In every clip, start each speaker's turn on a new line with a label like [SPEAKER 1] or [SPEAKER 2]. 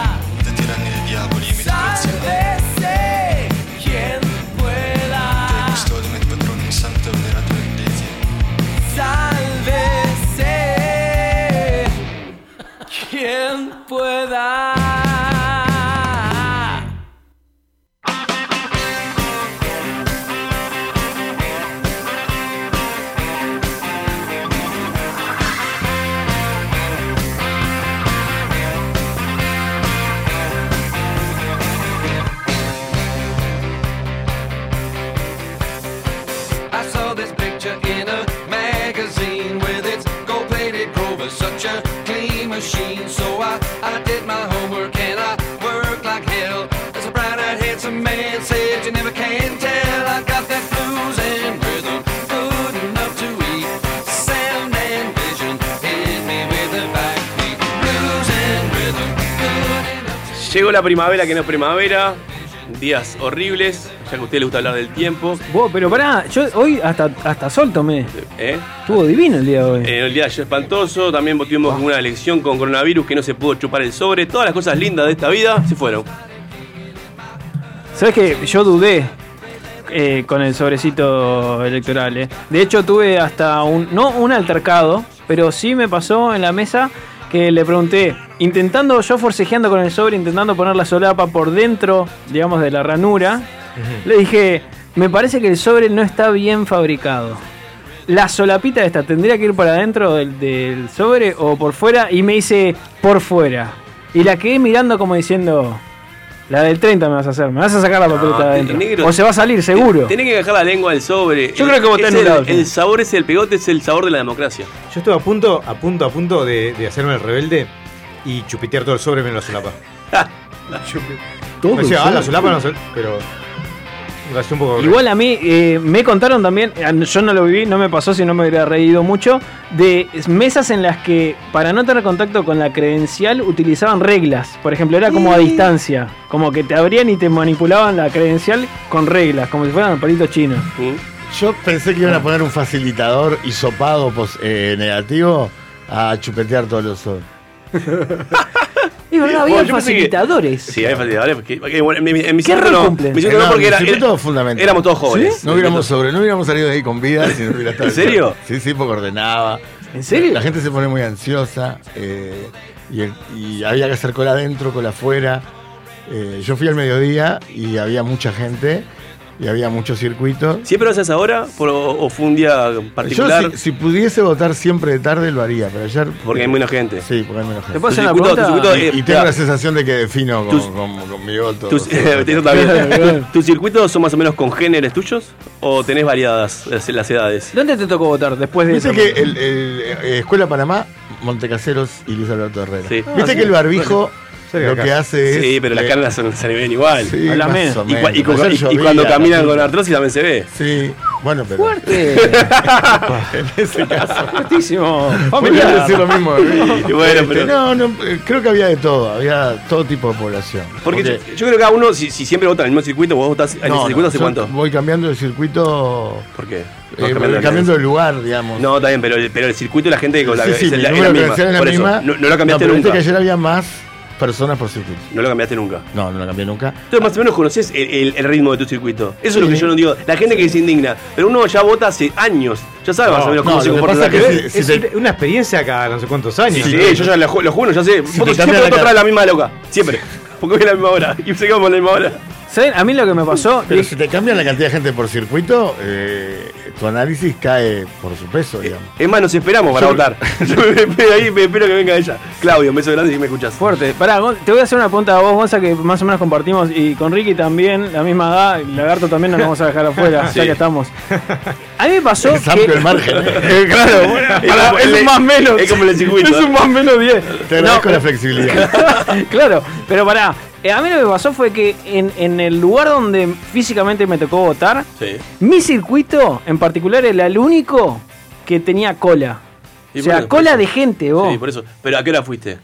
[SPEAKER 1] Oh,
[SPEAKER 2] Llegó la primavera que no es primavera. Días horribles, ya que a usted le gusta hablar del tiempo.
[SPEAKER 3] Vos, pero pará, yo hoy hasta, hasta sol tomé.
[SPEAKER 2] ¿eh?
[SPEAKER 3] Estuvo divino el día de hoy.
[SPEAKER 2] Eh, el día de ayer espantoso, también tuvimos una elección con coronavirus que no se pudo chupar el sobre. Todas las cosas lindas de esta vida se fueron.
[SPEAKER 3] Sabes que yo dudé eh, con el sobrecito electoral. eh. De hecho, tuve hasta un. No un altercado, pero sí me pasó en la mesa que le pregunté, intentando, yo forcejeando con el sobre, intentando poner la solapa por dentro, digamos, de la ranura, le dije, me parece que el sobre no está bien fabricado. La solapita esta, ¿tendría que ir para adentro del, del sobre o por fuera? Y me dice, por fuera. Y la quedé mirando como diciendo, la del 30 me vas a hacer, me vas a sacar la papeleta de adentro.
[SPEAKER 2] negro.
[SPEAKER 3] o se va a salir, seguro.
[SPEAKER 2] Tenés que dejar la lengua del sobre.
[SPEAKER 3] Yo creo que voté
[SPEAKER 2] Es
[SPEAKER 3] anulado,
[SPEAKER 2] el,
[SPEAKER 3] sí.
[SPEAKER 2] el sabor es el pegote, es el sabor de la democracia.
[SPEAKER 4] Yo estuve a punto, a punto, a punto de, de hacerme el rebelde y chupitear todo el sobre menos la solapa. Chupi-
[SPEAKER 3] Todo
[SPEAKER 4] Me decía,
[SPEAKER 3] el
[SPEAKER 4] ah, la
[SPEAKER 3] sobre.
[SPEAKER 4] solapa no sol-", pero me pareció un poco.
[SPEAKER 3] Igual a mí eh, me contaron también, eh, yo no lo viví, no me pasó si no me hubiera reído mucho, de mesas en las que para no tener contacto con la credencial utilizaban reglas. Por ejemplo, era como a distancia, como que te abrían y te manipulaban la credencial con reglas, como si fueran palitos chinos.
[SPEAKER 2] ¿Mm?
[SPEAKER 5] Yo pensé que iban a poner un facilitador hisopado pos- eh, negativo a chupetear todos los sobres.
[SPEAKER 3] Y verdad,
[SPEAKER 2] había
[SPEAKER 3] había
[SPEAKER 2] Bueno, yo pensé que-
[SPEAKER 3] facilitadores.
[SPEAKER 2] Sí, hay facilidades. porque- porque, bueno, en mi- en mi
[SPEAKER 3] ¿Qué
[SPEAKER 2] circuito
[SPEAKER 3] rol
[SPEAKER 2] no.
[SPEAKER 3] cumplen?
[SPEAKER 2] Mi circuito
[SPEAKER 5] Eh,
[SPEAKER 2] no,
[SPEAKER 5] no,
[SPEAKER 2] porque
[SPEAKER 5] mi
[SPEAKER 2] era-
[SPEAKER 5] circuito
[SPEAKER 2] era-
[SPEAKER 5] fundamental.
[SPEAKER 2] éramos todos jóvenes.
[SPEAKER 5] No hubiéramos sobre, no hubiéramos salido de ahí con vida si no hubiera estado.
[SPEAKER 2] ¿En serio?
[SPEAKER 5] Sí, sí, porque ordenaba.
[SPEAKER 3] ¿En serio?
[SPEAKER 5] La gente se pone muy ansiosa eh, y, el- y había que hacer cola adentro, cola afuera. Eh, yo fui al mediodía y había mucha gente y había muchos circuitos.
[SPEAKER 2] ¿Siempre lo haces ahora? Por- ¿O fue un día particular?
[SPEAKER 5] Yo, si, si pudiese votar siempre de tarde, lo haría, pero ayer.
[SPEAKER 2] Porque hay menos gente.
[SPEAKER 5] Sí, porque hay menos
[SPEAKER 3] ¿Te
[SPEAKER 5] gente.
[SPEAKER 3] puedo hacer una
[SPEAKER 2] Tu circuito- tu
[SPEAKER 3] pregunta?
[SPEAKER 2] circuito, eh,
[SPEAKER 5] Y tengo
[SPEAKER 2] ya.
[SPEAKER 5] la sensación de que defino con,
[SPEAKER 2] Tus-
[SPEAKER 5] con- con mi voto.
[SPEAKER 2] Tus, eso también. ¿Tus- ¿Tus circuitos son más o menos congéneres tuyos? ¿O tenés variadas las las edades?
[SPEAKER 3] ¿Dónde te tocó votar después de
[SPEAKER 5] Viste
[SPEAKER 3] eso?
[SPEAKER 5] que el, el- eh, Escuela Panamá, Montecaseros y Luis Alberto Herrera.
[SPEAKER 2] Sí.
[SPEAKER 3] Ah,
[SPEAKER 5] Viste que el barbijo
[SPEAKER 4] Sí,
[SPEAKER 5] lo
[SPEAKER 4] acá.
[SPEAKER 5] que hace es.
[SPEAKER 2] Sí, pero las
[SPEAKER 5] eh,
[SPEAKER 2] carnes son- se le ven igual.
[SPEAKER 5] Sí,
[SPEAKER 3] Habla
[SPEAKER 5] más
[SPEAKER 3] menos.
[SPEAKER 5] o
[SPEAKER 2] Y, cua- y
[SPEAKER 5] menos.
[SPEAKER 2] cu-
[SPEAKER 5] Ayer
[SPEAKER 2] y- y
[SPEAKER 5] llovía,
[SPEAKER 2] cuando caminan
[SPEAKER 5] también.
[SPEAKER 2] con artrosis también se ve.
[SPEAKER 5] Sí, bueno, pero.
[SPEAKER 3] ¡Fuerte!
[SPEAKER 5] En ese caso.
[SPEAKER 3] ¡Fuertísimo!
[SPEAKER 5] Podría
[SPEAKER 3] Familiar.
[SPEAKER 5] decir lo mismo. de mí.
[SPEAKER 2] Y bueno,
[SPEAKER 5] Este,
[SPEAKER 2] pero-
[SPEAKER 5] No, no, eh, creo que había de todo. Había todo tipo de población.
[SPEAKER 2] Porque yo, yo creo que cada uno, si, si siempre vota en el mismo circuito, vos votás en
[SPEAKER 5] no,
[SPEAKER 2] ese circuito
[SPEAKER 5] no,
[SPEAKER 2] hace
[SPEAKER 5] yo
[SPEAKER 2] cuánto.
[SPEAKER 5] Voy cambiando de circuito.
[SPEAKER 2] ¿Por qué? No,
[SPEAKER 5] eh,
[SPEAKER 2] cambiando de
[SPEAKER 5] cambiando de lugar, digamos.
[SPEAKER 2] No, está bien, pero el, pero el circuito y la gente con la
[SPEAKER 5] sí, sí,
[SPEAKER 2] es
[SPEAKER 5] mi
[SPEAKER 2] la- es
[SPEAKER 5] número
[SPEAKER 2] la
[SPEAKER 5] de
[SPEAKER 2] misma.
[SPEAKER 5] credencial es
[SPEAKER 2] Por
[SPEAKER 5] la
[SPEAKER 2] eso,
[SPEAKER 5] misma.
[SPEAKER 2] no, no lo cambiaste
[SPEAKER 5] pero viste
[SPEAKER 2] nunca.
[SPEAKER 5] que ayer había más personas por circuito.
[SPEAKER 2] No lo cambiaste nunca.
[SPEAKER 5] No, no la cambié nunca.
[SPEAKER 2] Entonces, más o menos conoces el, el- el ritmo de tu circuito. Eso es lo que
[SPEAKER 5] Sí.
[SPEAKER 2] yo no digo. La gente que se indigna. Pero uno ya vota hace años. Ya sabe más o menos
[SPEAKER 5] no,
[SPEAKER 2] cómo se
[SPEAKER 5] lo que
[SPEAKER 2] comporta
[SPEAKER 5] pasa
[SPEAKER 2] la
[SPEAKER 5] es que
[SPEAKER 2] gente.
[SPEAKER 5] si-
[SPEAKER 4] Es
[SPEAKER 5] te-
[SPEAKER 4] ir- una experiencia cada no sé cuántos años.
[SPEAKER 2] Sí, sí, yo ya lo, ju- lo juro, ya sé.
[SPEAKER 5] Si
[SPEAKER 2] Vos
[SPEAKER 5] te
[SPEAKER 2] siempre
[SPEAKER 5] cambian la
[SPEAKER 2] voto
[SPEAKER 5] cara-
[SPEAKER 2] atrás de la misma loca. Siempre. Porque voy a la misma hora. Y se quedamos en la misma hora.
[SPEAKER 3] ¿Saben? A mí lo que me pasó...
[SPEAKER 5] Pero
[SPEAKER 3] y-
[SPEAKER 5] si te cambian la cantidad de gente por circuito, eh, tu análisis cae por su
[SPEAKER 2] Eh,
[SPEAKER 5] peso, digamos.
[SPEAKER 2] Es más, nos esperamos para
[SPEAKER 5] Yo-
[SPEAKER 2] votar. Yo me, me- ahí me espero que venga ella. Claudio, un beso grande si me escuchas.
[SPEAKER 3] Fuerte. Pará, Gon- te voy a hacer una pregunta a vos, Gonza, que más o menos compartimos, y con Ricky también, la misma edad, y Lagarto también nos vamos a dejar afuera,
[SPEAKER 2] Sí.
[SPEAKER 3] ya que estamos. A mí me pasó
[SPEAKER 5] Es amplio
[SPEAKER 3] que...
[SPEAKER 5] el margen.
[SPEAKER 3] Eh, claro, bueno,
[SPEAKER 2] Es
[SPEAKER 3] para-
[SPEAKER 2] como
[SPEAKER 3] es
[SPEAKER 2] el-
[SPEAKER 3] un más menos.
[SPEAKER 2] es como el circuito.
[SPEAKER 3] Es un más menos 10.
[SPEAKER 5] Te agradezco la flexibilidad.
[SPEAKER 3] claro, pero pará. eh, A mí lo que pasó fue que en, en el lugar donde físicamente me tocó votar,
[SPEAKER 2] Sí.
[SPEAKER 3] mi circuito, en particular, era el único que tenía cola.
[SPEAKER 2] Y
[SPEAKER 3] o sea,
[SPEAKER 2] bueno, por
[SPEAKER 3] cola
[SPEAKER 2] eso.
[SPEAKER 3] de gente, vos.
[SPEAKER 2] Sí, por eso. Pero ¿a qué hora fuiste?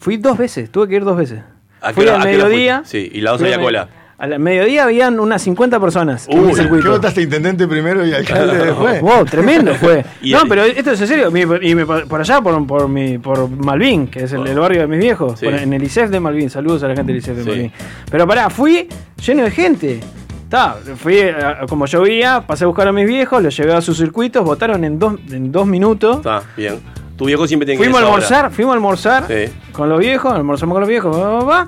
[SPEAKER 3] Fui dos veces, tuve que ir dos veces.
[SPEAKER 2] ¿A qué
[SPEAKER 3] Fui
[SPEAKER 2] hora-
[SPEAKER 3] al
[SPEAKER 2] a qué hora
[SPEAKER 3] mediodía.
[SPEAKER 2] fuiste? Sí, y la otra
[SPEAKER 3] Fui
[SPEAKER 2] había
[SPEAKER 3] al me-
[SPEAKER 2] cola.
[SPEAKER 3] Al mediodía habían unas 50 personas en
[SPEAKER 2] Uy,
[SPEAKER 3] el
[SPEAKER 5] ¿Qué
[SPEAKER 3] circuito.
[SPEAKER 5] votaste intendente primero y alcalde después?
[SPEAKER 3] Wow, tremendo fue.
[SPEAKER 2] Y
[SPEAKER 3] no,
[SPEAKER 2] el-
[SPEAKER 3] pero esto es en serio. mi- y me- por allá, por, por, mi, por Malvin, que es el, el barrio de mis viejos.
[SPEAKER 2] Sí.
[SPEAKER 3] por- en el ICEF de Malvin. Saludos a la gente del ICEF de
[SPEAKER 2] Sí.
[SPEAKER 3] Malvin. Pero pará, fui lleno de gente. Ta, fui eh, como llovía, pasé a buscar a mis viejos, los llevé a sus circuitos, votaron en dos, en dos minutos.
[SPEAKER 2] Está, Ah, bien. Tu viejo siempre tiene que
[SPEAKER 3] Fuimos a
[SPEAKER 2] ir esa hora.
[SPEAKER 3] almorzar, fuimos a almorzar
[SPEAKER 2] Sí.
[SPEAKER 3] con los viejos, almorzamos con los viejos, va, va, va.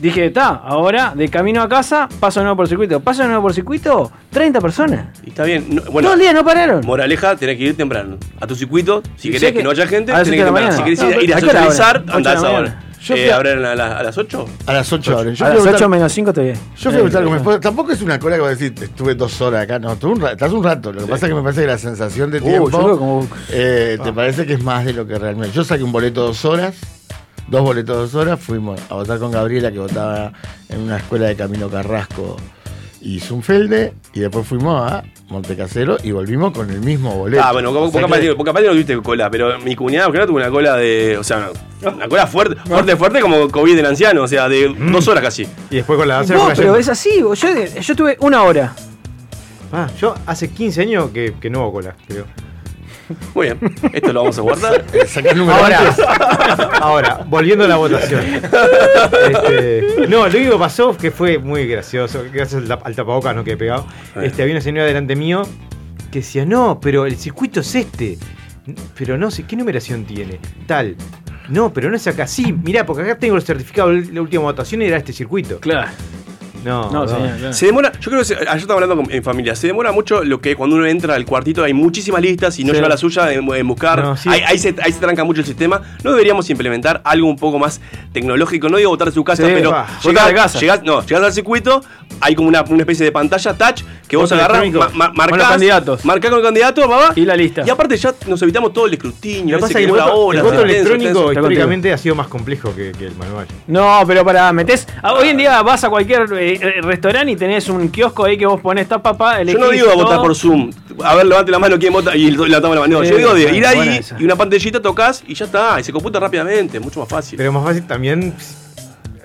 [SPEAKER 3] Dije, está, ahora de camino a casa, paso de nuevo por circuito. Paso de nuevo por circuito, 30 personas.
[SPEAKER 2] Y está bien. No, bueno,
[SPEAKER 3] Todo el día no pararon.
[SPEAKER 2] Moraleja, tenés que ir temprano. A tu circuito,
[SPEAKER 3] Sí,
[SPEAKER 2] si querés
[SPEAKER 3] sé
[SPEAKER 2] que,
[SPEAKER 3] que-
[SPEAKER 2] no haya gente,
[SPEAKER 3] a las
[SPEAKER 2] tenés que ir
[SPEAKER 3] ocho de la
[SPEAKER 2] temprano. Si
[SPEAKER 3] mañana.
[SPEAKER 2] querés
[SPEAKER 3] No,
[SPEAKER 2] ir,
[SPEAKER 3] pero
[SPEAKER 2] ir a
[SPEAKER 3] ¿a qué hora abren?
[SPEAKER 2] socializar,
[SPEAKER 3] Ocho de
[SPEAKER 2] andás
[SPEAKER 3] la
[SPEAKER 2] ahora.
[SPEAKER 3] mañana.
[SPEAKER 5] Yo
[SPEAKER 2] Eh,
[SPEAKER 5] fui a-
[SPEAKER 2] ¿Abren a, la- a las 8?
[SPEAKER 5] A las 8 abren. Yo
[SPEAKER 3] a
[SPEAKER 5] fui
[SPEAKER 3] las
[SPEAKER 5] votar-
[SPEAKER 3] 8 menos Eh. 5 estoy bien.
[SPEAKER 5] Yo fui a votar con mi esposa. Tampoco es una cola que voy a decir, estuve dos horas acá. No, estuve un rato, estás un rato. Lo que pasa es que me parece que la sensación de
[SPEAKER 3] Uh,
[SPEAKER 5] tiempo.
[SPEAKER 3] yo creo como-
[SPEAKER 5] eh, Te parece que es más de lo que realmente. Yo saqué un boleto dos horas. Dos boletos dos horas. Fuimos a votar con Gabriela, que votaba en una escuela de Camino Carrasco. y Zunfelde, y después fuimos a Montecasero y volvimos con el mismo boleto.
[SPEAKER 2] Ah, bueno,
[SPEAKER 5] O
[SPEAKER 2] vos
[SPEAKER 5] sea
[SPEAKER 2] capaz,
[SPEAKER 5] que-
[SPEAKER 2] vos capaz no tuviste cola, pero mi cuñada creo tuvo una cola de. O sea, una cola fuerte, fuerte, fuerte como COVID del anciano, o sea, de dos horas casi.
[SPEAKER 4] Mm. Y después con la
[SPEAKER 3] Vos,
[SPEAKER 4] danza con la
[SPEAKER 3] pero
[SPEAKER 4] yema.
[SPEAKER 3] es así, vos. yo, yo tuve una hora.
[SPEAKER 4] Ah, yo hace 15 años que, que no hago cola, creo.
[SPEAKER 2] Muy bien, esto lo vamos a guardar.
[SPEAKER 5] eh, sacar número
[SPEAKER 4] Ahora,
[SPEAKER 5] antes.
[SPEAKER 4] ahora, volviendo a la votación. Este, no, lo único que pasó que fue muy gracioso. Gracias al, tap- al tapabocas no quedé pegado. Este, había una señora delante mío que decía, no, pero el circuito es este. Pero no sé, ¿qué numeración tiene? Tal. No, pero no es acá. Sí, mirá, porque acá tengo el certificado de la última votación y era este circuito.
[SPEAKER 3] Claro.
[SPEAKER 4] No,
[SPEAKER 3] No,
[SPEAKER 4] no.
[SPEAKER 3] señor, claro.
[SPEAKER 2] Se demora, yo creo que se- ayer estaba hablando con- en familia, se demora mucho lo que cuando uno entra al cuartito hay muchísimas listas y no
[SPEAKER 3] Sí.
[SPEAKER 2] lleva la suya en, en buscar.
[SPEAKER 4] No, sí.
[SPEAKER 2] ahí, ahí se, ahí se tranca mucho el sistema. No deberíamos implementar algo un poco más tecnológico. No digo votar de su casa,
[SPEAKER 3] Sí,
[SPEAKER 2] pero
[SPEAKER 4] va,
[SPEAKER 3] votar de casa.
[SPEAKER 2] llegás- no, llegás al circuito, hay como una, una especie de pantalla touch que vos
[SPEAKER 4] Voto
[SPEAKER 2] agarrás,
[SPEAKER 4] electrónico.
[SPEAKER 2] ma- ma-
[SPEAKER 3] Con los
[SPEAKER 2] marcás,
[SPEAKER 3] candidatos.
[SPEAKER 2] marcás con el candidato, papá,
[SPEAKER 3] Y la lista.
[SPEAKER 2] Y aparte ya nos evitamos todo el escrutinio,
[SPEAKER 4] Lo
[SPEAKER 2] ese
[SPEAKER 4] que pasa es
[SPEAKER 2] que
[SPEAKER 4] que el
[SPEAKER 2] dura
[SPEAKER 4] voto, el
[SPEAKER 2] horas,
[SPEAKER 4] voto
[SPEAKER 2] es tenso,
[SPEAKER 4] electrónico
[SPEAKER 2] tenso.
[SPEAKER 3] Está
[SPEAKER 4] históricamente ha sido más complejo que, que el manual.
[SPEAKER 3] No, pero para metés. ah, Hoy en día vas a cualquier eh, eh, restaurante y tenés un kiosco ahí que vos ponés esta papa.
[SPEAKER 2] Yo no digo a votar por Zoom. A ver, levante la mano quien vota y la toma la mano. No,
[SPEAKER 3] Sí,
[SPEAKER 2] yo digo de
[SPEAKER 3] bueno,
[SPEAKER 2] ir
[SPEAKER 3] buena
[SPEAKER 2] ahí
[SPEAKER 3] esa.
[SPEAKER 2] y una pantallita tocas y ya está. Y se computa rápidamente, es mucho más fácil.
[SPEAKER 4] Pero es más fácil también.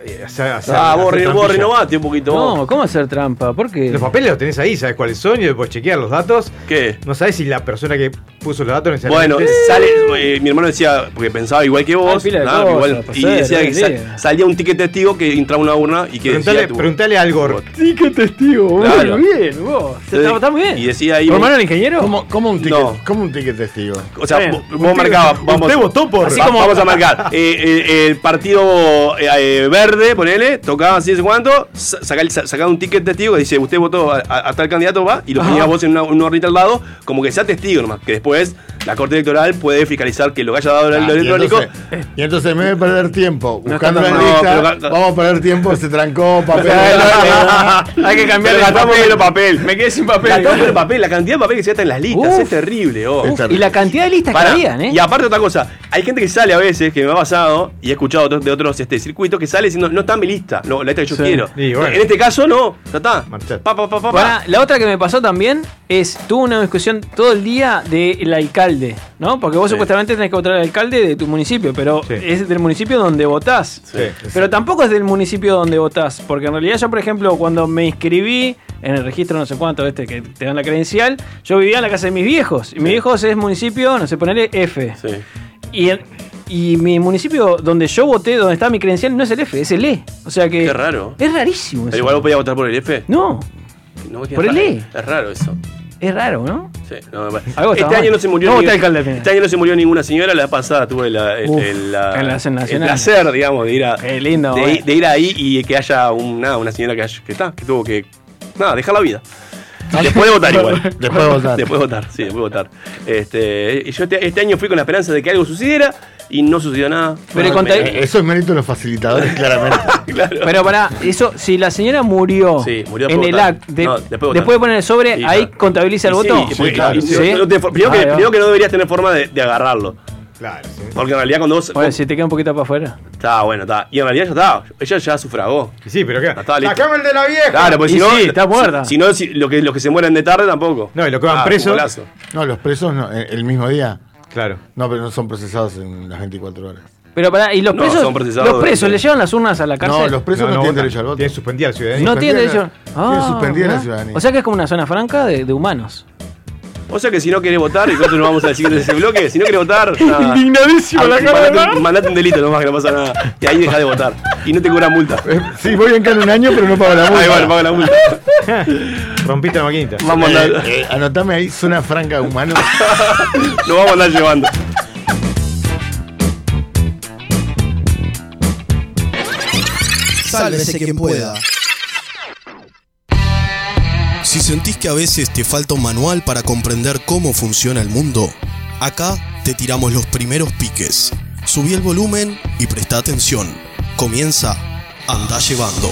[SPEAKER 4] eh, hacer- hacer-
[SPEAKER 2] ah, vos,
[SPEAKER 4] hacer
[SPEAKER 2] re- vos
[SPEAKER 4] trampilla.
[SPEAKER 2] renovate un poquito. vos.
[SPEAKER 3] No, ¿cómo hacer trampa? ¿Por qué?
[SPEAKER 4] Los papeles los tenés ahí, sabes cuáles son y después chequear los datos.
[SPEAKER 2] ¿Qué?
[SPEAKER 4] No sabes si la persona que puso los datos necesariamente.
[SPEAKER 2] Bueno, sale. eh, mi hermano decía, porque pensaba igual que vos.
[SPEAKER 3] Hay pila de
[SPEAKER 2] nada,
[SPEAKER 3] cosas,
[SPEAKER 2] igual,
[SPEAKER 3] para
[SPEAKER 2] y
[SPEAKER 3] hacer, eh,
[SPEAKER 2] decía que
[SPEAKER 3] hoy en
[SPEAKER 2] sal-
[SPEAKER 3] día.
[SPEAKER 2] salía un ticket testigo que entraba una urna y que
[SPEAKER 4] preguntale,
[SPEAKER 2] decía. tu-
[SPEAKER 4] preguntale algo.
[SPEAKER 2] voto.
[SPEAKER 3] Sí, qué testigo, vos.
[SPEAKER 2] Claro.
[SPEAKER 3] Muy bien, vos. Está, está muy bien.
[SPEAKER 2] Y decía ahí.
[SPEAKER 3] ¿Tu hermano era ingeniero?
[SPEAKER 5] ¿Cómo, cómo un ticket,
[SPEAKER 2] No.
[SPEAKER 5] cómo un ticket testigo?
[SPEAKER 2] O sea,
[SPEAKER 3] Bien.
[SPEAKER 2] vos, vos marcabas. Vamos,
[SPEAKER 4] Usted votó por.
[SPEAKER 2] Así como vamos a marcar. eh, eh, el partido eh, eh, verde, ponele, tocaba así, no sé cuánto, sa- saca el- sa- sacaba un ticket testigo que dice, usted votó a, a- a tal candidato, va, y lo ponía vos en una, una hornita al lado, como que sea testigo nomás, que después la Corte Electoral puede fiscalizar que lo que haya dado el
[SPEAKER 5] Ah, y
[SPEAKER 2] electrónico.
[SPEAKER 5] entonces- Y entonces, en vez de perder tiempo buscando la
[SPEAKER 3] está
[SPEAKER 2] tan mal. No,
[SPEAKER 5] lista,
[SPEAKER 2] pero ca-
[SPEAKER 5] vamos a perder tiempo, se trancó, papel.
[SPEAKER 3] Hay que cambiar
[SPEAKER 2] eh, Pero
[SPEAKER 3] el
[SPEAKER 2] gastamos
[SPEAKER 3] papel.
[SPEAKER 2] menos papel.
[SPEAKER 3] Me quedé sin
[SPEAKER 2] Gastamos el papel, la cantidad de papel que se gasta en las listas,
[SPEAKER 3] Uf.
[SPEAKER 2] es terrible, oh.
[SPEAKER 5] Es
[SPEAKER 3] Uf, y la cantidad de listas
[SPEAKER 2] Pará,
[SPEAKER 3] que habían, ¿eh?
[SPEAKER 2] Y aparte otra cosa, hay gente que sale a veces, que me ha pasado, y he escuchado otros- de otros este, circuitos, que sale diciendo, no está en mi lista, no, la lista que yo
[SPEAKER 3] Sí.
[SPEAKER 2] quiero.
[SPEAKER 4] Y bueno.
[SPEAKER 2] En este caso, no, ya está.
[SPEAKER 4] Marchate.
[SPEAKER 2] Pa, pa, pa, pa, pa.
[SPEAKER 3] Pará, la otra que me pasó también es, tuve una discusión todo el día del alcalde, ¿no? Porque vos
[SPEAKER 2] Sí.
[SPEAKER 3] supuestamente tenés que votar al alcalde de tu municipio, pero
[SPEAKER 4] Sí.
[SPEAKER 3] es del municipio donde votás.
[SPEAKER 4] Sí.
[SPEAKER 3] Pero tampoco es del municipio donde votás, porque en realidad yo, por ejemplo, cuando me inscribí en el registro no sé cuánto, este que te dan la credencial, yo vivía en la casa de mis viejos, y mis viejos es municipio, no sé, ponele F.
[SPEAKER 2] Sí.
[SPEAKER 3] Y, en- y mi municipio donde yo voté, donde está mi credencial, no es el F, es el E. O sea que...
[SPEAKER 2] Qué raro.
[SPEAKER 3] Es rarísimo.
[SPEAKER 2] Pero
[SPEAKER 3] Eso.
[SPEAKER 2] igual vos podías votar por el F.
[SPEAKER 3] No,
[SPEAKER 2] No, es
[SPEAKER 3] ¿Por el
[SPEAKER 2] raro.
[SPEAKER 3] E?
[SPEAKER 2] Es raro eso.
[SPEAKER 3] es raro, ¿no?
[SPEAKER 2] Sí, no, me parece.
[SPEAKER 3] Algo
[SPEAKER 2] este
[SPEAKER 3] está
[SPEAKER 2] año
[SPEAKER 3] mal.
[SPEAKER 2] no se murió
[SPEAKER 3] No,
[SPEAKER 2] ningún-
[SPEAKER 3] está alcalde al final.
[SPEAKER 2] Este año no se murió ninguna señora, la pasada tuve la- el,
[SPEAKER 3] Uf,
[SPEAKER 2] el- la-
[SPEAKER 3] en la cena
[SPEAKER 2] el
[SPEAKER 3] nacional.
[SPEAKER 2] placer, digamos, de ir a
[SPEAKER 3] Qué lindo, eh.
[SPEAKER 2] de,
[SPEAKER 3] bueno.
[SPEAKER 2] de ir ahí y que haya un- nada, una señora que, haya- que está, que tuvo que nada, dejar la vida. Después de votar igual.
[SPEAKER 5] Después de votar.
[SPEAKER 2] Después de votar, sí, después de votar. Este, y yo este, este año fui con la esperanza de que algo sucediera y no sucedió nada.
[SPEAKER 3] Pero
[SPEAKER 2] Me-
[SPEAKER 3] conta-
[SPEAKER 2] me-
[SPEAKER 5] Eh, Eso es mérito de los facilitadores, claramente.
[SPEAKER 2] claro.
[SPEAKER 3] Pero pará, eso, si la señora murió,
[SPEAKER 2] Sí, murió
[SPEAKER 3] en
[SPEAKER 2] después de
[SPEAKER 3] el
[SPEAKER 2] votar.
[SPEAKER 3] acto, de-
[SPEAKER 2] No, después de
[SPEAKER 3] después,
[SPEAKER 2] votar.
[SPEAKER 3] de poner el sobre,
[SPEAKER 2] Sí,
[SPEAKER 3] ahí
[SPEAKER 2] claro.
[SPEAKER 3] contabiliza el
[SPEAKER 2] Y sí,
[SPEAKER 3] voto.
[SPEAKER 2] y
[SPEAKER 5] Sí,
[SPEAKER 2] porque-
[SPEAKER 5] claro.
[SPEAKER 2] y
[SPEAKER 3] Sí. Ah,
[SPEAKER 2] no- no te- primero,
[SPEAKER 3] Ahí
[SPEAKER 2] que,
[SPEAKER 3] va.
[SPEAKER 2] primero que no deberías tener forma de, de agarrarlo.
[SPEAKER 4] Claro, sí.
[SPEAKER 2] Porque en realidad cuando vos.
[SPEAKER 3] Bueno,
[SPEAKER 2] vos-
[SPEAKER 3] si te queda un poquito para afuera.
[SPEAKER 2] Está bueno, está. Y en realidad ya está. Ella ya sufragó.
[SPEAKER 4] Y Sí, pero
[SPEAKER 2] Ah,
[SPEAKER 4] ¿qué?
[SPEAKER 2] está listo.
[SPEAKER 4] ¡Sacame el de la vieja!
[SPEAKER 2] Claro, pues
[SPEAKER 3] Y
[SPEAKER 2] si no.
[SPEAKER 3] sí, está muerta.
[SPEAKER 2] Si, si no, si- lo que, los que se mueren de tarde tampoco. Ah,
[SPEAKER 4] No, y los que van presos.
[SPEAKER 2] futbolazo.
[SPEAKER 5] No, los presos no, eh, el mismo día.
[SPEAKER 4] Claro.
[SPEAKER 5] No, pero no son procesados en las 24 horas.
[SPEAKER 3] Pero pará, ¿y los
[SPEAKER 2] No,
[SPEAKER 3] presos?
[SPEAKER 2] son procesados
[SPEAKER 3] los presos
[SPEAKER 2] durante-
[SPEAKER 3] le llevan las urnas a la cárcel.
[SPEAKER 5] No, los presos no,
[SPEAKER 4] votan.
[SPEAKER 5] tienen derecho al voto.
[SPEAKER 4] Tienen suspendida la ciudadanía.
[SPEAKER 3] No tienen
[SPEAKER 5] suspendida
[SPEAKER 3] derecho.
[SPEAKER 5] la- tiene suspendida la
[SPEAKER 3] mirá.
[SPEAKER 5] ciudadanía.
[SPEAKER 3] Ah. O sea que es como una zona franca de, de humanos.
[SPEAKER 2] O sea que si no querés votar, y nosotros no vamos a decir de ese bloque, si no querés votar. nada.
[SPEAKER 3] Indignadísimo
[SPEAKER 2] Ah, mandate, un- mandate un delito nomás que no pasa nada. Y ahí deja de votar. Y no te cobran multa.
[SPEAKER 5] Eh, sí, voy en cada un año, pero no pago la multa.
[SPEAKER 2] Ahí va, paga la multa.
[SPEAKER 4] Rompiste la maquinita.
[SPEAKER 2] Vamos a andar,
[SPEAKER 5] Eh, eh, anotame ahí, zona franca humano.
[SPEAKER 2] lo vamos a andar llevando.
[SPEAKER 1] Sálvese quien pueda.
[SPEAKER 6] Si sentís que a veces te falta un manual para comprender cómo funciona el mundo, acá te tiramos los primeros piques. Subí el volumen y presta atención. Comienza Andá Llevando.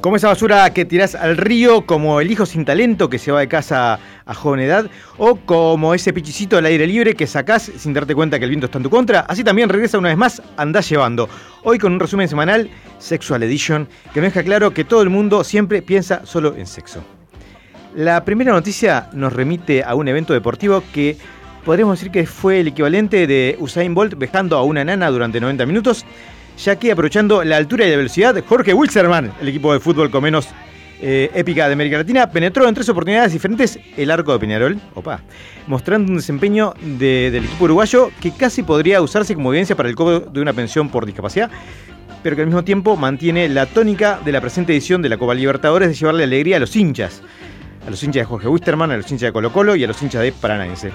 [SPEAKER 4] Como esa basura que tirás al río, como el hijo sin talento que se va de casa a joven edad, o como ese pichicito al aire libre que sacás sin darte cuenta que el viento está en tu contra, así también regresa una vez más Andás Llevando. Hoy con un resumen semanal, Sexual Edition, que nos deja claro que todo el mundo siempre piensa solo en sexo. La primera noticia nos remite a un evento deportivo que podríamos decir que fue el equivalente de Usain Bolt vejando a una nana durante 90 minutos, ya que aprovechando la altura y la velocidad, Jorge Wilserman, el equipo de fútbol con menos eh, épica de América Latina, penetró en tres oportunidades diferentes el arco de Peñarol, opa, mostrando un desempeño de- del equipo uruguayo que casi podría usarse como evidencia para el cobro de una pensión por discapacidad, pero que al mismo tiempo mantiene la tónica de la presente edición de la Copa Libertadores de llevarle alegría a los hinchas. A los hinchas de Jorge Wisterman, a los hinchas de Colo Colo y a los hinchas de Paranaense.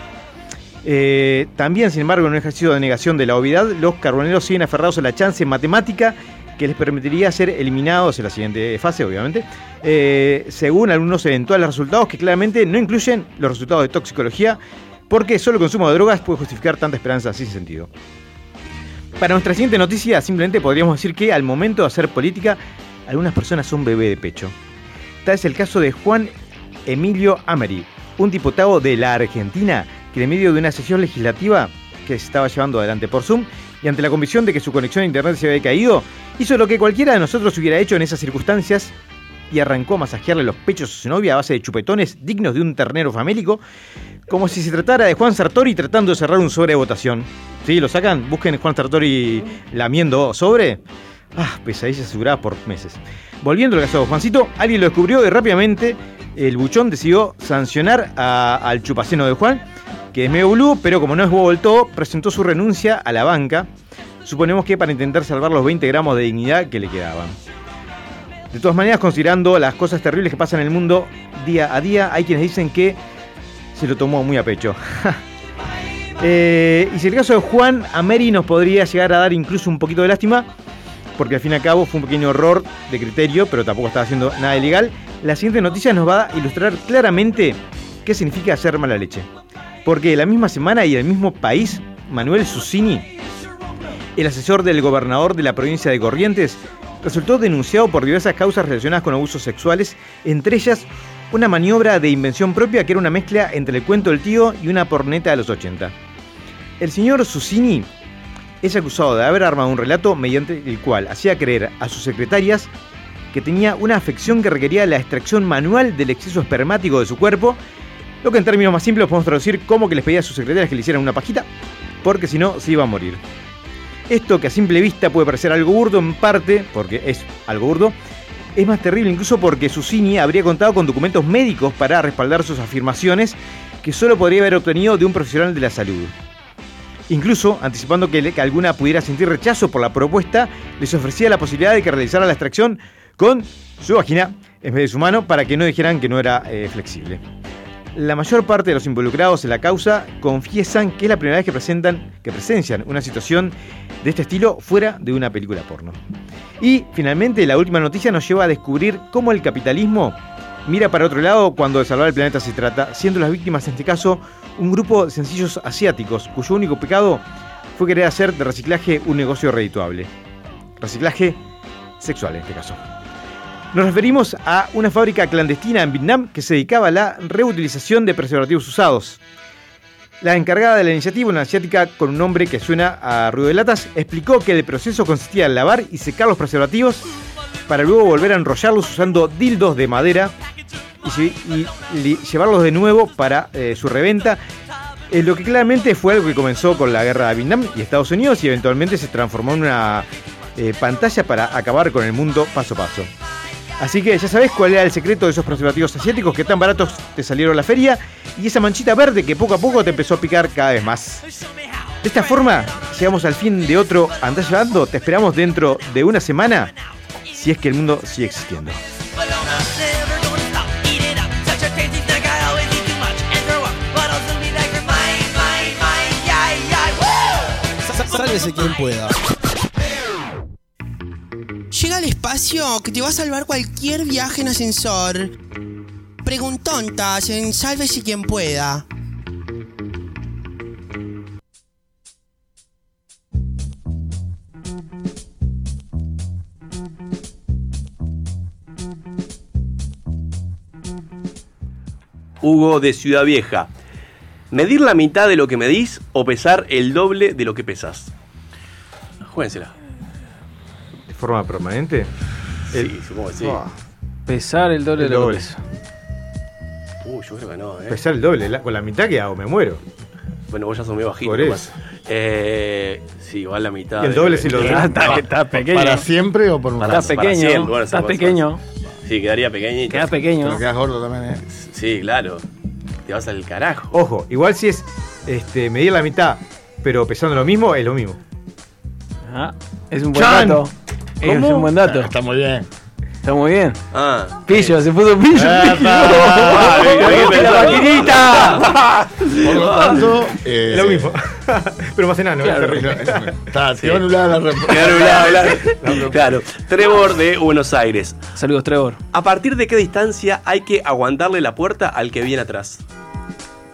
[SPEAKER 4] Eh, también, sin embargo, en un ejercicio de negación de la obviedad, los carboneros siguen aferrados a la chance matemática que les permitiría ser eliminados en la siguiente fase, obviamente, eh, según algunos eventuales resultados que claramente no incluyen los resultados de toxicología, porque solo el consumo de drogas puede justificar tanta esperanza sin sentido. Para nuestra siguiente noticia, simplemente podríamos decir que al momento de hacer política, algunas personas son bebé de pecho. Tal es el caso de Juan Emilio Ameri, un diputado de la Argentina que en medio de una sesión legislativa que se estaba llevando adelante por Zoom y ante la convicción de que su conexión a internet se había caído, hizo lo que cualquiera de nosotros hubiera hecho en esas circunstancias y arrancó a masajearle los pechos a su novia a base de chupetones dignos de un ternero famélico, como si se tratara de Juan Sartori tratando de cerrar un sobre de votación. ¿Sí? ¿Lo sacan? Busquen Juan Sartori lamiendo sobre. Ah, pesadillas aseguradas por meses. Volviendo al caso de Juancito, alguien lo descubrió y rápidamente el buchón decidió sancionar a- al chupaceno de Juan, que es medio boludo, pero como no es bobo del todo, presentó su renuncia a la banca. Suponemos que para intentar salvar los 20 gramos de dignidad que le quedaban. De todas maneras, considerando las cosas terribles que pasan en el mundo día a día, hay quienes dicen que se lo tomó muy a pecho. Eh, y si el caso de Juan, a Mary nos podría llegar a dar incluso un poquito de lástima, porque al fin y al cabo fue un pequeño error de criterio, pero tampoco estaba haciendo nada ilegal. La siguiente noticia nos va a ilustrar claramente qué significa hacer mala leche. Porque la misma semana y el mismo país, Manuel Susini, el asesor del gobernador de la provincia de Corrientes, resultó denunciado por diversas causas relacionadas con abusos sexuales, entre ellas una maniobra de invención propia que era una mezcla entre el cuento del tío y una porneta de los 80. El señor Susini es acusado de haber armado un relato mediante el cual hacía creer a sus secretarias que tenía una afección que requería la extracción manual del exceso espermático de su cuerpo, lo que en términos más simples podemos traducir como que les pedía a sus secretarias que le hicieran una pajita, porque si no se iba a morir. Esto que a simple vista puede parecer algo burdo en parte, porque es algo burdo, es más terrible incluso porque Susini habría contado con documentos médicos para respaldar sus afirmaciones que solo podría haber obtenido de un profesional de la salud. Incluso, anticipando que, le- que alguna pudiera sentir rechazo por la propuesta, les ofrecía la posibilidad de que realizara la extracción con su vagina en vez de su mano para que no dijeran que no era eh, flexible. La mayor parte de los involucrados en la causa confiesan que es la primera vez que, presentan, que presencian una situación de este estilo fuera de una película porno. Y finalmente la última noticia nos lleva a descubrir cómo el capitalismo mira para otro lado cuando de salvar el planeta se trata, siendo las víctimas en este caso un grupo de sencillos asiáticos cuyo único pecado fue querer hacer de reciclaje un negocio redituable. Reciclaje sexual en este caso. Nos referimos a una fábrica clandestina en Vietnam que se dedicaba a la reutilización de preservativos usados. La encargada de la iniciativa, una asiática con un nombre que suena a ruido de latas, explicó que el proceso consistía en lavar y secar los preservativos para luego volver a enrollarlos usando dildos de madera y, lle- y li- llevarlos de nuevo para eh, su reventa. Eh, lo que claramente fue algo que comenzó con la guerra de Vietnam y Estados Unidos y eventualmente se transformó en una eh, pantalla para acabar con el mundo paso a paso. Así que ya sabes cuál era el secreto de esos preservativos asiáticos que tan baratos te salieron a la feria y esa manchita verde que poco a poco te empezó a picar cada vez más. De esta forma, llegamos al fin de otro Andás Llevando. Te esperamos dentro de una semana si es que el mundo sigue existiendo.
[SPEAKER 1] But I'm not never gonna stop. Eat it up. Such a tasty snack. I always eat too much and throw up. But I'll still be like, mine, mine, mine. Yeah, yeah. Woo!
[SPEAKER 6] Sálvese quien pueda.
[SPEAKER 7] Llega al espacio que te va a salvar cualquier viaje en ascensor. Preguntontas en Sálvese quien pueda.
[SPEAKER 2] Hugo de Ciudad Vieja. ¿Medir la mitad de lo que medís o pesar el doble de lo que pesas? Juénsela.
[SPEAKER 4] ¿De forma permanente?
[SPEAKER 2] Sí, supongo que sí.
[SPEAKER 4] Ah,
[SPEAKER 3] Pesar el doble
[SPEAKER 4] El
[SPEAKER 3] de lo que
[SPEAKER 4] doble.
[SPEAKER 3] pesa.
[SPEAKER 2] Uh, yo creo que no, eh.
[SPEAKER 4] pesar el doble. la- con la mitad que hago, me muero.
[SPEAKER 2] Bueno, vos ya sos medio bajito.
[SPEAKER 4] Por
[SPEAKER 2] capaz. Eh, sí, igual la mitad.
[SPEAKER 4] Y el
[SPEAKER 2] de-
[SPEAKER 4] doble si lo-
[SPEAKER 3] Ah, está, está pequeño.
[SPEAKER 5] ¿Para siempre o por un
[SPEAKER 2] Para-
[SPEAKER 3] Estás
[SPEAKER 2] para
[SPEAKER 3] pequeño.
[SPEAKER 2] siempre, bueno,
[SPEAKER 3] estás
[SPEAKER 2] se-
[SPEAKER 3] pequeño.
[SPEAKER 2] Sí, quedaría pequeñito.
[SPEAKER 3] Quedás pequeño.
[SPEAKER 5] Pero quedas gordo también, ¿eh?
[SPEAKER 2] Sí, claro. Te vas al carajo.
[SPEAKER 4] Ojo, igual si es este, medir la mitad, pero pesando lo mismo, es lo mismo.
[SPEAKER 3] Ah, es un buen
[SPEAKER 4] Chan.
[SPEAKER 3] dato. Es
[SPEAKER 2] ¿Cómo?
[SPEAKER 3] un buen dato.
[SPEAKER 5] Ah, Está muy bien.
[SPEAKER 3] Está muy bien.
[SPEAKER 2] Ah.
[SPEAKER 3] Pillo, se puso pillo.
[SPEAKER 5] Epa.
[SPEAKER 3] pillo. ¡La maquinita!
[SPEAKER 5] Por lo tanto, eh,
[SPEAKER 4] Es lo mismo. pero más enano, es
[SPEAKER 5] es lo-
[SPEAKER 4] terrible.
[SPEAKER 5] es lo mismo. Está, quedó anulada la respuesta.
[SPEAKER 2] Claro, claro, claro. Claro. Trevor de Buenos Aires.
[SPEAKER 3] Saludos, Trevor.
[SPEAKER 2] ¿A partir de qué distancia hay que aguantarle la puerta al que viene atrás?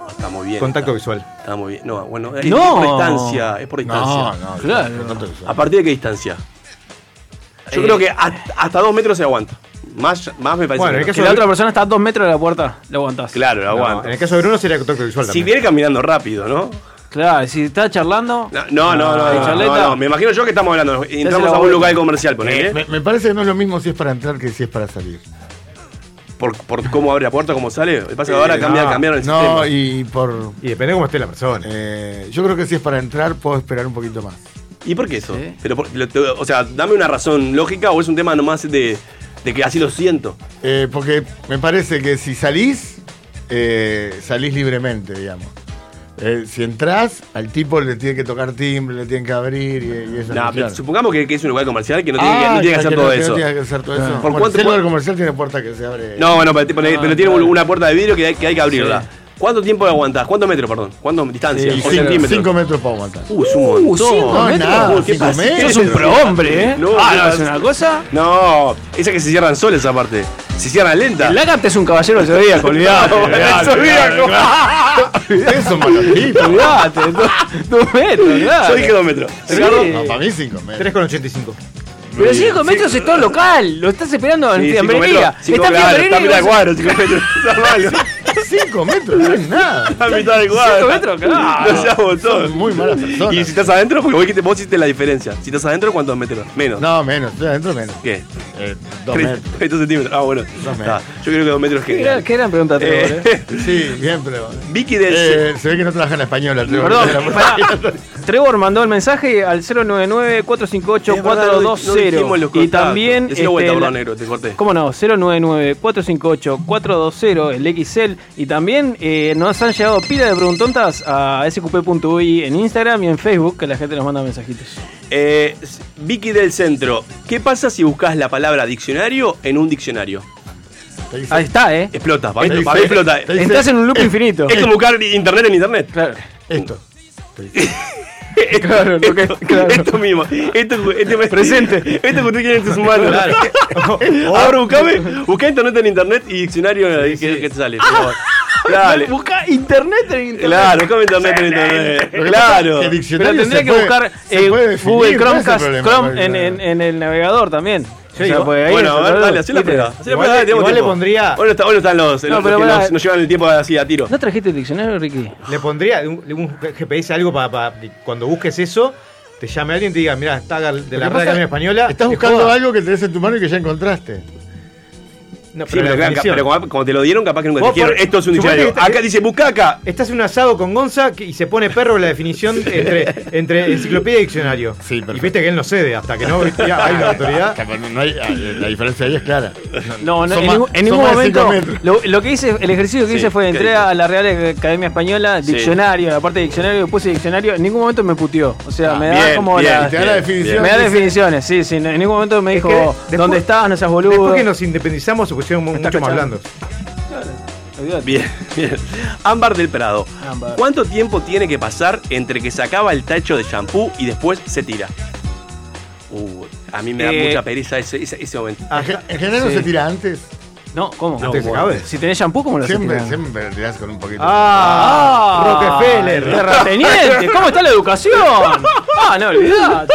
[SPEAKER 2] Ah, Está muy bien.
[SPEAKER 4] Contacto
[SPEAKER 2] está,
[SPEAKER 4] visual.
[SPEAKER 2] está muy bien. No, bueno, es
[SPEAKER 3] No.
[SPEAKER 2] por distancia. Es por distancia.
[SPEAKER 5] No, no,
[SPEAKER 3] Claro.
[SPEAKER 5] por tanto que sea.
[SPEAKER 2] ¿A partir de qué distancia? Yo
[SPEAKER 3] Eh.
[SPEAKER 2] creo que hasta, hasta dos metros se aguanta. Más, más me parece.
[SPEAKER 4] Bueno,
[SPEAKER 2] que
[SPEAKER 4] en
[SPEAKER 2] no.
[SPEAKER 4] el
[SPEAKER 3] Si la otra persona está a dos metros de la puerta, lo aguantás.
[SPEAKER 2] Claro, lo
[SPEAKER 4] No,
[SPEAKER 2] aguanta.
[SPEAKER 4] en el caso de Bruno sería contacto visual
[SPEAKER 2] si
[SPEAKER 4] también.
[SPEAKER 2] viene caminando rápido, ¿no?
[SPEAKER 3] Claro, si está charlando.
[SPEAKER 2] No, no, no, no,
[SPEAKER 3] Ah,
[SPEAKER 2] no,
[SPEAKER 3] charleta.
[SPEAKER 2] no, no. Me imagino yo que estamos hablando. Entramos
[SPEAKER 3] la
[SPEAKER 2] a un
[SPEAKER 3] vuelta.
[SPEAKER 2] local comercial, ponele.
[SPEAKER 5] Eh, Me, me parece que no es lo mismo si es para entrar que si es para salir.
[SPEAKER 2] Por, por cómo abre la puerta, cómo sale. El pasa es que
[SPEAKER 4] Eh,
[SPEAKER 2] ahora cambia-
[SPEAKER 4] no.
[SPEAKER 2] cambiaron el
[SPEAKER 5] No,
[SPEAKER 2] sistema.
[SPEAKER 5] y por.
[SPEAKER 4] Y depende de cómo esté la persona.
[SPEAKER 5] eh, yo creo que si es para entrar, puedo esperar un poquito más.
[SPEAKER 2] ¿Y por qué eso?
[SPEAKER 3] Sí.
[SPEAKER 2] Pero por- lo- te- o sea, dame una razón lógica o es un tema nomás de, de que así lo siento.
[SPEAKER 5] Eh, porque me parece que si salís, eh, salís libremente, digamos. Eh, si entrás, al tipo le tiene que tocar timbre, le tienen que abrir y, y esas
[SPEAKER 2] Nah, pero
[SPEAKER 5] cuestiones.
[SPEAKER 2] supongamos que, que es un lugar comercial que no tiene, que-
[SPEAKER 5] Ah,
[SPEAKER 2] no tiene que hacer
[SPEAKER 5] ya
[SPEAKER 2] todo
[SPEAKER 5] no-
[SPEAKER 2] eso.
[SPEAKER 5] No tiene que hacer todo eso.
[SPEAKER 2] ¿Por
[SPEAKER 5] Bueno,
[SPEAKER 2] cuánto-
[SPEAKER 5] si el lugar comercial tiene puerta que se abre.
[SPEAKER 2] No, bueno, pero, te- pero-
[SPEAKER 3] Ah,
[SPEAKER 2] pero tiene
[SPEAKER 3] claro.
[SPEAKER 2] una puerta de vidrio que hay que, hay que abrirla.
[SPEAKER 3] Sí.
[SPEAKER 2] ¿Cuánto tiempo aguantás? ¿Cuántos metros, perdón? ¿Cuántos distancia?
[SPEAKER 5] Y
[SPEAKER 2] ¿O
[SPEAKER 5] cinco,
[SPEAKER 2] centímetros?
[SPEAKER 5] cinco metros para aguantar.
[SPEAKER 2] Uh, es un montón.
[SPEAKER 3] cinco
[SPEAKER 5] No, metros. nada,
[SPEAKER 2] Uh, ¿qué
[SPEAKER 5] cinco
[SPEAKER 2] pasa?
[SPEAKER 5] metros.
[SPEAKER 3] Sos un prohombre, ¿eh?
[SPEAKER 2] No,
[SPEAKER 3] ah,
[SPEAKER 2] ¿qué
[SPEAKER 3] no,
[SPEAKER 2] pasa?
[SPEAKER 3] es una cosa.
[SPEAKER 2] No, esa que se cierran soles aparte. Se cierran lenta.
[SPEAKER 3] El Lagarde es un caballero del zodíaco, olvidate.
[SPEAKER 2] No,
[SPEAKER 3] olvidate,
[SPEAKER 2] del zodíaco.
[SPEAKER 3] Ah,
[SPEAKER 5] Ustedes son malotitos.
[SPEAKER 3] Olvidate, dos, dos metros, claro.
[SPEAKER 2] Yo dije dos metros.
[SPEAKER 3] Sí.
[SPEAKER 2] Ricardo,
[SPEAKER 5] No, para mí cinco metros.
[SPEAKER 4] 3,85.
[SPEAKER 3] Pero 5 metros es todo local, lo estás esperando en
[SPEAKER 2] Sí, cinco
[SPEAKER 3] fiambrería.
[SPEAKER 2] metros.
[SPEAKER 3] Está
[SPEAKER 2] Cinco,
[SPEAKER 3] en
[SPEAKER 2] claro,
[SPEAKER 3] fiambrería.
[SPEAKER 2] Está a mitad de cuadro, cinco metros. Está malo.
[SPEAKER 5] Cinco metros, no es nada.
[SPEAKER 2] Está a mitad de cuadro.
[SPEAKER 3] 5 metros, claro.
[SPEAKER 2] No seas
[SPEAKER 5] Son
[SPEAKER 2] botón.
[SPEAKER 5] muy malas
[SPEAKER 2] Y
[SPEAKER 5] personas.
[SPEAKER 2] si estás adentro, porque vos dijiste, vos hiciste la diferencia. Si estás adentro, ¿cuántos metros? Menos.
[SPEAKER 5] No, menos, estoy adentro menos.
[SPEAKER 2] ¿Qué?
[SPEAKER 5] Eh, dos
[SPEAKER 2] Tres-
[SPEAKER 5] metros.
[SPEAKER 2] 30 centímetros. Ah, bueno.
[SPEAKER 5] metros.
[SPEAKER 2] Está. Yo creo que dos metros es
[SPEAKER 3] ¿Qué gran-
[SPEAKER 2] genial.
[SPEAKER 3] Qué gran pregunta, Trevor, eh.
[SPEAKER 2] Eh,
[SPEAKER 5] Sí, bien, pero.
[SPEAKER 2] Vicky del...
[SPEAKER 5] Eh, se ve que no trabaja en la española, Trevor.
[SPEAKER 3] Perdón,
[SPEAKER 5] Era por-
[SPEAKER 3] pará. Trevor mandó el mensaje al 099-458-420. y también.
[SPEAKER 2] Decilo vuelta,
[SPEAKER 3] este,
[SPEAKER 2] bro,
[SPEAKER 3] la-
[SPEAKER 2] negro, te corté.
[SPEAKER 3] ¿Cómo no? 099-458-420, el XL. Y también eh, nos han llegado pila de preguntontas a sqp.ui en Instagram y en Facebook, que la gente nos manda mensajitos.
[SPEAKER 2] Eh, Vicky del Centro, ¿qué pasa si buscas la palabra diccionario en un diccionario?
[SPEAKER 5] Te dice-
[SPEAKER 3] Ahí está, ¿eh?
[SPEAKER 2] Explota, para mí
[SPEAKER 5] Te
[SPEAKER 2] para mí
[SPEAKER 5] dice-
[SPEAKER 2] explota.
[SPEAKER 5] te dice
[SPEAKER 3] Estás en un loop infinito.
[SPEAKER 2] Es como buscar internet en internet.
[SPEAKER 3] Claro.
[SPEAKER 5] Esto.
[SPEAKER 3] Claro, lo que- claro.
[SPEAKER 2] Esto mismo. Esto, este, Presente. Esto que usted quiere en sus manos.
[SPEAKER 3] Oh,
[SPEAKER 2] Ahora buscame, busca internet en internet y diccionario eh, que, que te sale. por favor. Dale.
[SPEAKER 3] Busca internet en internet.
[SPEAKER 2] Claro, buscame internet en internet.
[SPEAKER 5] Lo que pasa
[SPEAKER 2] Claro.
[SPEAKER 5] es que el
[SPEAKER 3] Pero
[SPEAKER 5] diccionario
[SPEAKER 3] tendría
[SPEAKER 5] se
[SPEAKER 3] que
[SPEAKER 5] puede-
[SPEAKER 3] buscar
[SPEAKER 5] se
[SPEAKER 3] eh,
[SPEAKER 5] puede definir,
[SPEAKER 3] Google
[SPEAKER 5] ¿cuál es el
[SPEAKER 3] Chromecast
[SPEAKER 5] problema?
[SPEAKER 3] Chrome en,
[SPEAKER 5] Claro.
[SPEAKER 3] en- en el navegador también. O sea,
[SPEAKER 4] igual-
[SPEAKER 3] porque ahí
[SPEAKER 2] Bueno,
[SPEAKER 3] es
[SPEAKER 2] a ver,
[SPEAKER 3] otro-
[SPEAKER 2] dale, así la
[SPEAKER 3] ¿viste?
[SPEAKER 2] prueba. Así la
[SPEAKER 4] Igual-
[SPEAKER 2] prueba, tenemos
[SPEAKER 4] igual le
[SPEAKER 2] tiempo.
[SPEAKER 4] pondría-
[SPEAKER 2] Hoy no, está- hoy no están los, los
[SPEAKER 3] pero
[SPEAKER 2] que
[SPEAKER 3] pará.
[SPEAKER 2] nos, nos llevan el tiempo así a tiro.
[SPEAKER 3] ¿No trajiste el diccionario, Ricky?
[SPEAKER 4] Le pondría un, un GPS, algo para, cuando busques eso, te llame alguien y te diga, mirá, está Gar- de la
[SPEAKER 5] Lo que pasa
[SPEAKER 4] Red Academia Española.
[SPEAKER 5] Estás
[SPEAKER 4] te
[SPEAKER 5] buscando
[SPEAKER 4] joda".
[SPEAKER 5] algo que tenés en tu mano y que ya encontraste.
[SPEAKER 4] No,
[SPEAKER 2] Sí, pero,
[SPEAKER 4] la
[SPEAKER 2] acá-
[SPEAKER 4] definición.
[SPEAKER 2] pero como, como te lo dieron, capaz que nunca te
[SPEAKER 4] Vos
[SPEAKER 2] dijeron.
[SPEAKER 4] por-
[SPEAKER 2] Esto es un
[SPEAKER 4] suponete
[SPEAKER 2] diccionario.
[SPEAKER 4] que te-
[SPEAKER 2] Acá dice bucaca.
[SPEAKER 4] Estás en un asado con Gonza que- y se pone perro la definición entre, entre enciclopedia y diccionario.
[SPEAKER 5] Sí,
[SPEAKER 4] y
[SPEAKER 5] perfecto.
[SPEAKER 4] viste que él no cede hasta que no ya hay la autoridad.
[SPEAKER 5] No hay- la diferencia ahí es clara.
[SPEAKER 3] No, no
[SPEAKER 5] Son
[SPEAKER 3] en,
[SPEAKER 5] más-
[SPEAKER 3] ningún- en
[SPEAKER 5] son
[SPEAKER 3] ningún
[SPEAKER 5] más de cinco
[SPEAKER 3] momento.
[SPEAKER 5] metros.
[SPEAKER 3] Lo, lo que hice, el ejercicio que
[SPEAKER 2] Sí,
[SPEAKER 3] hice fue
[SPEAKER 2] ¿qué
[SPEAKER 3] entré
[SPEAKER 2] dijo?
[SPEAKER 3] a la Real Academia Española,
[SPEAKER 2] Sí.
[SPEAKER 3] diccionario, la parte de diccionario, puse diccionario, en ningún momento me puteó. O sea, me da
[SPEAKER 2] Ah, bien,
[SPEAKER 3] como
[SPEAKER 2] bien,
[SPEAKER 3] la.
[SPEAKER 5] Te da la definición.
[SPEAKER 3] Me da
[SPEAKER 5] dice-
[SPEAKER 3] definiciones, sí, sí. En ningún momento me
[SPEAKER 4] Es
[SPEAKER 3] dijo, "Oh,
[SPEAKER 4] que después-
[SPEAKER 3] ¿dónde estás? No seas boludo.
[SPEAKER 4] Después que nos independizamos pues se pusieron mu-
[SPEAKER 3] Estás
[SPEAKER 4] mucho más
[SPEAKER 3] cachando.
[SPEAKER 4] blandos.
[SPEAKER 3] Olvídate.
[SPEAKER 2] Bien, bien. Ámbar del Prado.
[SPEAKER 3] Ámbar.
[SPEAKER 2] ¿Cuánto tiempo tiene que pasar entre que se acaba el tacho de shampoo y después se tira? Uh, a mí me da
[SPEAKER 3] Eh,
[SPEAKER 2] mucha pereza ese, ese- ese momento.
[SPEAKER 5] En ge- En general no
[SPEAKER 3] Sí.
[SPEAKER 5] se tira antes.
[SPEAKER 3] No, ¿cómo?
[SPEAKER 4] Antes que se
[SPEAKER 2] bueno.
[SPEAKER 4] acabe.
[SPEAKER 3] Si tenés shampoo, ¿cómo lo haces?
[SPEAKER 5] Siempre, siempre tirás con un poquito.
[SPEAKER 4] Ah, Rockefeller.
[SPEAKER 3] Terrateniente, ¿cómo está la educación? Ah, no olvidate.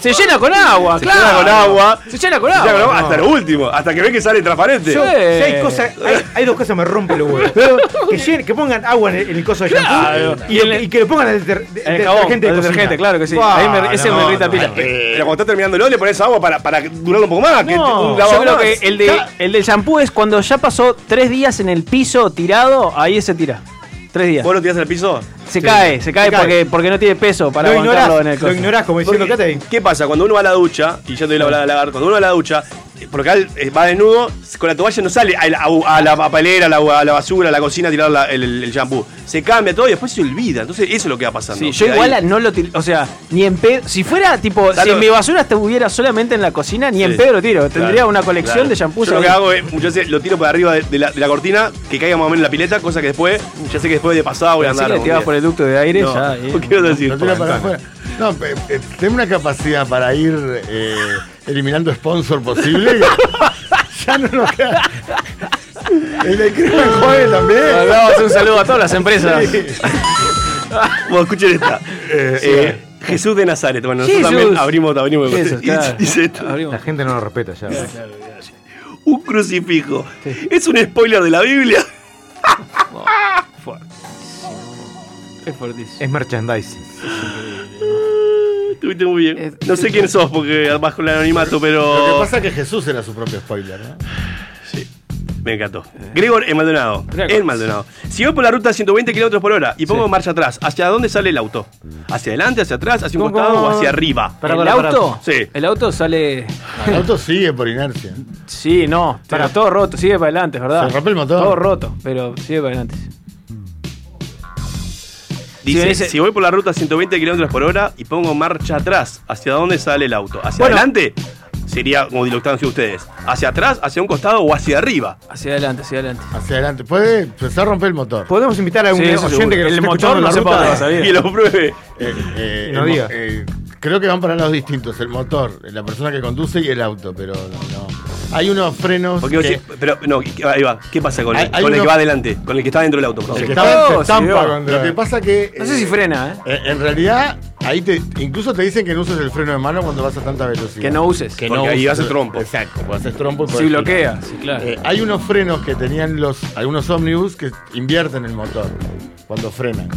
[SPEAKER 3] Se llena con agua,
[SPEAKER 2] Se
[SPEAKER 3] claro.
[SPEAKER 2] llena con agua.
[SPEAKER 3] Se llena con
[SPEAKER 2] Se llena
[SPEAKER 3] agua.
[SPEAKER 2] con agua hasta lo último, hasta que ve que sale transparente.
[SPEAKER 3] Yo-
[SPEAKER 4] Si hay, cosas, hay, hay dos cosas que me rompen los huevos. Que, llenen- que pongan agua en el, en el coso de
[SPEAKER 3] Claro.
[SPEAKER 4] shampoo y,
[SPEAKER 3] Y en el-
[SPEAKER 4] y que le pongan el, deter- de-
[SPEAKER 3] El
[SPEAKER 4] detergente
[SPEAKER 3] jabón,
[SPEAKER 4] de
[SPEAKER 3] el
[SPEAKER 4] cocina.
[SPEAKER 3] detergente, claro que sí.
[SPEAKER 4] Buah,
[SPEAKER 3] Ahí me- ese
[SPEAKER 4] no,
[SPEAKER 3] me irrita
[SPEAKER 4] no.
[SPEAKER 3] pila.
[SPEAKER 2] Eh, Pero cuando está terminándolo le pones agua para, para durarlo un poco más. Ah, que
[SPEAKER 4] No,
[SPEAKER 2] un lavado
[SPEAKER 3] Yo creo
[SPEAKER 2] más.
[SPEAKER 3] que el, de, el del shampoo es cuando ya pasó tres días en el piso tirado, ahí se tira. Tres días.
[SPEAKER 2] ¿Vos lo tirás al piso?
[SPEAKER 3] se, cae, se cae,
[SPEAKER 4] se cae.
[SPEAKER 3] porque, porque no tiene peso para
[SPEAKER 4] Lo
[SPEAKER 3] aguantarlo
[SPEAKER 4] ignorás,
[SPEAKER 3] en el
[SPEAKER 4] lo
[SPEAKER 3] coso.
[SPEAKER 4] ignorás como diciendo,
[SPEAKER 2] Porque,
[SPEAKER 4] quédate ahí.
[SPEAKER 2] ¿Qué pasa? Cuando uno va a la ducha, y ya te doy la palabra a lagar, cuando uno va a la ducha, eh, por acá eh, va desnudo, con la toalla no sale a la, a la papelera, a la, a la basura, a la cocina a tirar la- el, el- el shampoo. Se cambia todo y después se olvida. Entonces eso es lo que va pasando.
[SPEAKER 3] Sí, yo
[SPEAKER 2] Queda
[SPEAKER 3] igual
[SPEAKER 2] ahí.
[SPEAKER 3] no lo tiro. O sea, ni en pedo. Si fuera tipo,
[SPEAKER 2] Claro.
[SPEAKER 3] si mi basura estuviera solamente en la cocina, ni en
[SPEAKER 2] Sí.
[SPEAKER 3] pedo lo tiro. Tendría
[SPEAKER 2] Claro,
[SPEAKER 3] una colección
[SPEAKER 2] claro.
[SPEAKER 3] de shampoos.
[SPEAKER 2] Yo lo
[SPEAKER 3] ahí.
[SPEAKER 2] que hago es, muchas veces lo tiro para arriba de, de la, de la cortina, que caiga más o menos en la pileta, cosa que después, ya sé que después de pasada voy a
[SPEAKER 3] Así
[SPEAKER 2] andar.
[SPEAKER 3] que
[SPEAKER 2] algún
[SPEAKER 3] te vas
[SPEAKER 2] día.
[SPEAKER 3] por el ducto de aire,
[SPEAKER 2] No,
[SPEAKER 3] ya, eh. ahí.
[SPEAKER 2] no quiero decir.
[SPEAKER 5] Lo tira para afuera. No, pe- pe- tengo una capacidad para ir eh, eliminando sponsor posible. ya no nos queda. El de Crimen Joven
[SPEAKER 3] Le
[SPEAKER 5] también.
[SPEAKER 3] damos un saludo a todas las empresas.
[SPEAKER 2] Bueno, escuchen esta. Eh, eh, Jesús de Nazaret. Bueno, nosotros
[SPEAKER 3] Jesús.
[SPEAKER 2] también abrimos, abrimos.
[SPEAKER 3] Jesús,
[SPEAKER 2] y-
[SPEAKER 3] claro.
[SPEAKER 2] dice esto.
[SPEAKER 3] Abrimos.
[SPEAKER 4] La gente no lo respeta ya.
[SPEAKER 2] un crucifijo. ¿Es un spoiler de la Biblia?
[SPEAKER 3] Es fuertísimo.
[SPEAKER 4] Es merchandising.
[SPEAKER 2] Estuviste muy bien. No sé quién sos, porque además con el anonimato,
[SPEAKER 5] Lo que
[SPEAKER 2] pero.
[SPEAKER 5] pasa es que Jesús era su propio spoiler, ¿no?
[SPEAKER 2] Me encantó. Gregor en Maldonado.
[SPEAKER 3] Gregor.
[SPEAKER 2] En Maldonado. Si voy por la ruta 120 kilómetros por hora y pongo marcha atrás, ¿hacia dónde sale el auto? ¿Hacia adelante, hacia atrás, hacia un
[SPEAKER 3] ¿Cómo,
[SPEAKER 2] costado
[SPEAKER 3] cómo?
[SPEAKER 2] o hacia arriba?
[SPEAKER 4] Pará,
[SPEAKER 3] ¿El
[SPEAKER 4] pará, pará.
[SPEAKER 3] auto?
[SPEAKER 2] Sí.
[SPEAKER 3] El auto sale.
[SPEAKER 5] El auto sigue por inercia.
[SPEAKER 3] Sí, no. Para todo roto, sigue para adelante, es verdad.
[SPEAKER 5] Se rompe el motor.
[SPEAKER 3] Todo roto, pero sigue para adelante.
[SPEAKER 2] Dice,
[SPEAKER 3] Sí, dice-
[SPEAKER 2] si voy por la ruta 120 kilómetros por hora y pongo marcha atrás, ¿hacia dónde sale el auto? ¿Hacia
[SPEAKER 3] Bueno.
[SPEAKER 2] adelante? Sería como lo están ustedes. ¿Hacia atrás, hacia un costado o hacia arriba?
[SPEAKER 3] Hacia adelante, hacia adelante.
[SPEAKER 5] Hacia adelante. Puede empezar a romper el motor.
[SPEAKER 4] Podemos invitar a algún
[SPEAKER 3] Sí, eso seguro.
[SPEAKER 4] oyente que nos
[SPEAKER 3] el
[SPEAKER 4] esté
[SPEAKER 3] motor
[SPEAKER 4] escuchando
[SPEAKER 3] no
[SPEAKER 4] en
[SPEAKER 3] se
[SPEAKER 4] la
[SPEAKER 3] puede
[SPEAKER 4] ruta.
[SPEAKER 2] Y
[SPEAKER 3] salir.
[SPEAKER 2] lo pruebe.
[SPEAKER 5] Eh, eh,
[SPEAKER 4] No
[SPEAKER 5] el mo-
[SPEAKER 4] digas.
[SPEAKER 5] eh, creo que van para lados distintos. El motor, la persona que conduce y el auto, pero no. no. Hay unos frenos.
[SPEAKER 2] Porque vos
[SPEAKER 5] que-
[SPEAKER 2] decís, pero no, ahí va. ¿Qué pasa con,
[SPEAKER 5] Hay-
[SPEAKER 2] el,
[SPEAKER 5] hay
[SPEAKER 2] con el
[SPEAKER 5] uno-
[SPEAKER 2] que va adelante? Con el que está dentro del auto. por
[SPEAKER 5] Se
[SPEAKER 2] ejemplo?
[SPEAKER 5] estampa- se
[SPEAKER 3] Oh,
[SPEAKER 5] estampa
[SPEAKER 3] señor.
[SPEAKER 5] contra- Lo que pasa que.
[SPEAKER 3] No sé
[SPEAKER 5] eh,
[SPEAKER 3] si frena, ¿eh?
[SPEAKER 5] eh, En realidad, ahí te, incluso te dicen que no uses el freno de mano cuando vas a tanta velocidad.
[SPEAKER 3] Que no uses.
[SPEAKER 5] Que
[SPEAKER 2] Porque ahí
[SPEAKER 5] uses-
[SPEAKER 2] hace trompo.
[SPEAKER 5] Exacto, pues haces trompo y
[SPEAKER 3] Si
[SPEAKER 5] podés-
[SPEAKER 3] bloquea, sí, claro.
[SPEAKER 5] Eh, hay unos frenos que tenían los algunos ómnibus que invierten el motor cuando frenan.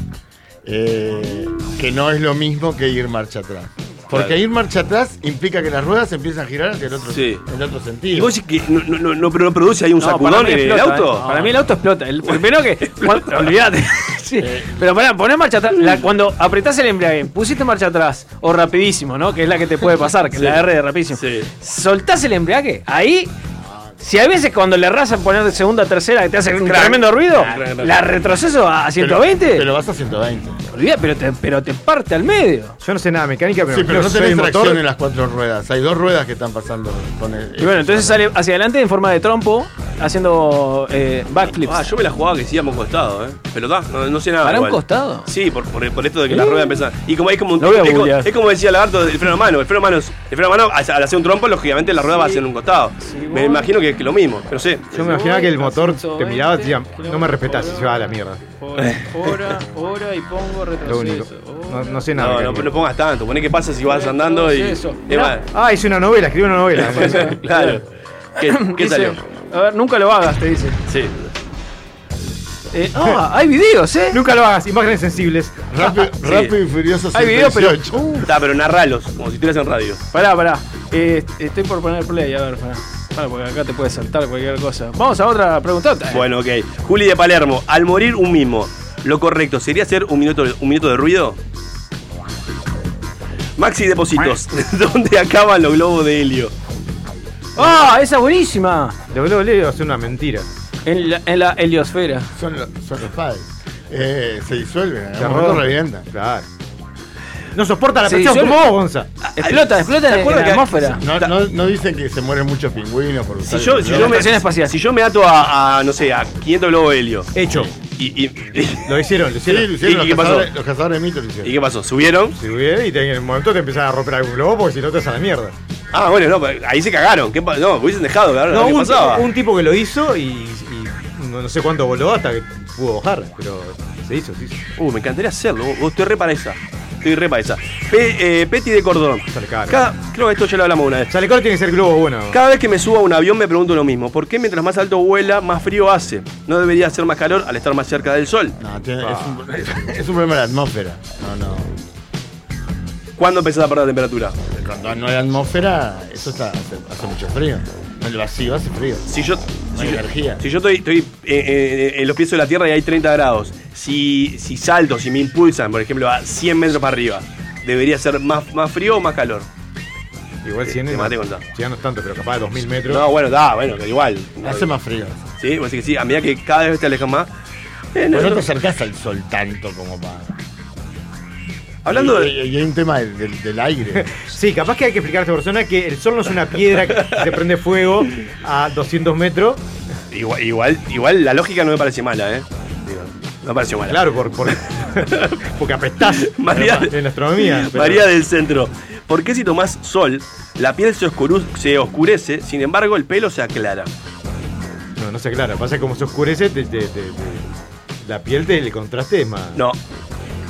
[SPEAKER 5] Eh, que no es lo mismo que ir marcha atrás. Porque
[SPEAKER 2] Claro.
[SPEAKER 5] ir marcha atrás implica que las ruedas empiezan a girar hacia el otro,
[SPEAKER 2] Sí.
[SPEAKER 5] en el otro
[SPEAKER 2] ¿Y
[SPEAKER 5] sentido.
[SPEAKER 2] vos decís que no, no, no, no- pero no produce ahí un
[SPEAKER 3] No,
[SPEAKER 2] sacudón
[SPEAKER 3] para mí
[SPEAKER 2] en el
[SPEAKER 3] explota,
[SPEAKER 2] auto?
[SPEAKER 3] ¿eh? Para mí el auto explota. El primero que. cuando- Olvídate. Sí.
[SPEAKER 5] Eh.
[SPEAKER 3] Pero pará, poner marcha atrás.
[SPEAKER 5] Mm.
[SPEAKER 3] la- cuando apretás el embrague, pusiste marcha atrás. O rapidísimo, ¿no? Que es la que te puede pasar, que es la R de rapidísimo.
[SPEAKER 2] Sí.
[SPEAKER 3] Soltás el embrague, ahí. Si hay veces cuando le arrasan poner de segunda a tercera que te hace un tremendo ruido,
[SPEAKER 2] Crack, crack.
[SPEAKER 3] la retroceso a
[SPEAKER 5] Pero-
[SPEAKER 3] 120,
[SPEAKER 5] Pero,
[SPEAKER 3] olvidá, pero,
[SPEAKER 5] vas a 120.
[SPEAKER 3] te, pero te parte al medio.
[SPEAKER 4] Yo no sé nada de mecánica, pero,
[SPEAKER 5] Sí, pero
[SPEAKER 4] yo
[SPEAKER 5] no
[SPEAKER 4] soy
[SPEAKER 5] tenés
[SPEAKER 4] el motor.
[SPEAKER 5] tracción en las cuatro ruedas. Hay dos ruedas que están pasando. eh, con el-
[SPEAKER 3] Y bueno, entonces sale hacia adelante en forma de trompo, haciendo eh, backflips.
[SPEAKER 2] Ah, yo me la jugaba que sí, a un costado, ¿eh? Pero da, no, no sé nada.
[SPEAKER 3] ¿Para un
[SPEAKER 2] igual.
[SPEAKER 3] costado?
[SPEAKER 2] Sí, por, por, por esto de que la rueda empieza. Y como es como un.
[SPEAKER 3] Lo voy a
[SPEAKER 2] es, como,
[SPEAKER 3] googlear.
[SPEAKER 2] es como decía Lagarto, el freno a mano. El freno a mano, es- el freno a mano al al hacer un trompo, lógicamente la rueda va hacia un costado. me imagino que es que lo mismo, pero sé.
[SPEAKER 4] Yo me imaginaba que el motor te miraba y decía, no me respetás y se va a la mierda.
[SPEAKER 3] Hora, hora y pongo
[SPEAKER 4] Lo único.
[SPEAKER 3] oh.
[SPEAKER 4] No, no sé nada.
[SPEAKER 2] No,
[SPEAKER 4] de
[SPEAKER 2] no,
[SPEAKER 4] mecánica.
[SPEAKER 2] no pongas tanto. Poné que pasa si vas andando y. Es más.
[SPEAKER 4] Ah, hice una novela, escribí una novela. me parece.
[SPEAKER 2] Claro. ¿Qué, qué salió?
[SPEAKER 3] A ver, nunca lo hagas, te dice.
[SPEAKER 2] Sí.
[SPEAKER 3] Eh, ah, hay videos, ¿eh?
[SPEAKER 4] Nunca lo hagas, imágenes sensibles.
[SPEAKER 5] Rápido,
[SPEAKER 2] Sí.
[SPEAKER 5] rápido y furioso.
[SPEAKER 3] Hay videos, pero.
[SPEAKER 5] 118.
[SPEAKER 3] Uh,
[SPEAKER 2] Está, pero narralos, como si estuvieras en radio.
[SPEAKER 3] pará, pará. Eh, estoy por poner play, a ver, pará. Pará, porque acá te puede saltar cualquier cosa. Vamos a otra preguntota.
[SPEAKER 2] Bueno, ok. Juli de Palermo, al morir un mimo, ¿lo correcto sería hacer un minuto, un minuto de ruido? Maxi Depósitos, ¿dónde acaban los globos de helio?
[SPEAKER 3] ¡Ah! esa es buenísima.
[SPEAKER 4] Lo leo, leo, es una Ah, mentira.
[SPEAKER 3] En la, en la heliosfera.
[SPEAKER 5] Son, los- son los padres. Eh, se disuelven. En
[SPEAKER 4] Se
[SPEAKER 5] algún momento
[SPEAKER 4] arrojan.
[SPEAKER 5] revientan.
[SPEAKER 4] Claro. No soporta la
[SPEAKER 3] Sí,
[SPEAKER 4] presión
[SPEAKER 3] yo-
[SPEAKER 4] como vos, Gonza.
[SPEAKER 3] Explota, explota en,
[SPEAKER 2] acuerdas
[SPEAKER 3] en la
[SPEAKER 2] que-
[SPEAKER 3] atmósfera.
[SPEAKER 5] No, no- no dicen que se mueren muchos pingüinos por
[SPEAKER 2] Si
[SPEAKER 5] usar
[SPEAKER 2] yo,
[SPEAKER 5] el
[SPEAKER 2] si
[SPEAKER 5] globo.
[SPEAKER 2] yo me,
[SPEAKER 3] Estación espacial.
[SPEAKER 2] si yo me ato a, a, no sé, a 500 globos de helio.
[SPEAKER 4] Hecho.
[SPEAKER 2] Y, y, y-
[SPEAKER 4] Lo hicieron, lo
[SPEAKER 5] Sí, lo
[SPEAKER 4] hicieron.
[SPEAKER 2] ¿Y
[SPEAKER 5] hicieron
[SPEAKER 2] qué
[SPEAKER 5] los,
[SPEAKER 2] pasó?
[SPEAKER 5] cazadores, los cazadores de mitos. lo hicieron.
[SPEAKER 2] ¿y qué pasó? ¿Subieron?
[SPEAKER 4] Si hubiera, ¿Eh? y te- en el momento te empezás a romper algún globo porque si no te vas a la mierda.
[SPEAKER 2] Ah, bueno, no, pero ahí se cagaron. ¿Qué pa- no, hubiesen dejado, claro.
[SPEAKER 4] No,
[SPEAKER 2] ¿Qué
[SPEAKER 4] un,
[SPEAKER 2] pasaba?
[SPEAKER 4] un tipo que lo hizo y, y no, no sé cuánto voló hasta que pudo bajar, pero se hizo, se hizo.
[SPEAKER 2] Uh, me encantaría hacerlo. Vos- Vos estoy re para esa. Estoy re paisa. Pe- eh, Peti de cordón.
[SPEAKER 4] Sale caro.
[SPEAKER 2] Cada- creo que esto ya lo hablamos una vez.
[SPEAKER 4] Sale caro tiene que ser globo bueno.
[SPEAKER 2] Cada vez que me subo a un avión me pregunto lo mismo. ¿Por qué mientras más alto vuela, más frío hace? ¿No debería hacer más calor al estar más cerca del sol?
[SPEAKER 5] No, tiene- es, un, es un problema de la atmósfera. No, no.
[SPEAKER 2] ¿Cuándo empezás a perder temperatura?
[SPEAKER 5] Cuando no hay atmósfera, eso está, hace, hace mucho frío. En el vacío hace frío.
[SPEAKER 2] Si yo,
[SPEAKER 5] No
[SPEAKER 2] si
[SPEAKER 5] hay
[SPEAKER 2] yo,
[SPEAKER 5] energía.
[SPEAKER 2] si yo estoy, estoy, eh, eh, en los pies de la Tierra y hay 30 grados, si, si salto, si me impulsan, por ejemplo, a 100 metros para arriba, ¿debería ser más, más frío o más calor? Eh,
[SPEAKER 4] Igual
[SPEAKER 2] Te-
[SPEAKER 4] 100
[SPEAKER 2] te maté con todo.
[SPEAKER 4] ya no es tanto, pero capaz de 2000 metros.
[SPEAKER 2] No, bueno, da, bueno, pero igual.
[SPEAKER 5] Hace más frío.
[SPEAKER 2] Sí, así que sí, a medida que cada vez te alejas más. Eh, no,
[SPEAKER 5] Pero Pues no
[SPEAKER 2] no.
[SPEAKER 5] te acercás al sol tanto como para.
[SPEAKER 2] Hablando
[SPEAKER 5] Y,
[SPEAKER 2] de.
[SPEAKER 5] y- y hay un tema del, del- del aire.
[SPEAKER 4] Sí, capaz que hay que explicar a esta persona que el sol no es una piedra que se prende fuego a 200 metros.
[SPEAKER 2] Igual, igual, igual la lógica no me parece mala, ¿eh? Digo, No me pareció mala.
[SPEAKER 4] Claro, por, por- porque apestás
[SPEAKER 2] María-
[SPEAKER 4] en astronomía. pero-
[SPEAKER 2] María del Centro. ¿Por qué si tomás sol, la piel se, oscuru- se oscurece, sin embargo el pelo se aclara?
[SPEAKER 4] No, no sé, claro. Pasa que como se oscurece, te- te- te- te- la piel te, el contraste es más.
[SPEAKER 2] No,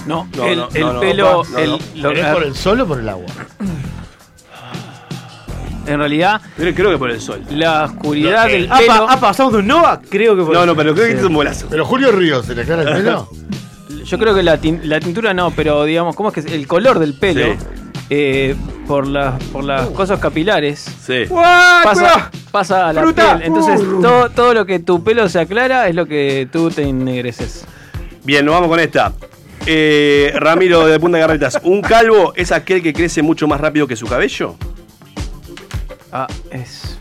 [SPEAKER 3] No,
[SPEAKER 2] No,
[SPEAKER 3] el,
[SPEAKER 2] no,
[SPEAKER 3] el
[SPEAKER 2] no, no,
[SPEAKER 3] pelo.
[SPEAKER 2] no, no.
[SPEAKER 3] el- lo-
[SPEAKER 5] ¿Pero es por el sol o por el agua?
[SPEAKER 3] En realidad,
[SPEAKER 2] creo, creo que por el sol.
[SPEAKER 3] la oscuridad
[SPEAKER 5] Lo-
[SPEAKER 3] del
[SPEAKER 4] ¿Ha,
[SPEAKER 3] pelo.
[SPEAKER 4] pa- ha pasado Ah, de un Nova? Creo que.
[SPEAKER 2] No, no, pero creo que es un bolazo.
[SPEAKER 5] ¿Pero Julio Ríos se le aclara el pelo?
[SPEAKER 3] Yo creo que la, tin- la tintura no, pero digamos, ¿cómo es que es? El color del pelo.
[SPEAKER 2] Sí. Uh.
[SPEAKER 3] eh, por las, por las cosas capilares.
[SPEAKER 2] Sí. Uh.
[SPEAKER 3] pasa, pasa a la
[SPEAKER 4] ¡Fruta!
[SPEAKER 3] piel. Entonces, todo, todo lo que tu pelo se aclara es lo que tú te ennegreces.
[SPEAKER 2] Bien, nos vamos con esta. Eh, Ramiro de Punta Carretas, ¿un calvo es aquel que crece mucho más rápido que su cabello?
[SPEAKER 3] Ah, es.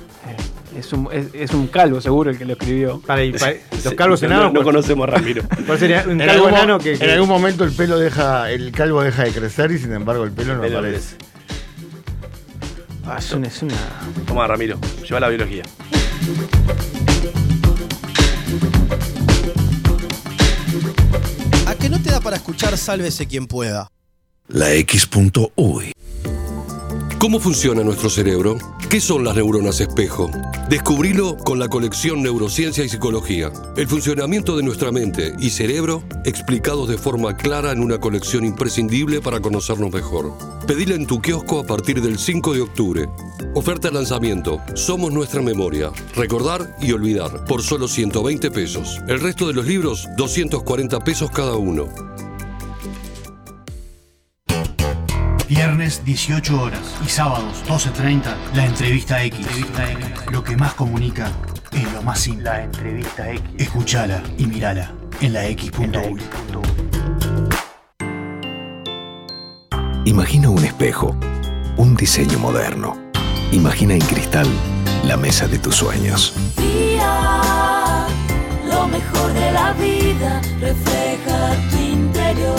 [SPEAKER 3] Es un, es, es un calvo, seguro, el que lo escribió.
[SPEAKER 4] Para, para- los calvos
[SPEAKER 2] no,
[SPEAKER 4] enanos.
[SPEAKER 2] No,
[SPEAKER 4] pues,
[SPEAKER 2] conocemos a Ramiro.
[SPEAKER 4] ¿Cuál sería un
[SPEAKER 5] En
[SPEAKER 4] calvo
[SPEAKER 5] algún, mo-
[SPEAKER 4] enano que. que-
[SPEAKER 5] en algún momento el pelo deja, el calvo deja de crecer y sin embargo el pelo no
[SPEAKER 2] Pelo
[SPEAKER 5] aparece.
[SPEAKER 3] Ah, es una. es una-
[SPEAKER 2] Toma, Ramiro, lleva la biología.
[SPEAKER 6] ¿A que no te da para escuchar Sálvese quien pueda?
[SPEAKER 8] La X.UI. ¿Cómo funciona nuestro cerebro? ¿Qué son las neuronas espejo? Descubrilo con la colección Neurociencia y Psicología. El funcionamiento de nuestra mente y cerebro explicados de forma clara en una colección imprescindible para conocernos mejor. Pedila en tu kiosco a partir del 5 de octubre. Oferta de lanzamiento. Somos nuestra memoria. Recordar y olvidar. Por solo 120 pesos. El resto de los libros, 240 pesos cada uno.
[SPEAKER 9] Viernes 18 horas y sábados 12.30, la entrevista X. Lo que más comunica es lo más simple. La entrevista X. Escuchala y mirala en la X.U.
[SPEAKER 8] Imagina un espejo, un diseño moderno. Imagina en cristal la mesa de tus sueños.
[SPEAKER 10] día. Lo mejor de la vida refleja tu interior.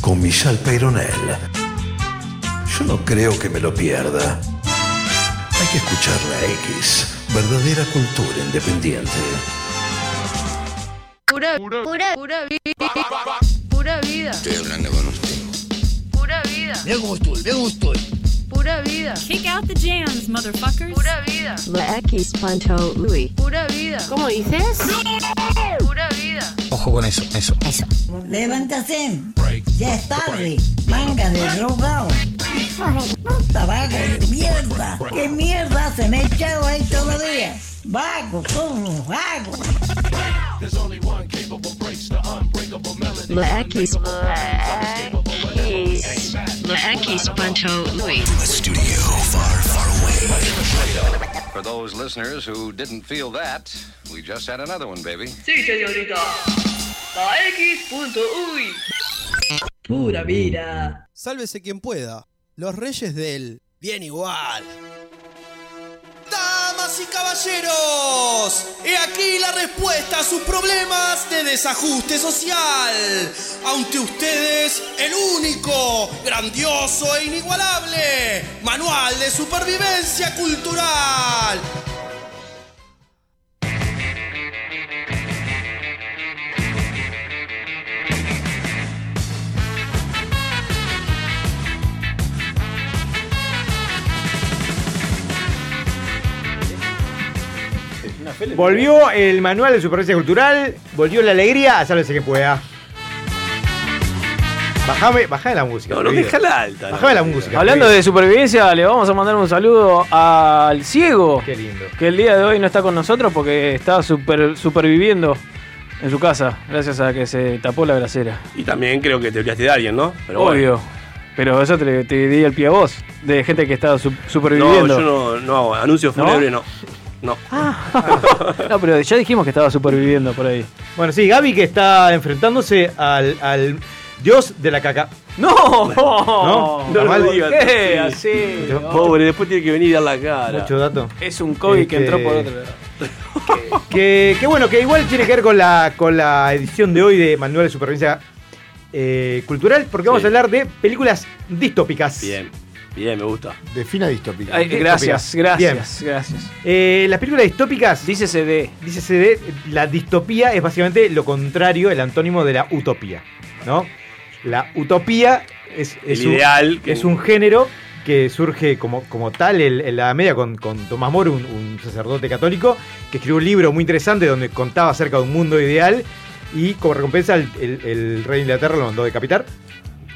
[SPEAKER 8] Con Michelle Peyronel. Yo no creo que me lo pierda. Hay que escuchar la X. Verdadera cultura independiente.
[SPEAKER 11] Pura, pura, pura vida. Pura vida. Estoy hablando con usted. Pura vida.
[SPEAKER 6] Mira cómo estoy, mira cómo estoy.
[SPEAKER 11] Pura vida.
[SPEAKER 10] Kick out the jams, motherfuckers.
[SPEAKER 11] Pura vida.
[SPEAKER 10] La X Panto Louis.
[SPEAKER 11] Pura vida.
[SPEAKER 10] ¿Cómo dices?
[SPEAKER 11] Pura vida.
[SPEAKER 6] Ojo con eso, eso.
[SPEAKER 10] Levántate. Ya es tarde. Manga de drogado. Tabaco de mierda. ¿Qué mierda se me echado ahí todavía? Vago, como vago. La X. La X Panto Louis.
[SPEAKER 8] For those listeners who didn't feel that, we just had another one, baby.
[SPEAKER 11] Sí, señorita. La X.uy.
[SPEAKER 10] Pura vida.
[SPEAKER 6] Sálvese quien pueda. Los reyes del bien igual. Damas
[SPEAKER 12] Damas y caballeros, he aquí la respuesta a sus problemas de desajuste social. Ante ustedes, el único, grandioso e inigualable manual de supervivencia cultural.
[SPEAKER 4] Volvió el manual de supervivencia cultural, volvió la alegría, a sálvese que pueda. Bajame, bajame la música.
[SPEAKER 2] No, no,
[SPEAKER 4] querido.
[SPEAKER 2] dejala alta,
[SPEAKER 4] Bajame
[SPEAKER 2] no,
[SPEAKER 4] la música.
[SPEAKER 3] Hablando
[SPEAKER 4] querido.
[SPEAKER 3] de supervivencia, le vamos a mandar un saludo al ciego.
[SPEAKER 4] Qué lindo.
[SPEAKER 3] Que el día de hoy no está con nosotros porque está super- superviviendo en su casa, gracias a que se tapó la bracera.
[SPEAKER 2] Y también creo que te olvidaste de alguien, ¿no? Pero
[SPEAKER 3] Obvio.
[SPEAKER 2] bueno.
[SPEAKER 3] Pero eso te, te di el pie a vos, de gente que está su-
[SPEAKER 2] No,
[SPEAKER 3] superviviendo.
[SPEAKER 2] yo no, no hago anuncios
[SPEAKER 3] ¿No?
[SPEAKER 2] fúnebres, no. No.
[SPEAKER 3] No, pero ya dijimos que estaba superviviendo por ahí.
[SPEAKER 4] Bueno, sí, Gaby que está enfrentándose al, al dios de la caca.
[SPEAKER 3] ¡No!
[SPEAKER 4] ¿No?
[SPEAKER 2] Oh, No
[SPEAKER 4] ¿Está
[SPEAKER 2] lo
[SPEAKER 4] mal?
[SPEAKER 2] digas
[SPEAKER 3] ¿Qué?
[SPEAKER 2] así.
[SPEAKER 3] Así,
[SPEAKER 2] Yo-
[SPEAKER 3] no.
[SPEAKER 2] Pobre, después tiene que venir a la cara.
[SPEAKER 4] Mucho dato.
[SPEAKER 3] Es un COVID que
[SPEAKER 4] Este-
[SPEAKER 3] entró por otro lado.
[SPEAKER 4] Que, que bueno, que igual tiene que ver con la, con la edición de hoy de Manual de Supervivencia eh, Cultural, porque vamos a hablar de películas distópicas.
[SPEAKER 2] Bien, bien, me gusta.
[SPEAKER 5] Defina distópica.
[SPEAKER 3] Ay, gracias,
[SPEAKER 4] Distópica.
[SPEAKER 3] gracias, gracias.
[SPEAKER 4] Eh, las películas distópicas.
[SPEAKER 3] Dice CD.
[SPEAKER 4] Dice CD, la distopía es básicamente lo contrario, el antónimo de la utopía. ¿No? La utopía es, es
[SPEAKER 2] El ideal
[SPEAKER 4] Un,
[SPEAKER 2] que-
[SPEAKER 4] Es un género que surge como, como tal en, en la media con, con Tomás Moro, un, un sacerdote católico, que escribió un libro muy interesante donde contaba acerca de un mundo ideal y como recompensa el, el- el rey de Inglaterra lo mandó a decapitar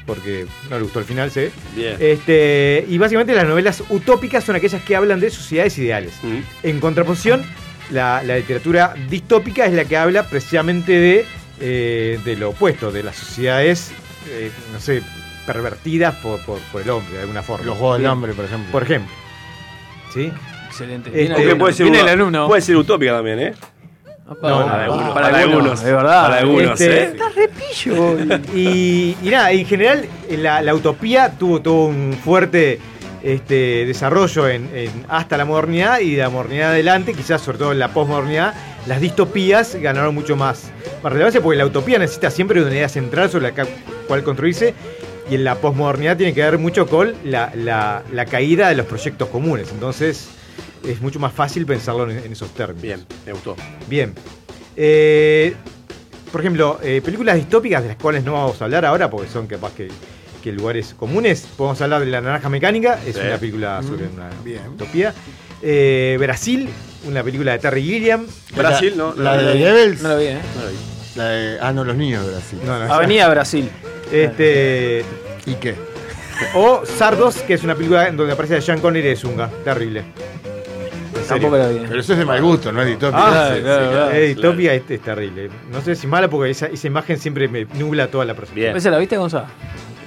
[SPEAKER 4] porque no le gustó el final, se ve.
[SPEAKER 2] Bien.
[SPEAKER 4] Este, y básicamente las novelas utópicas son aquellas que hablan de sociedades ideales.
[SPEAKER 2] Mm.
[SPEAKER 4] En contraposición, la, la literatura distópica es la que habla precisamente de, eh, de lo opuesto, de las sociedades, eh, no sé, pervertidas por, por- por el hombre, de alguna forma.
[SPEAKER 5] Los Juegos del
[SPEAKER 4] Sí.
[SPEAKER 5] Hambre, por ejemplo.
[SPEAKER 4] Por ejemplo. ¿Sí?
[SPEAKER 3] Excelente.
[SPEAKER 4] Este-
[SPEAKER 2] Aunque puede ser,
[SPEAKER 3] Viene
[SPEAKER 2] una-
[SPEAKER 3] el alumno.
[SPEAKER 2] puede ser utópica también, ¿eh?
[SPEAKER 4] No,
[SPEAKER 2] para
[SPEAKER 4] no,
[SPEAKER 2] algunos.
[SPEAKER 4] para
[SPEAKER 2] Para
[SPEAKER 4] algunos,
[SPEAKER 2] algunos.
[SPEAKER 4] es verdad.
[SPEAKER 2] Para algunos,
[SPEAKER 4] Este-
[SPEAKER 2] ¿eh?
[SPEAKER 4] Y, y nada, en general la, la utopía tuvo, todo un fuerte este, desarrollo en, en- hasta la modernidad y de la modernidad adelante, quizás sobre todo en la posmodernidad, las distopías ganaron mucho más, más relevancia porque la utopía necesita siempre una idea central sobre la ca- cual construirse y en la posmodernidad tiene que ver mucho con la, la- la caída de los proyectos comunes. Entonces es mucho más fácil pensarlo en, en esos términos.
[SPEAKER 2] Bien, me gustó.
[SPEAKER 4] Bien. Eh, por ejemplo, eh, películas distópicas de las cuales no vamos a hablar ahora porque son capaz que, que lugares comunes. Podemos hablar de La Naranja Mecánica, es
[SPEAKER 5] Sí.
[SPEAKER 4] una película sobre una
[SPEAKER 5] Bien.
[SPEAKER 4] utopía. Eh, Brasil, una película de Terry Gilliam.
[SPEAKER 2] Brasil, ¿no?
[SPEAKER 5] La de Rebels.
[SPEAKER 3] No lo vi, ¿eh?
[SPEAKER 5] La de- ah, no, los niños de Brasil.
[SPEAKER 4] No, no,
[SPEAKER 3] Avenida Brasil.
[SPEAKER 4] Este,
[SPEAKER 5] ¿Y qué?
[SPEAKER 4] o Sardos, que es una película en donde aparece Sean Connery de Zunga. Terrible. En serio.
[SPEAKER 3] Tampoco la vi.
[SPEAKER 5] Pues Pero eso es de mal gusto, no es distópica.
[SPEAKER 4] Ah,
[SPEAKER 5] Sí,
[SPEAKER 3] claro,
[SPEAKER 5] sí,
[SPEAKER 3] claro.
[SPEAKER 4] Eh, Distopia es, es terrible. No sé si es mala porque esa, esa imagen siempre me nubla toda la percepción.
[SPEAKER 2] Bien.
[SPEAKER 3] ¿Esa la viste, Gonzalo?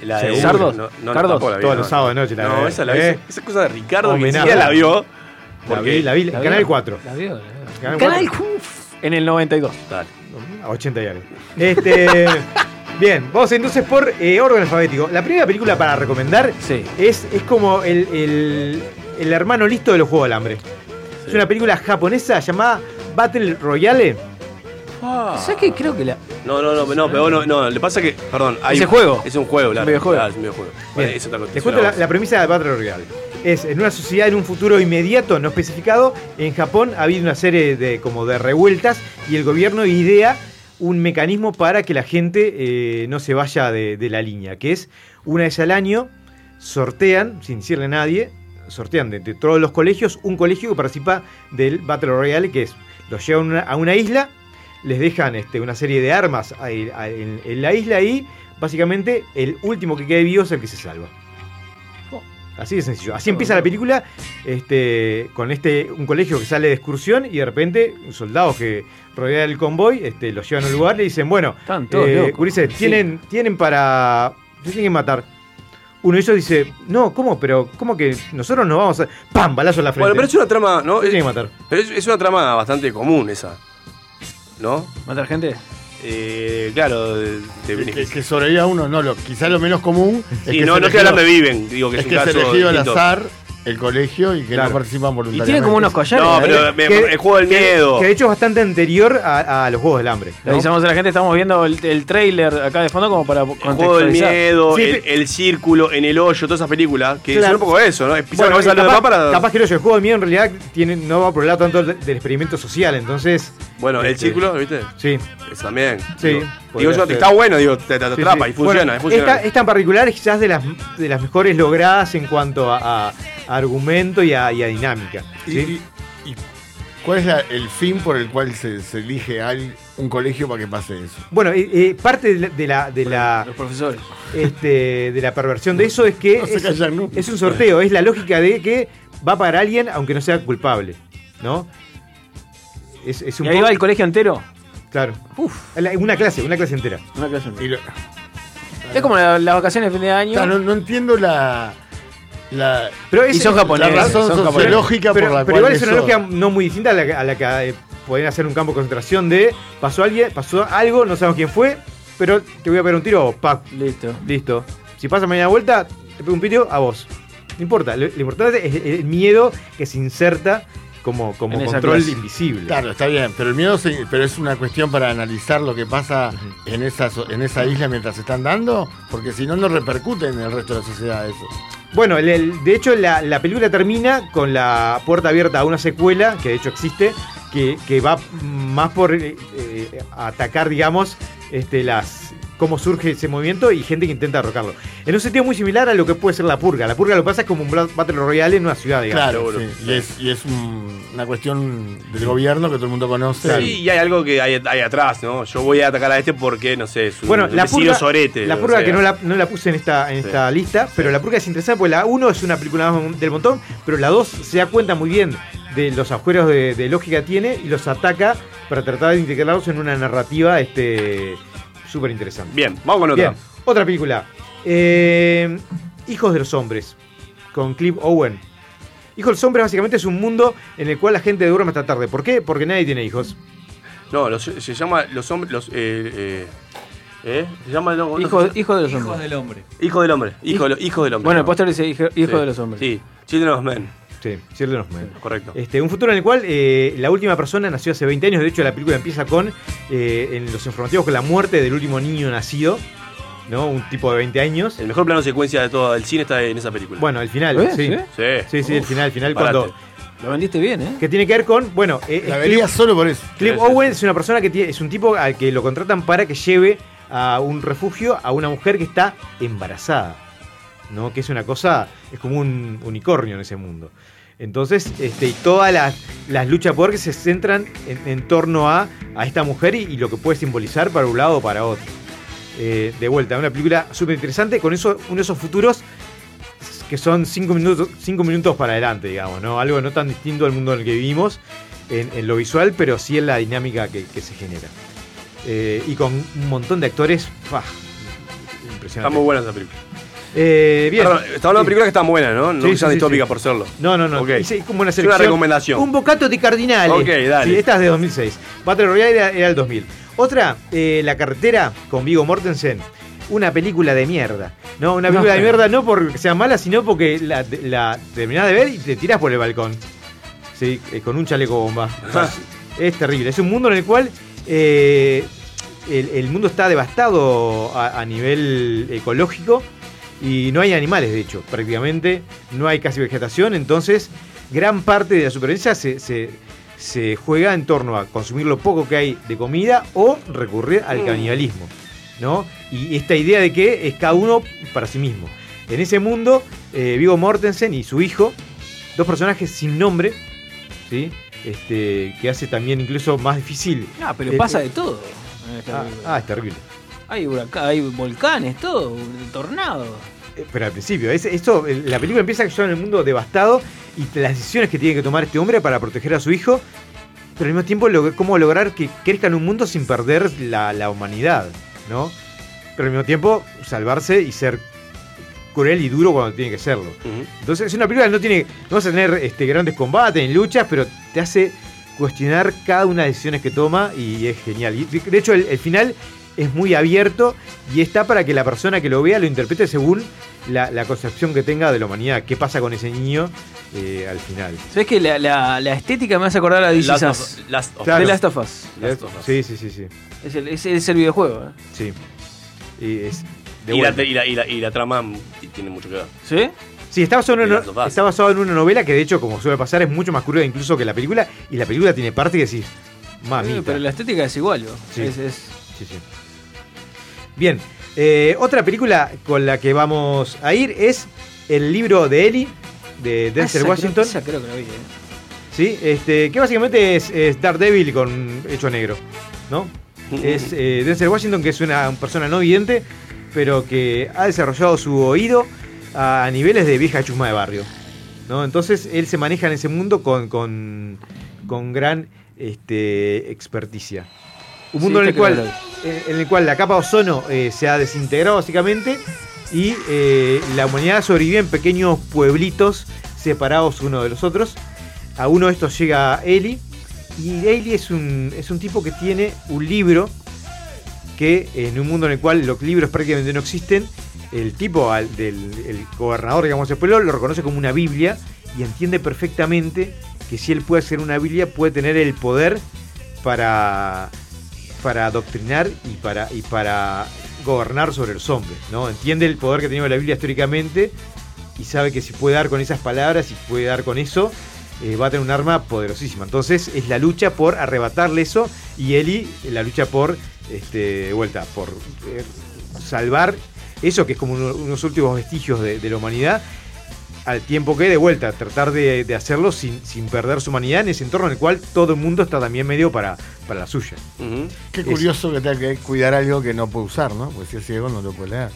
[SPEAKER 2] La de
[SPEAKER 4] Seguro.
[SPEAKER 3] Sardos.
[SPEAKER 2] No, no,
[SPEAKER 3] Cardos.
[SPEAKER 2] tampoco la vi,
[SPEAKER 4] Todos
[SPEAKER 2] no.
[SPEAKER 4] los sábados de noche la
[SPEAKER 2] No,
[SPEAKER 4] veo,
[SPEAKER 2] esa la vi.
[SPEAKER 4] ¿eh?
[SPEAKER 2] Esa cosa de Ricardo que ni
[SPEAKER 4] Homenaje.
[SPEAKER 2] siquiera la vio.
[SPEAKER 4] La
[SPEAKER 2] porque-
[SPEAKER 4] vi, la vi, en
[SPEAKER 3] ¿La vi?
[SPEAKER 4] Canal 4.
[SPEAKER 3] La vi, la vi.
[SPEAKER 4] Canal
[SPEAKER 3] Canal Uf, En el 92.
[SPEAKER 2] Dale.
[SPEAKER 4] A 80 y algo. Este, bien, vamos entonces por eh, orden alfabético. La primera película para recomendar
[SPEAKER 3] Sí.
[SPEAKER 4] es, es como el, el- el hermano listo de los Juegos del Hambre. Es una película japonesa llamada Battle Royale.
[SPEAKER 3] ¿Sabes qué? Creo que la.
[SPEAKER 2] No, no, no, no, pero no, no, le pasa que, perdón, hay
[SPEAKER 3] Ese juego.
[SPEAKER 2] Es un juego, claro.
[SPEAKER 3] videojuego.
[SPEAKER 2] claro, es un videojuego.
[SPEAKER 4] Bien.
[SPEAKER 2] Vale, es otra cosa.
[SPEAKER 4] Les cuento la, la premisa de Battle Royale. Es en una sociedad en un futuro inmediato, no especificado, en Japón ha habido una serie de como de revueltas y el gobierno idea un mecanismo para que la gente eh, no se vaya de, de la línea, que es una vez al año sortean, sin decirle a nadie, sortean de, de todos los colegios un colegio que participa del Battle Royale, que es los llevan a una- a una isla, les dejan este, una serie de armas ahí- ahí en, en la isla y básicamente el último que quede vivo es el que se salva.
[SPEAKER 3] Oh.
[SPEAKER 4] Así de sencillo. Así empieza la película este, con este un colegio que sale de excursión y de repente soldados que rodean el convoy este, los llevan a un lugar y le dicen, bueno,
[SPEAKER 3] Están todos
[SPEAKER 4] eh,
[SPEAKER 3] locos.
[SPEAKER 4] gurises,
[SPEAKER 3] Sí.
[SPEAKER 4] tienen, tienen para... se tienen que matar. Uno de ellos dice, no, ¿cómo? Pero, ¿cómo que nosotros nos vamos a... ¡Pam! Balazo en la frente.
[SPEAKER 2] Bueno, pero es una trama, ¿no?
[SPEAKER 4] Se
[SPEAKER 2] Es-
[SPEAKER 4] tienen que matar.
[SPEAKER 2] pero es, es una trama bastante común esa. ¿No?
[SPEAKER 3] ¿Matar gente?
[SPEAKER 2] Eh, claro, de, de-
[SPEAKER 5] Que, que sobreviva uno, no, lo, quizá lo menos común. es
[SPEAKER 2] Sí,
[SPEAKER 5] que
[SPEAKER 2] no,
[SPEAKER 5] se
[SPEAKER 2] no estoy
[SPEAKER 5] elegió-
[SPEAKER 2] hablando de Viven, digo que
[SPEAKER 5] es
[SPEAKER 2] es, un
[SPEAKER 5] que se
[SPEAKER 2] caso
[SPEAKER 5] elegido al
[SPEAKER 2] distinto.
[SPEAKER 5] azar el colegio y que
[SPEAKER 4] Claro.
[SPEAKER 5] no participan voluntariamente.
[SPEAKER 4] No,
[SPEAKER 2] eh,
[SPEAKER 4] pero me- me- el juego del miedo. Que de hecho es bastante anterior a, a los juegos del hambre.
[SPEAKER 3] Le avisamos a la gente, estamos viendo el, el trailer acá de fondo como para
[SPEAKER 2] El juego del
[SPEAKER 3] contextualizar.
[SPEAKER 2] miedo, el, el círculo, en el hoyo, todas esas películas, que son un poco eso, ¿no? Es pisar
[SPEAKER 4] Bueno,
[SPEAKER 2] la cabeza de los
[SPEAKER 4] capaz,
[SPEAKER 2] demás para.
[SPEAKER 4] capaz que no, el juego de miedo en realidad tiene, no va por el lado tanto del, del experimento social, entonces.
[SPEAKER 2] Bueno, el
[SPEAKER 4] este,
[SPEAKER 2] círculo, ¿viste?
[SPEAKER 4] Sí.
[SPEAKER 2] Eso también.
[SPEAKER 4] Sí,
[SPEAKER 2] Digo,
[SPEAKER 4] podría
[SPEAKER 2] digo yo,
[SPEAKER 4] ser.
[SPEAKER 2] está bueno, digo, te, te- te
[SPEAKER 4] Sí,
[SPEAKER 2] atrapa
[SPEAKER 4] sí.
[SPEAKER 2] y funciona,
[SPEAKER 4] Bueno,
[SPEAKER 2] funciona.
[SPEAKER 4] Esta, esta en particular es quizás de las, de las mejores logradas en cuanto a, a argumento y a, y a dinámica. ¿sí?
[SPEAKER 5] Y- y- ¿Cuál es la- el fin por el cual se, se elige al- un colegio para que pase eso?
[SPEAKER 4] Bueno, eh, eh, parte de la, de la- de la- este, de la perversión de eso es que
[SPEAKER 5] No se
[SPEAKER 4] es,
[SPEAKER 5] callan nunca.
[SPEAKER 4] es un sorteo, es la lógica de que va para alguien aunque no sea culpable, ¿no? Es, es un
[SPEAKER 3] ¿Y ahí
[SPEAKER 4] poco-
[SPEAKER 3] va el colegio entero?
[SPEAKER 4] Claro. La- Una clase, una clase entera.
[SPEAKER 3] Una clase entera. Es como la- las vacaciones de fin de año.
[SPEAKER 5] no, no entiendo la. la
[SPEAKER 4] Pero
[SPEAKER 3] y son japoneses.
[SPEAKER 5] La razón
[SPEAKER 3] son japoneses.
[SPEAKER 5] sociológica
[SPEAKER 4] pero,
[SPEAKER 5] por la
[SPEAKER 4] pero
[SPEAKER 5] cual.
[SPEAKER 4] igual es una
[SPEAKER 5] eso-
[SPEAKER 4] lógica no muy distinta a la, que- a la que eh, podían hacer un campo de concentración de pasó alguien, pasó algo, no sabemos quién fue, pero te voy a pegar un tiro a vos, pac.
[SPEAKER 3] Listo.
[SPEAKER 4] Listo. Si pasa mañana de vuelta, te pego un tiro a vos. No importa, lo, lo importante es el- el miedo que se inserta como, como control invisible.
[SPEAKER 5] Claro, está bien, pero el miedo se- pero es una cuestión para analizar lo que pasa en, esa, so- en esa isla mientras se están dando, porque si no, no repercute en el resto de la sociedad eso.
[SPEAKER 4] Bueno, el- el- de hecho la, la película termina con la puerta abierta a una secuela, que de hecho existe, que, que va más por eh, eh, atacar, digamos, este, las cómo surge ese movimiento y gente que intenta derrocarlo. En un sentido muy similar a lo que puede ser la purga. La purga lo que pasa es como un bla- Battle Royale en una ciudad, digamos.
[SPEAKER 5] Claro, sí, y es, y es un- una cuestión del gobierno que todo el mundo conoce.
[SPEAKER 2] Sí, y hay algo que hay, hay atrás, ¿no? Yo voy a atacar a este porque, no sé, es un
[SPEAKER 4] Bueno, la
[SPEAKER 2] vecino
[SPEAKER 4] purga,
[SPEAKER 2] sorete.
[SPEAKER 4] la
[SPEAKER 2] o
[SPEAKER 4] purga
[SPEAKER 2] sea.
[SPEAKER 4] que no la, no la puse en esta, en esta lista, pero la purga es interesante porque la 1 es una película más del montón, pero la 2 se da cuenta muy bien de los agujeros de, de lógica que tiene y los ataca para tratar de integrarlos en una narrativa este súper interesante.
[SPEAKER 2] Bien, vamos con otra.
[SPEAKER 4] Bien, otra película. Eh, Hijos de los Hombres, con Cliff Owen. Hijos de los Hombres básicamente es un mundo en el cual la gente duerme hasta tarde. ¿Por qué? Porque nadie tiene hijos.
[SPEAKER 2] No, los- se llama Los Hombres. Los, eh, eh, ¿eh? Se llama no, no,
[SPEAKER 3] Hijo-
[SPEAKER 2] se-
[SPEAKER 3] hijo de los Hijos hombres. del hombre.
[SPEAKER 2] Hijo del hombre. Hijo, de lo- hijo del hombre.
[SPEAKER 3] Bueno, el
[SPEAKER 2] no.
[SPEAKER 3] póster dice hijo, hijo
[SPEAKER 2] Sí,
[SPEAKER 3] de los hombres.
[SPEAKER 2] Sí, Children of Men.
[SPEAKER 4] Sí, Children of Men.
[SPEAKER 2] Correcto.
[SPEAKER 4] Este, un futuro en el cual eh, la última persona nació hace 20 años. De hecho, la película empieza con eh, en los informativos con la muerte del último niño nacido, ¿no? Un tipo de 20 años.
[SPEAKER 2] El mejor plano secuencia de todo el cine está en esa película.
[SPEAKER 4] Bueno, el final,
[SPEAKER 2] ¿Eh?
[SPEAKER 4] sí.
[SPEAKER 2] Sí.
[SPEAKER 4] Sí, sí, el final, el final
[SPEAKER 2] Parate.
[SPEAKER 4] cuando.
[SPEAKER 3] Lo vendiste bien, ¿eh?
[SPEAKER 4] Que tiene que ver con, bueno, eh,
[SPEAKER 5] La
[SPEAKER 4] es
[SPEAKER 5] vería
[SPEAKER 4] Cliff-
[SPEAKER 5] solo por eso.
[SPEAKER 4] Cliff Owen es una persona que tiene, es un tipo al que lo contratan para que lleve a un refugio a una mujer que está embarazada. ¿No? Que es una cosa. Es como un unicornio en ese mundo. Entonces, este, y todas las, las luchas de poder que se centran en, en torno a, a esta mujer y, y lo que puede simbolizar para un lado o para otro. Eh, de vuelta, una película súper interesante con eso, uno de esos futuros que son cinco minutos, cinco minutos para adelante, digamos, ¿no? Algo no tan distinto al mundo en el que vivimos, en, en lo visual, pero sí en la dinámica que, que se genera. Eh, y con un montón de actores, ¡fua!
[SPEAKER 2] Está
[SPEAKER 4] impresionante.
[SPEAKER 2] muy buena esa película.
[SPEAKER 4] Eh, bien.
[SPEAKER 2] Perdón, está hablando de películas que están buenas, ¿no? No
[SPEAKER 4] Sí,
[SPEAKER 2] que
[SPEAKER 4] sí,
[SPEAKER 2] sean
[SPEAKER 4] sí,
[SPEAKER 2] distópicas
[SPEAKER 4] sí.
[SPEAKER 2] por serlo.
[SPEAKER 4] No, no, no.
[SPEAKER 2] Ok.
[SPEAKER 4] Hice como una
[SPEAKER 2] Es una
[SPEAKER 4] selección.
[SPEAKER 2] recomendación.
[SPEAKER 4] Un bocato de cardinales.
[SPEAKER 2] Ok, dale.
[SPEAKER 4] Sí, esta es de 2006. Battle Royale era, era el 2000. Otra, eh, La carretera con Vigo Mortensen. Una película de mierda. No, una
[SPEAKER 3] No.
[SPEAKER 4] película de mierda no porque sea mala, sino porque la, la terminás de ver y te tirás por el balcón. Sí, eh, con un chaleco bomba.
[SPEAKER 2] Ah.
[SPEAKER 4] es terrible. Es un mundo en el cual eh, el, el mundo está devastado a, a nivel ecológico y no hay animales, de hecho, prácticamente. No hay casi vegetación. Entonces, gran parte de la supervivencia se, se- se juega en torno a consumir lo poco que hay de comida o recurrir al
[SPEAKER 3] Mm.
[SPEAKER 4] canibalismo. ¿no? Y esta idea de que es cada uno para sí mismo. En ese mundo, eh, Vigo Mortensen y su hijo, dos personajes sin nombre, ¿sí? este, que hace también incluso más difícil.
[SPEAKER 3] Ah, pero
[SPEAKER 4] Eh,
[SPEAKER 3] pasa
[SPEAKER 4] eh,
[SPEAKER 3] de todo. en esta
[SPEAKER 4] Ah,
[SPEAKER 3] película.
[SPEAKER 4] ah, es terrible.
[SPEAKER 3] Hay huracán, hay volcanes, todo, tornados.
[SPEAKER 4] Eh, Pero al principio, es- esto, el- la película empieza ya en el mundo devastado y las decisiones que tiene que tomar este hombre para proteger a su hijo, pero al mismo tiempo log- cómo lograr que crezca en un mundo sin perder la, la humanidad, ¿no? Pero al mismo tiempo salvarse y ser cruel y duro cuando tiene que serlo. Entonces es una película que no tiene, no vas a tener este, grandes combates ni luchas, pero te hace cuestionar cada una de las decisiones que toma y es genial. Y de, de hecho el, el final es muy abierto y está para que la persona que lo vea lo interprete según la, la concepción que tenga de la humanidad. ¿Qué pasa con ese niño eh, al final?
[SPEAKER 3] ¿Sabes que la, la- la estética me hace acordar a This
[SPEAKER 4] Last
[SPEAKER 3] Is
[SPEAKER 4] of-
[SPEAKER 3] Us?
[SPEAKER 4] Last of
[SPEAKER 3] De
[SPEAKER 4] Us.
[SPEAKER 3] Last of Us.
[SPEAKER 4] Last of Us. Sí, sí, sí, sí.
[SPEAKER 3] Es el, es- es el videojuego, ¿eh?
[SPEAKER 4] Sí. Y es de
[SPEAKER 2] Y la,
[SPEAKER 4] vuelta.
[SPEAKER 2] y, la, y, la, y la trama mm, tiene mucho que ver.
[SPEAKER 3] ¿Sí?
[SPEAKER 4] Sí, está basado, en una,
[SPEAKER 2] Last of Us.
[SPEAKER 4] está basado en una novela que de hecho, como suele pasar, es mucho más cruda incluso que la película. Y la película tiene parte que decís, mami.
[SPEAKER 3] Sí, pero la estética es igual, ¿no?
[SPEAKER 4] Sí.
[SPEAKER 3] Es- es-
[SPEAKER 4] Sí, sí. Bien, eh, otra película con la que vamos a ir es el libro de Eli, de
[SPEAKER 3] Ah, esa
[SPEAKER 4] Denzel
[SPEAKER 3] creo-
[SPEAKER 4] Washington.
[SPEAKER 3] esa creo que la vi, ¿eh?
[SPEAKER 4] Sí, este, que básicamente es, es Daredevil con hecho negro, ¿no? Es eh, Denzel Washington, que es una persona no vidente, pero que ha desarrollado su oído a niveles de vieja chusma de barrio, ¿no? Entonces él se maneja en ese mundo con, con, con gran este, experticia. Un
[SPEAKER 3] Sí,
[SPEAKER 4] mundo en,
[SPEAKER 3] esta
[SPEAKER 4] el
[SPEAKER 3] creo
[SPEAKER 4] cual, eh, en el cual la capa de ozono eh, se ha desintegrado básicamente y eh, la humanidad sobrevive en pequeños pueblitos separados uno de los otros. A uno de estos llega Eli y Eli es un, es un tipo que tiene un libro que en un mundo en el cual los libros prácticamente no existen, el tipo al- del el gobernador, digamos, del pueblo lo reconoce como una Biblia y entiende perfectamente que si él puede hacer una Biblia puede tener el poder para para adoctrinar y para y para gobernar sobre los hombres, ¿no? Entiende el poder que ha tenido la Biblia históricamente y sabe que si puede dar con esas palabras y puede dar con eso, eh, va a tener un arma poderosísima. Entonces es la lucha por arrebatarle eso y Eli eh, la lucha por, este, de vuelta, por eh, salvar eso que es como uno- unos últimos vestigios de, de la humanidad. Al tiempo que de vuelta, tratar de, de hacerlo sin, sin perder su humanidad en ese entorno en el cual todo el mundo está también medio para, para la suya.
[SPEAKER 5] Qué
[SPEAKER 4] Es-
[SPEAKER 5] curioso que tenga que cuidar algo que no puede usar, ¿no? Porque si es ciego no lo puede leer.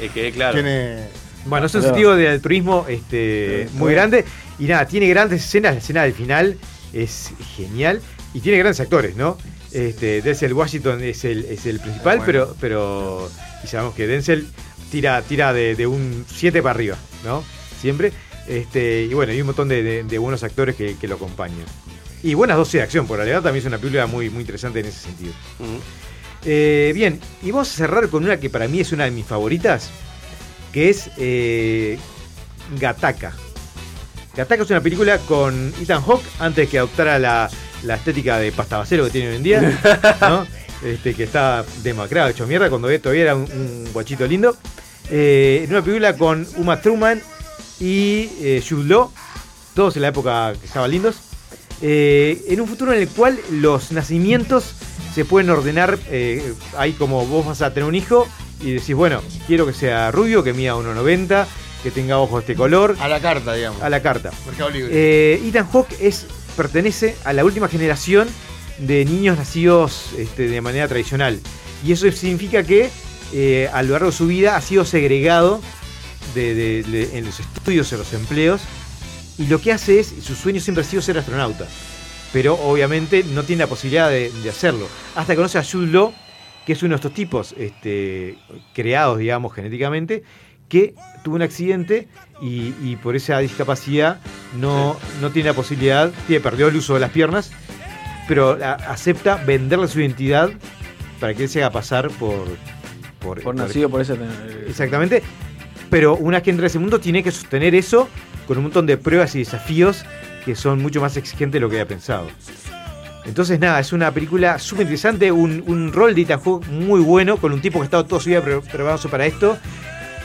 [SPEAKER 2] Es que, claro.
[SPEAKER 5] Tiene.
[SPEAKER 4] Bueno, es un sentido de altruismo este, muy grande. Y nada, tiene grandes escenas. La escena del final es genial. Y tiene grandes actores, ¿no? Este, Denzel Washington es el, es el principal,
[SPEAKER 5] Bueno.
[SPEAKER 4] pero, pero. Y sabemos que Denzel tira, tira de, de un 7 para arriba, ¿no? Siempre. Este, y bueno, hay un montón de, de- de buenos actores que, que lo acompañan. Y buenas dosis de acción, por la verdad también es una película muy, muy interesante en ese sentido. Eh, bien, y vamos a cerrar con una que para mí es una de mis favoritas, que es eh, Gataka. Gataka es una película con Ethan Hawke antes que adoptara la, la estética de pastabacero que tiene hoy en día, ¿no? Este, que está demacrado, hecho mierda, cuando todavía era un, un guachito lindo. Eh, en una película con Uma Thurman y eh, Jude Law, todos en la época que estaban lindos, eh, en un futuro en el cual los nacimientos se pueden ordenar, eh, hay como vos vas a tener un hijo y decís, bueno, quiero que sea rubio, que mida 1,90, que tenga ojos de este color.
[SPEAKER 5] A la carta, digamos.
[SPEAKER 4] A la carta.
[SPEAKER 5] Mercado Libre.
[SPEAKER 4] Eh, Ethan Hawke es, pertenece a la última generación de niños nacidos este, de manera tradicional. Y eso significa que eh, a lo largo de su vida ha sido segregado de- de- de- en los estudios, en los empleos. Y lo que hace es, su sueño siempre ha sido ser astronauta. Pero obviamente no tiene la posibilidad de, de hacerlo. Hasta que conoce a Jude Law, que es uno de estos tipos este, creados, digamos, genéticamente, que tuvo un accidente y, y por esa discapacidad no, no tiene la posibilidad, tiene, perdió el uso de las piernas, pero a- acepta venderle su identidad para que él se haga pasar por... Por,
[SPEAKER 3] Por nacido, por eso. ten-
[SPEAKER 4] Exactamente. Pero una vez que entra a ese mundo tiene que sostener eso con un montón de pruebas y desafíos que son mucho más exigentes de lo que había pensado. Entonces, nada, es una película súper interesante, un, un rol de Ethan Hawke muy bueno, con un tipo que ha estado toda su vida pre- preparándose para esto,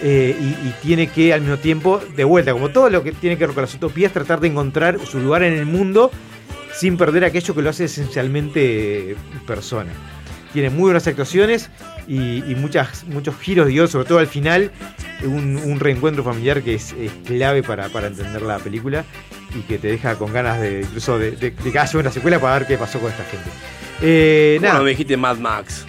[SPEAKER 4] eh, y, y tiene que al mismo tiempo, de vuelta, como todo lo que tiene que ver con las utopías, tratar de encontrar su lugar en el mundo sin perder aquello que lo hace esencialmente eh, persona. Tiene muy buenas actuaciones y, y muchas, muchos giros de guión, sobre todo al final, un, un reencuentro familiar que es, es clave para, para entender la película y que te deja con ganas de incluso de, de- de que haya una secuela para ver qué pasó con esta gente. Eh,
[SPEAKER 2] ¿Cómo
[SPEAKER 4] nada,
[SPEAKER 2] no me dijiste Mad Max?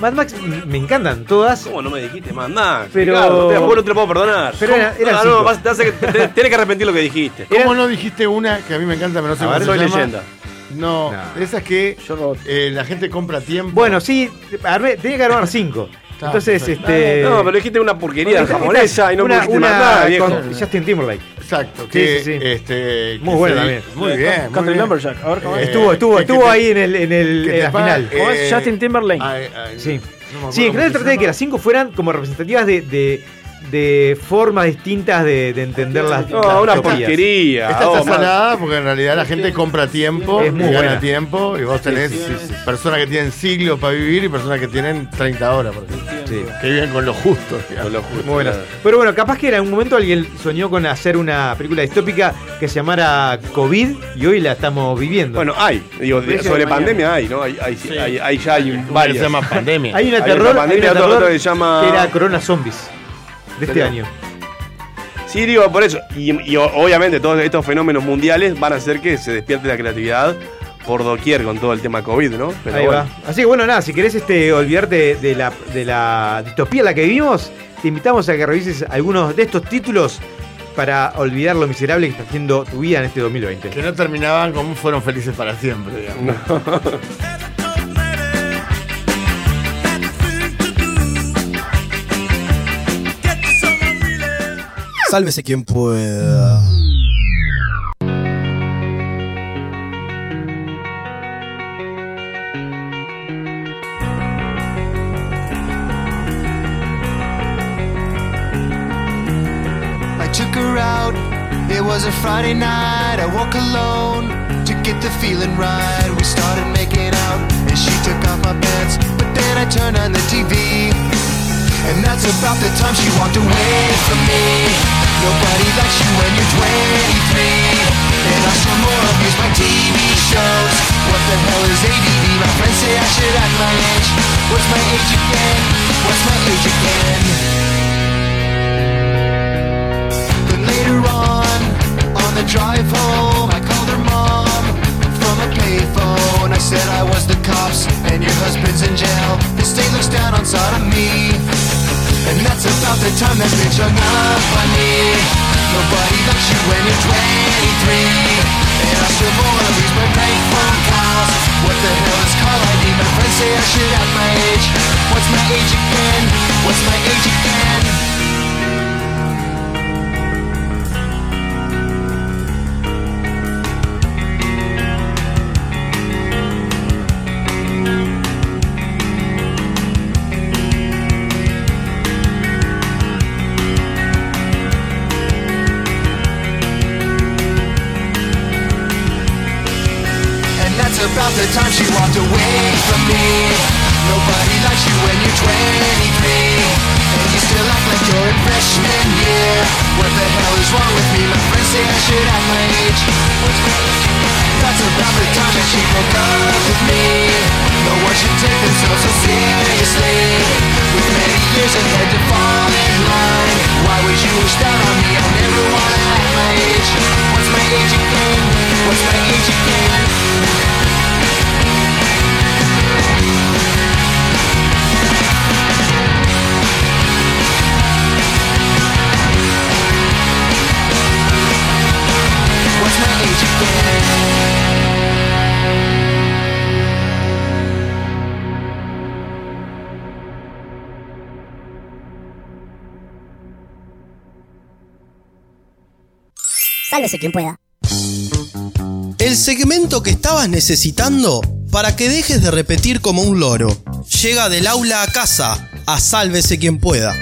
[SPEAKER 4] Mad Max m- me encantan todas.
[SPEAKER 2] ¿Cómo no me dijiste Mad Max?
[SPEAKER 4] Pero-
[SPEAKER 2] Ricardo, te la juro, no te lo puedo perdonar.
[SPEAKER 4] Pero era-
[SPEAKER 2] ¿Cómo? Ah,
[SPEAKER 4] eran
[SPEAKER 2] no, no,
[SPEAKER 4] cinco.
[SPEAKER 2] vas- te hace que- te- te- tienes que arrepentir lo que dijiste.
[SPEAKER 4] eh,
[SPEAKER 5] ¿Cómo no dijiste una que a mí me encanta, pero no sé
[SPEAKER 2] A
[SPEAKER 5] cómo
[SPEAKER 2] ver,
[SPEAKER 5] se
[SPEAKER 2] soy
[SPEAKER 5] llama?
[SPEAKER 2] leyenda.
[SPEAKER 5] No, de esas que eh, la gente compra tiempo.
[SPEAKER 4] Bueno, sí, armé- tenía que armar cinco. Entonces, este.
[SPEAKER 2] No, pero dijiste una porquería japonesa y no
[SPEAKER 4] una,
[SPEAKER 2] pusiste
[SPEAKER 4] una
[SPEAKER 2] más nada, viejo.
[SPEAKER 4] con Justin Timberlake.
[SPEAKER 5] Exacto,
[SPEAKER 2] que,
[SPEAKER 5] Este,
[SPEAKER 4] muy
[SPEAKER 5] que
[SPEAKER 4] bueno
[SPEAKER 5] se-
[SPEAKER 4] también.
[SPEAKER 5] Muy bien. muy
[SPEAKER 3] Country
[SPEAKER 5] bien.
[SPEAKER 3] Lumberjack. A ver, ¿cómo es?
[SPEAKER 4] estuvo, estuvo,
[SPEAKER 5] eh, que
[SPEAKER 4] estuvo
[SPEAKER 5] te-
[SPEAKER 4] ahí en, el, en, el,
[SPEAKER 5] que
[SPEAKER 4] en
[SPEAKER 5] te
[SPEAKER 4] la
[SPEAKER 5] paga,
[SPEAKER 4] final.
[SPEAKER 5] ¿Cómo es? eh, Justin
[SPEAKER 3] Timberlake.
[SPEAKER 4] sí.
[SPEAKER 5] me
[SPEAKER 4] sí, en
[SPEAKER 5] acuerdo
[SPEAKER 4] general
[SPEAKER 5] cómo se
[SPEAKER 4] traté de que las cinco fueran como representativas de. de de formas distintas de, de entender
[SPEAKER 2] Ah,
[SPEAKER 4] las
[SPEAKER 5] No,
[SPEAKER 4] las
[SPEAKER 5] una
[SPEAKER 4] utopías.
[SPEAKER 5] porquería.
[SPEAKER 2] Oh,
[SPEAKER 5] Esta está sanada porque en realidad la gente compra tiempo
[SPEAKER 4] Oh, Es
[SPEAKER 5] y
[SPEAKER 4] muy
[SPEAKER 5] gana
[SPEAKER 4] buena.
[SPEAKER 5] tiempo. Y vos
[SPEAKER 4] Sí,
[SPEAKER 5] tenés
[SPEAKER 4] sí, sí, sí.
[SPEAKER 5] personas que tienen siglos para vivir y personas que tienen 30 horas. por ejemplo. Que viven con lo justo. Con lo justo.
[SPEAKER 4] Muy buenas. Pero bueno, capaz que en algún momento alguien soñó con hacer una película distópica que se llamara COVID y hoy la estamos viviendo.
[SPEAKER 2] Bueno, hay. Digo, de- sobre pandemia hay, ¿no? Hay, hay, hay- hay- ya hay varias.
[SPEAKER 4] se llama pandemia. Hay una terror-
[SPEAKER 2] pandemia,
[SPEAKER 4] hay una
[SPEAKER 2] otra- otra
[SPEAKER 4] terror
[SPEAKER 2] que se llama...
[SPEAKER 4] que era Corona Zombies. De este
[SPEAKER 2] Serio.
[SPEAKER 4] año.
[SPEAKER 2] Sí, digo, por eso. Y, y o- obviamente todos estos fenómenos mundiales van a hacer que se despierte la creatividad por doquier con todo el tema COVID, ¿no? Pero
[SPEAKER 4] Ahí
[SPEAKER 2] bueno.
[SPEAKER 4] va. Así que bueno, nada, si querés este, olvidarte de la, de la distopía en la que vivimos, te invitamos a que revises algunos de estos títulos para olvidar lo miserable que está haciendo tu vida en este 2020.
[SPEAKER 5] Que no terminaban como fueron felices para siempre. digamos.
[SPEAKER 6] Sálvese quien pueda.
[SPEAKER 13] I took her out. It was a Friday night. I walk alone to get the feeling right. We started making out, and she took off my pants. But then I turned on the TV, and that's about the time she walked away from me. Nobody likes you when you're 23, and I still more abuse my TV shows. What the hell is ADD? My friends say I should act my age. What's my age again? What's my age again? Then later on, on the drive home, I called her mom from a payphone. I said I was the cops and your husband's in jail. The state looks down on sodomy. And that's about the time that bitch hung up on me. Nobody likes you when you're 23. And I still more abuse my bank phone calls. What the hell is call ID? My friends say I should have my age. What's my age again? What's my age again? And that's about the time she walked away from me Nobody likes you when you're 23 And you still act like you're in freshman year What the hell is wrong with me? My friends say I should act my age What's my age? That's about the time that she broke up with me No one should take themselves so seriously With many years ahead to fall in line Why would you wish that on me? I never wanna act my age What's my age again? What's my age again? What's my age again?
[SPEAKER 14] Sálvese quien pueda.
[SPEAKER 6] El segmento que estabas necesitando para que dejes de repetir como un loro. Llega del aula a casa, a sálvese quien pueda.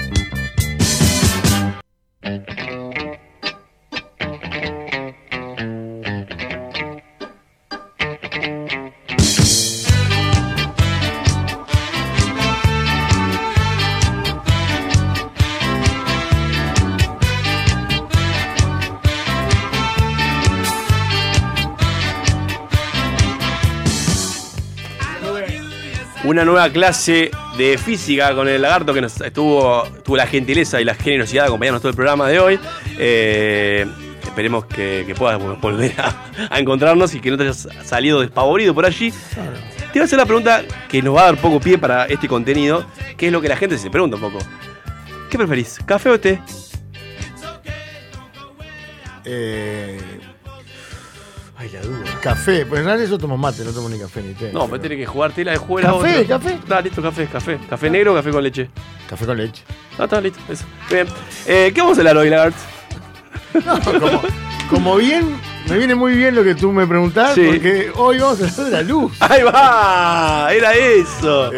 [SPEAKER 2] Una nueva clase de física con el lagarto que nos estuvo, tuvo la gentileza y la generosidad de acompañarnos todo el programa de hoy. Eh, esperemos que, que puedas vol- volver a, a encontrarnos y que no te hayas salido despavorido por allí. Te voy a hacer la pregunta que nos va a dar poco pie para este contenido, que es lo que la gente se pregunta un poco. ¿Qué preferís, café o té?
[SPEAKER 5] Eh,
[SPEAKER 4] Eh, Ay, la duda.
[SPEAKER 5] Café, pero en realidad yo tomo mate, no tomo ni café ni té.
[SPEAKER 2] No, pero tiene que jugar tela de juego.
[SPEAKER 5] Café,
[SPEAKER 2] café. Está listo, café, café. Café negro o café con leche.
[SPEAKER 5] Café con leche.
[SPEAKER 2] Ah, está listo, eso. Bien. Eh, ¿Qué vamos a hablar hoy, Lagart?
[SPEAKER 5] como, como bien, me viene muy bien lo que tú me preguntás,
[SPEAKER 2] Sí.
[SPEAKER 5] porque hoy vamos a hablar de la luz.
[SPEAKER 2] ¡Ahí va! Era eso.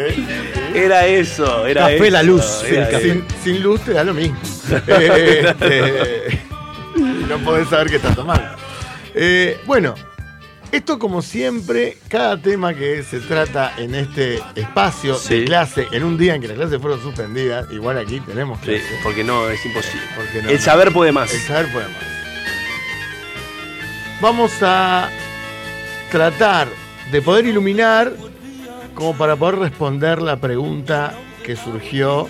[SPEAKER 2] Era eso. Era
[SPEAKER 5] Eh. Café
[SPEAKER 2] eso,
[SPEAKER 5] la luz.
[SPEAKER 2] era
[SPEAKER 5] Sin-
[SPEAKER 2] eso.
[SPEAKER 5] sin, sin luz te da lo mismo. Eh, Este, no podés saber qué estás tomando. Eh, bueno, esto como siempre, cada tema que se trata en este espacio de clase, en un día en que las clases fueron suspendidas, igual aquí tenemos
[SPEAKER 2] Sí,
[SPEAKER 5] clase.
[SPEAKER 2] porque no, es imposible.
[SPEAKER 5] porque no-
[SPEAKER 2] El saber puede más.
[SPEAKER 5] El saber puede más. Vamos a tratar de poder iluminar como para poder responder la pregunta que surgió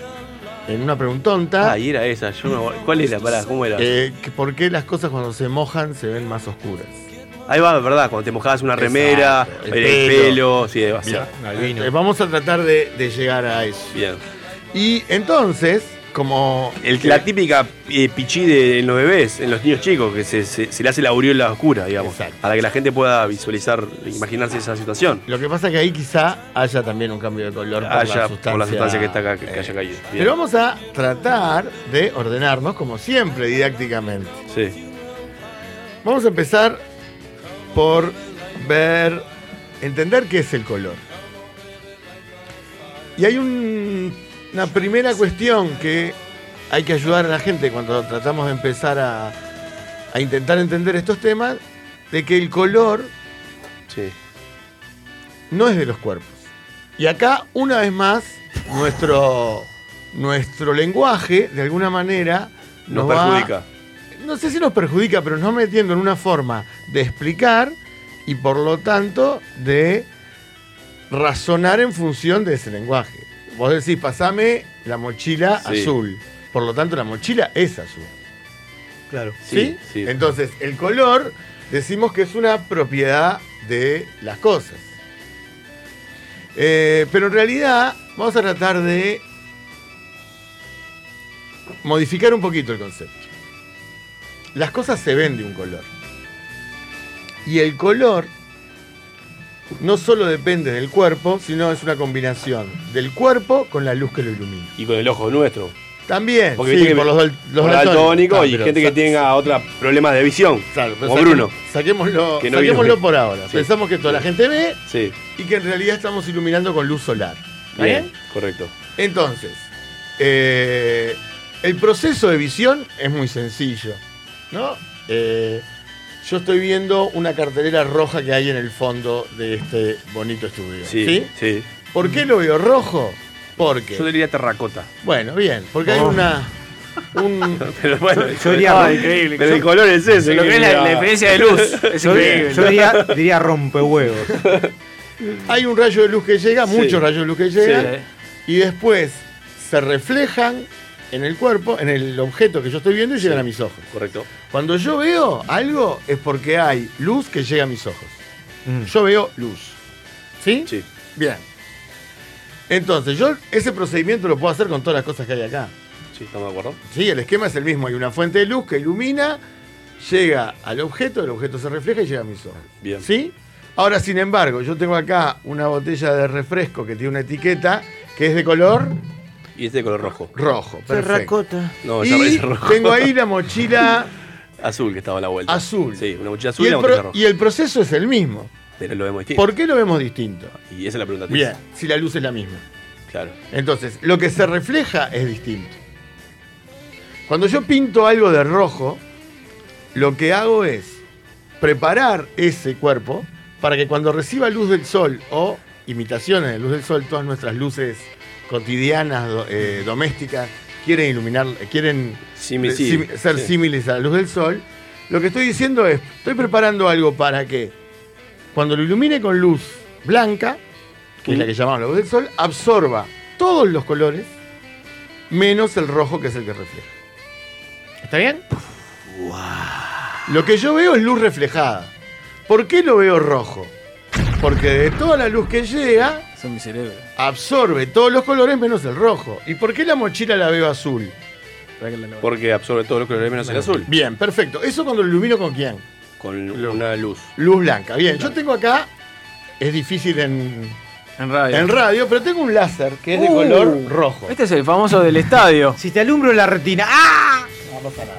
[SPEAKER 5] en una preguntonta.
[SPEAKER 2] Ahí Ah, era esa. Yo me- ¿Cuál era? Pará, ¿cómo era?
[SPEAKER 5] Eh, que ¿Por qué las cosas cuando se mojan se ven más oscuras?
[SPEAKER 2] Ahí va, ¿verdad? Cuando te mojabas una
[SPEAKER 5] Exacto,
[SPEAKER 2] remera,
[SPEAKER 5] el
[SPEAKER 2] el, el
[SPEAKER 5] pelo.
[SPEAKER 2] pelo, sí, va a ser.
[SPEAKER 5] Bien, eh, vamos a tratar de, de llegar a eso.
[SPEAKER 2] Bien.
[SPEAKER 5] Y entonces, como...
[SPEAKER 2] El- la típica eh, pichí de, en los bebés, en los niños chicos, que se, se- se le hace la aureola oscura, digamos, para que la gente pueda visualizar, imaginarse esa situación.
[SPEAKER 5] Lo que pasa es que ahí quizá haya también un cambio de color por,
[SPEAKER 2] Haya,
[SPEAKER 5] la Eh,
[SPEAKER 2] por la sustancia que, está acá, que, que haya caído. Bien.
[SPEAKER 5] Pero vamos a tratar de ordenarnos, como siempre, didácticamente.
[SPEAKER 2] Sí.
[SPEAKER 5] Vamos a empezar por ver, entender qué es el color. Y hay un- una primera cuestión que hay que ayudar a la gente cuando tratamos de empezar a, a intentar entender estos temas, de que el color no es de los cuerpos. Y acá, una vez más, nuestro, nuestro lenguaje, de alguna manera,
[SPEAKER 2] Nos
[SPEAKER 5] va-
[SPEAKER 2] perjudica.
[SPEAKER 5] no sé si nos perjudica, pero nos va metiendo en una forma de explicar y por lo tanto de razonar en función de ese lenguaje. Vos decís, pasame la mochila
[SPEAKER 2] Sí.
[SPEAKER 5] azul. Por lo tanto, la mochila es azul.
[SPEAKER 4] Claro.
[SPEAKER 5] ¿Sí? Entonces, el color decimos que es una propiedad de las cosas. Eh, pero en realidad vamos a tratar de modificar un poquito el concepto. Las cosas se ven de un color. Y el color no solo depende del cuerpo, sino es una combinación del cuerpo con la luz que lo ilumina.
[SPEAKER 2] Y con el ojo nuestro.
[SPEAKER 5] También,
[SPEAKER 2] Porque
[SPEAKER 5] sí,
[SPEAKER 2] viste que
[SPEAKER 5] por los, dal- los
[SPEAKER 2] por
[SPEAKER 5] daltónicos.
[SPEAKER 2] daltónicos
[SPEAKER 5] Ah,
[SPEAKER 2] y
[SPEAKER 5] pero
[SPEAKER 2] gente que
[SPEAKER 5] sa-
[SPEAKER 2] tenga otros problemas de visión.
[SPEAKER 5] Claro, pero
[SPEAKER 2] como
[SPEAKER 5] saque-
[SPEAKER 2] Bruno.
[SPEAKER 5] Saquémoslo,
[SPEAKER 2] Que no
[SPEAKER 5] saquémoslo
[SPEAKER 2] vino.
[SPEAKER 5] por ahora.
[SPEAKER 2] Sí.
[SPEAKER 5] Pensamos que toda la gente ve
[SPEAKER 2] Sí,
[SPEAKER 5] y que en realidad estamos iluminando con luz solar. ¿Está
[SPEAKER 2] bien,
[SPEAKER 5] bien?
[SPEAKER 2] correcto.
[SPEAKER 5] Entonces, eh, el proceso de visión es muy sencillo. ¿no? Eh, yo estoy viendo una cartelera roja que hay en el fondo de este bonito estudio.
[SPEAKER 2] Sí,
[SPEAKER 5] ¿sí?
[SPEAKER 2] sí.
[SPEAKER 5] ¿Por qué lo veo rojo? Porque.
[SPEAKER 2] Yo diría terracota.
[SPEAKER 5] Bueno, bien, porque
[SPEAKER 3] Oh.
[SPEAKER 5] hay una. Un,
[SPEAKER 2] Pero bueno,
[SPEAKER 4] Yo diría-
[SPEAKER 2] Ah, increíble. Pero el color es ese.
[SPEAKER 3] Lo que es la- la diferencia de luz. Es
[SPEAKER 4] Yo,
[SPEAKER 3] increíble.
[SPEAKER 4] yo diría, diría rompehuevos.
[SPEAKER 5] Hay un rayo de luz que llega,
[SPEAKER 4] Sí.
[SPEAKER 5] muchos rayos de luz que llegan,
[SPEAKER 4] Sí.
[SPEAKER 5] y después se reflejan en el cuerpo, en el objeto que yo estoy viendo y llegan a mis ojos.
[SPEAKER 2] Correcto.
[SPEAKER 5] Cuando yo veo algo es porque hay luz que llega a mis ojos. Yo veo luz. ¿Sí?
[SPEAKER 2] Sí.
[SPEAKER 5] Bien. Entonces, yo ese procedimiento lo puedo hacer con todas las cosas que hay acá.
[SPEAKER 2] Sí, estamos de acuerdo.
[SPEAKER 5] Sí, el esquema es el mismo. Hay una fuente de luz que ilumina, llega al objeto, el objeto se refleja y llega a mis ojos.
[SPEAKER 2] Bien.
[SPEAKER 5] ¿Sí? Ahora, sin embargo, yo tengo acá una botella de refresco que tiene una etiqueta que es de color
[SPEAKER 2] Y este de color rojo.
[SPEAKER 5] rojo. Perfecto.
[SPEAKER 4] Terracota.
[SPEAKER 2] No, ya
[SPEAKER 5] y
[SPEAKER 2] parece rojo.
[SPEAKER 5] tengo ahí la mochila
[SPEAKER 2] Azul que estaba a la vuelta.
[SPEAKER 5] Azul.
[SPEAKER 2] Sí, una mochila azul
[SPEAKER 5] y
[SPEAKER 2] y,
[SPEAKER 5] el,
[SPEAKER 2] una
[SPEAKER 5] pro-
[SPEAKER 2] mochila roja.
[SPEAKER 5] y el proceso es el mismo.
[SPEAKER 2] Pero lo vemos distinto.
[SPEAKER 5] ¿Por qué lo vemos distinto?
[SPEAKER 2] Y esa es la pregunta. que
[SPEAKER 5] Bien,
[SPEAKER 2] hice.
[SPEAKER 5] si la luz es la misma.
[SPEAKER 2] Claro.
[SPEAKER 5] Entonces, lo que se refleja es distinto. Cuando yo pinto algo de rojo, lo que hago es preparar ese cuerpo para que cuando reciba luz del sol o imitaciones de luz del sol, todas nuestras luces cotidianas, do- eh, domésticas, quieren iluminar, eh, quieren
[SPEAKER 2] Simi-
[SPEAKER 5] eh,
[SPEAKER 2] sí,
[SPEAKER 5] simi- ser
[SPEAKER 2] sí.
[SPEAKER 5] símiles a la luz del sol. Lo que estoy diciendo es, estoy preparando algo para que cuando lo ilumine con luz blanca, que es la que llamamos la luz del sol, absorba todos los colores menos el rojo que es el que refleja. ¿Está bien? Lo que yo veo es luz reflejada. ¿Por qué lo veo rojo? Porque de toda la luz que llega,
[SPEAKER 3] Son mi cerebro.
[SPEAKER 5] absorbe todos los colores menos el rojo. ¿Y por qué la mochila la veo azul?
[SPEAKER 2] Porque absorbe todos los colores menos el azul.
[SPEAKER 5] Bien, perfecto. ¿Eso cuando lo ilumino con quién?
[SPEAKER 2] Con una luz.
[SPEAKER 5] Luz blanca. Bien, yo tengo acá, es difícil en,
[SPEAKER 3] en radio.
[SPEAKER 5] en radio, pero tengo un láser que es de
[SPEAKER 3] Uh.
[SPEAKER 5] color rojo.
[SPEAKER 3] Este es el famoso del estadio.
[SPEAKER 4] Si te alumbro la retina. ¡Ah!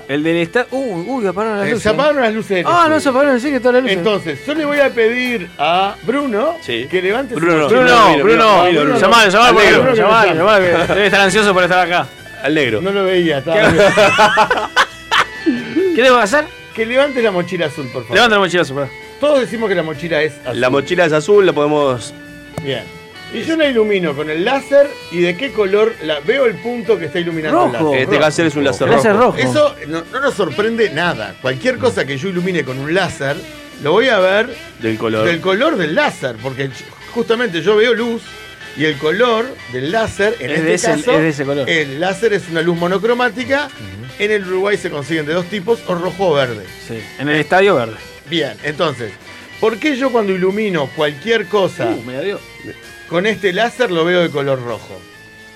[SPEAKER 3] El del estadio. Uy, uy, apagaron las
[SPEAKER 5] Eh,
[SPEAKER 3] luces.
[SPEAKER 5] se apagaron las luces. del
[SPEAKER 3] Ah, no,
[SPEAKER 5] estudio.
[SPEAKER 3] se apagaron, sí, que todas las luces.
[SPEAKER 5] Entonces, yo le voy a pedir a Bruno que levante su
[SPEAKER 3] Bruno,
[SPEAKER 5] mochila.
[SPEAKER 3] Bruno,
[SPEAKER 5] Mira, mira,
[SPEAKER 3] Bruno,
[SPEAKER 5] mira,
[SPEAKER 3] Bruno,
[SPEAKER 5] Bruno.
[SPEAKER 3] llamalo, llamalo,
[SPEAKER 5] Al
[SPEAKER 3] porque-
[SPEAKER 5] negro, Bruno,
[SPEAKER 3] llamalo,
[SPEAKER 5] llamalo.
[SPEAKER 3] llamalo, que debe estar ansioso por estar acá.
[SPEAKER 2] Al negro.
[SPEAKER 5] No lo veía, estaba
[SPEAKER 3] ¿Qué debo hacer?
[SPEAKER 5] Que levante la mochila azul, por favor.
[SPEAKER 3] Levanta la mochila azul.
[SPEAKER 5] Todos decimos que la mochila es azul.
[SPEAKER 2] La mochila es azul, la podemos.
[SPEAKER 5] Bien. Y yo la ilumino con el láser y de qué color la veo el punto que está iluminando el
[SPEAKER 2] Rojo,
[SPEAKER 5] láser.
[SPEAKER 2] Este rojo. láser es un láser Rojo. rojo. Láser
[SPEAKER 5] Eso no, no nos sorprende nada. Cualquier cosa que yo ilumine con un láser, lo voy a ver
[SPEAKER 2] Del color.
[SPEAKER 5] del color del láser, porque justamente yo veo luz y el color del láser en
[SPEAKER 3] Es
[SPEAKER 5] este
[SPEAKER 3] de ese-
[SPEAKER 5] caso
[SPEAKER 3] es de ese color.
[SPEAKER 5] el láser es una luz monocromática. En el Uruguay se consiguen de dos tipos, o rojo o verde.
[SPEAKER 3] Sí. En el estadio verde.
[SPEAKER 5] Bien, entonces, ¿por qué yo cuando ilumino cualquier cosa
[SPEAKER 3] Uh, me la dio.
[SPEAKER 5] con este láser lo veo de color rojo?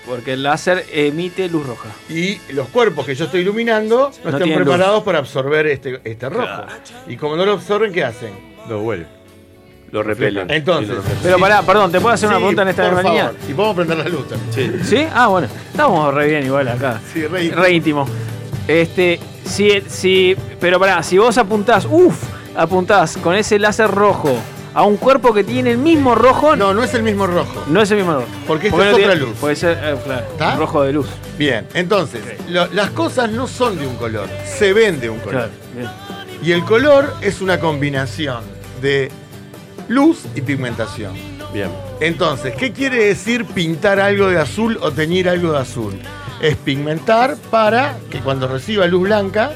[SPEAKER 3] Porque el láser emite luz roja.
[SPEAKER 5] Y los cuerpos que yo estoy iluminando no,
[SPEAKER 3] No
[SPEAKER 5] están
[SPEAKER 3] tienen
[SPEAKER 5] preparados para absorber este, este rojo. Y como no lo absorben, ¿qué hacen? Lo vuelven.
[SPEAKER 2] Lo repelen.
[SPEAKER 5] Entonces.
[SPEAKER 3] Pero pará, perdón, ¿te puedo hacer una
[SPEAKER 5] Sí,
[SPEAKER 3] pregunta en esta
[SPEAKER 5] por
[SPEAKER 3] misma línea?
[SPEAKER 5] favor. Y podemos prender la luz también.
[SPEAKER 2] Sí.
[SPEAKER 3] ¿Sí? Ah, bueno. Estamos re bien igual acá.
[SPEAKER 5] Sí, re íntimo.
[SPEAKER 3] íntimo. Este, si, si, pero pará, si vos apuntás, uff, apuntás con ese láser rojo a un cuerpo que tiene el mismo rojo.
[SPEAKER 5] No, no es el mismo rojo.
[SPEAKER 3] No es el mismo rojo.
[SPEAKER 5] Porque esta
[SPEAKER 3] no
[SPEAKER 5] es otra
[SPEAKER 3] tiene-
[SPEAKER 5] luz.
[SPEAKER 3] Puede ser, eh, claro,
[SPEAKER 5] ¿Está?
[SPEAKER 3] un rojo de luz.
[SPEAKER 5] Bien, entonces, lo- las cosas no son de un color, se ven de un color.
[SPEAKER 3] Claro, bien.
[SPEAKER 5] Y el color es una combinación de luz y pigmentación.
[SPEAKER 2] Bien.
[SPEAKER 5] Entonces, ¿qué quiere decir pintar algo de azul o teñir algo de azul? Es pigmentar para que cuando reciba luz blanca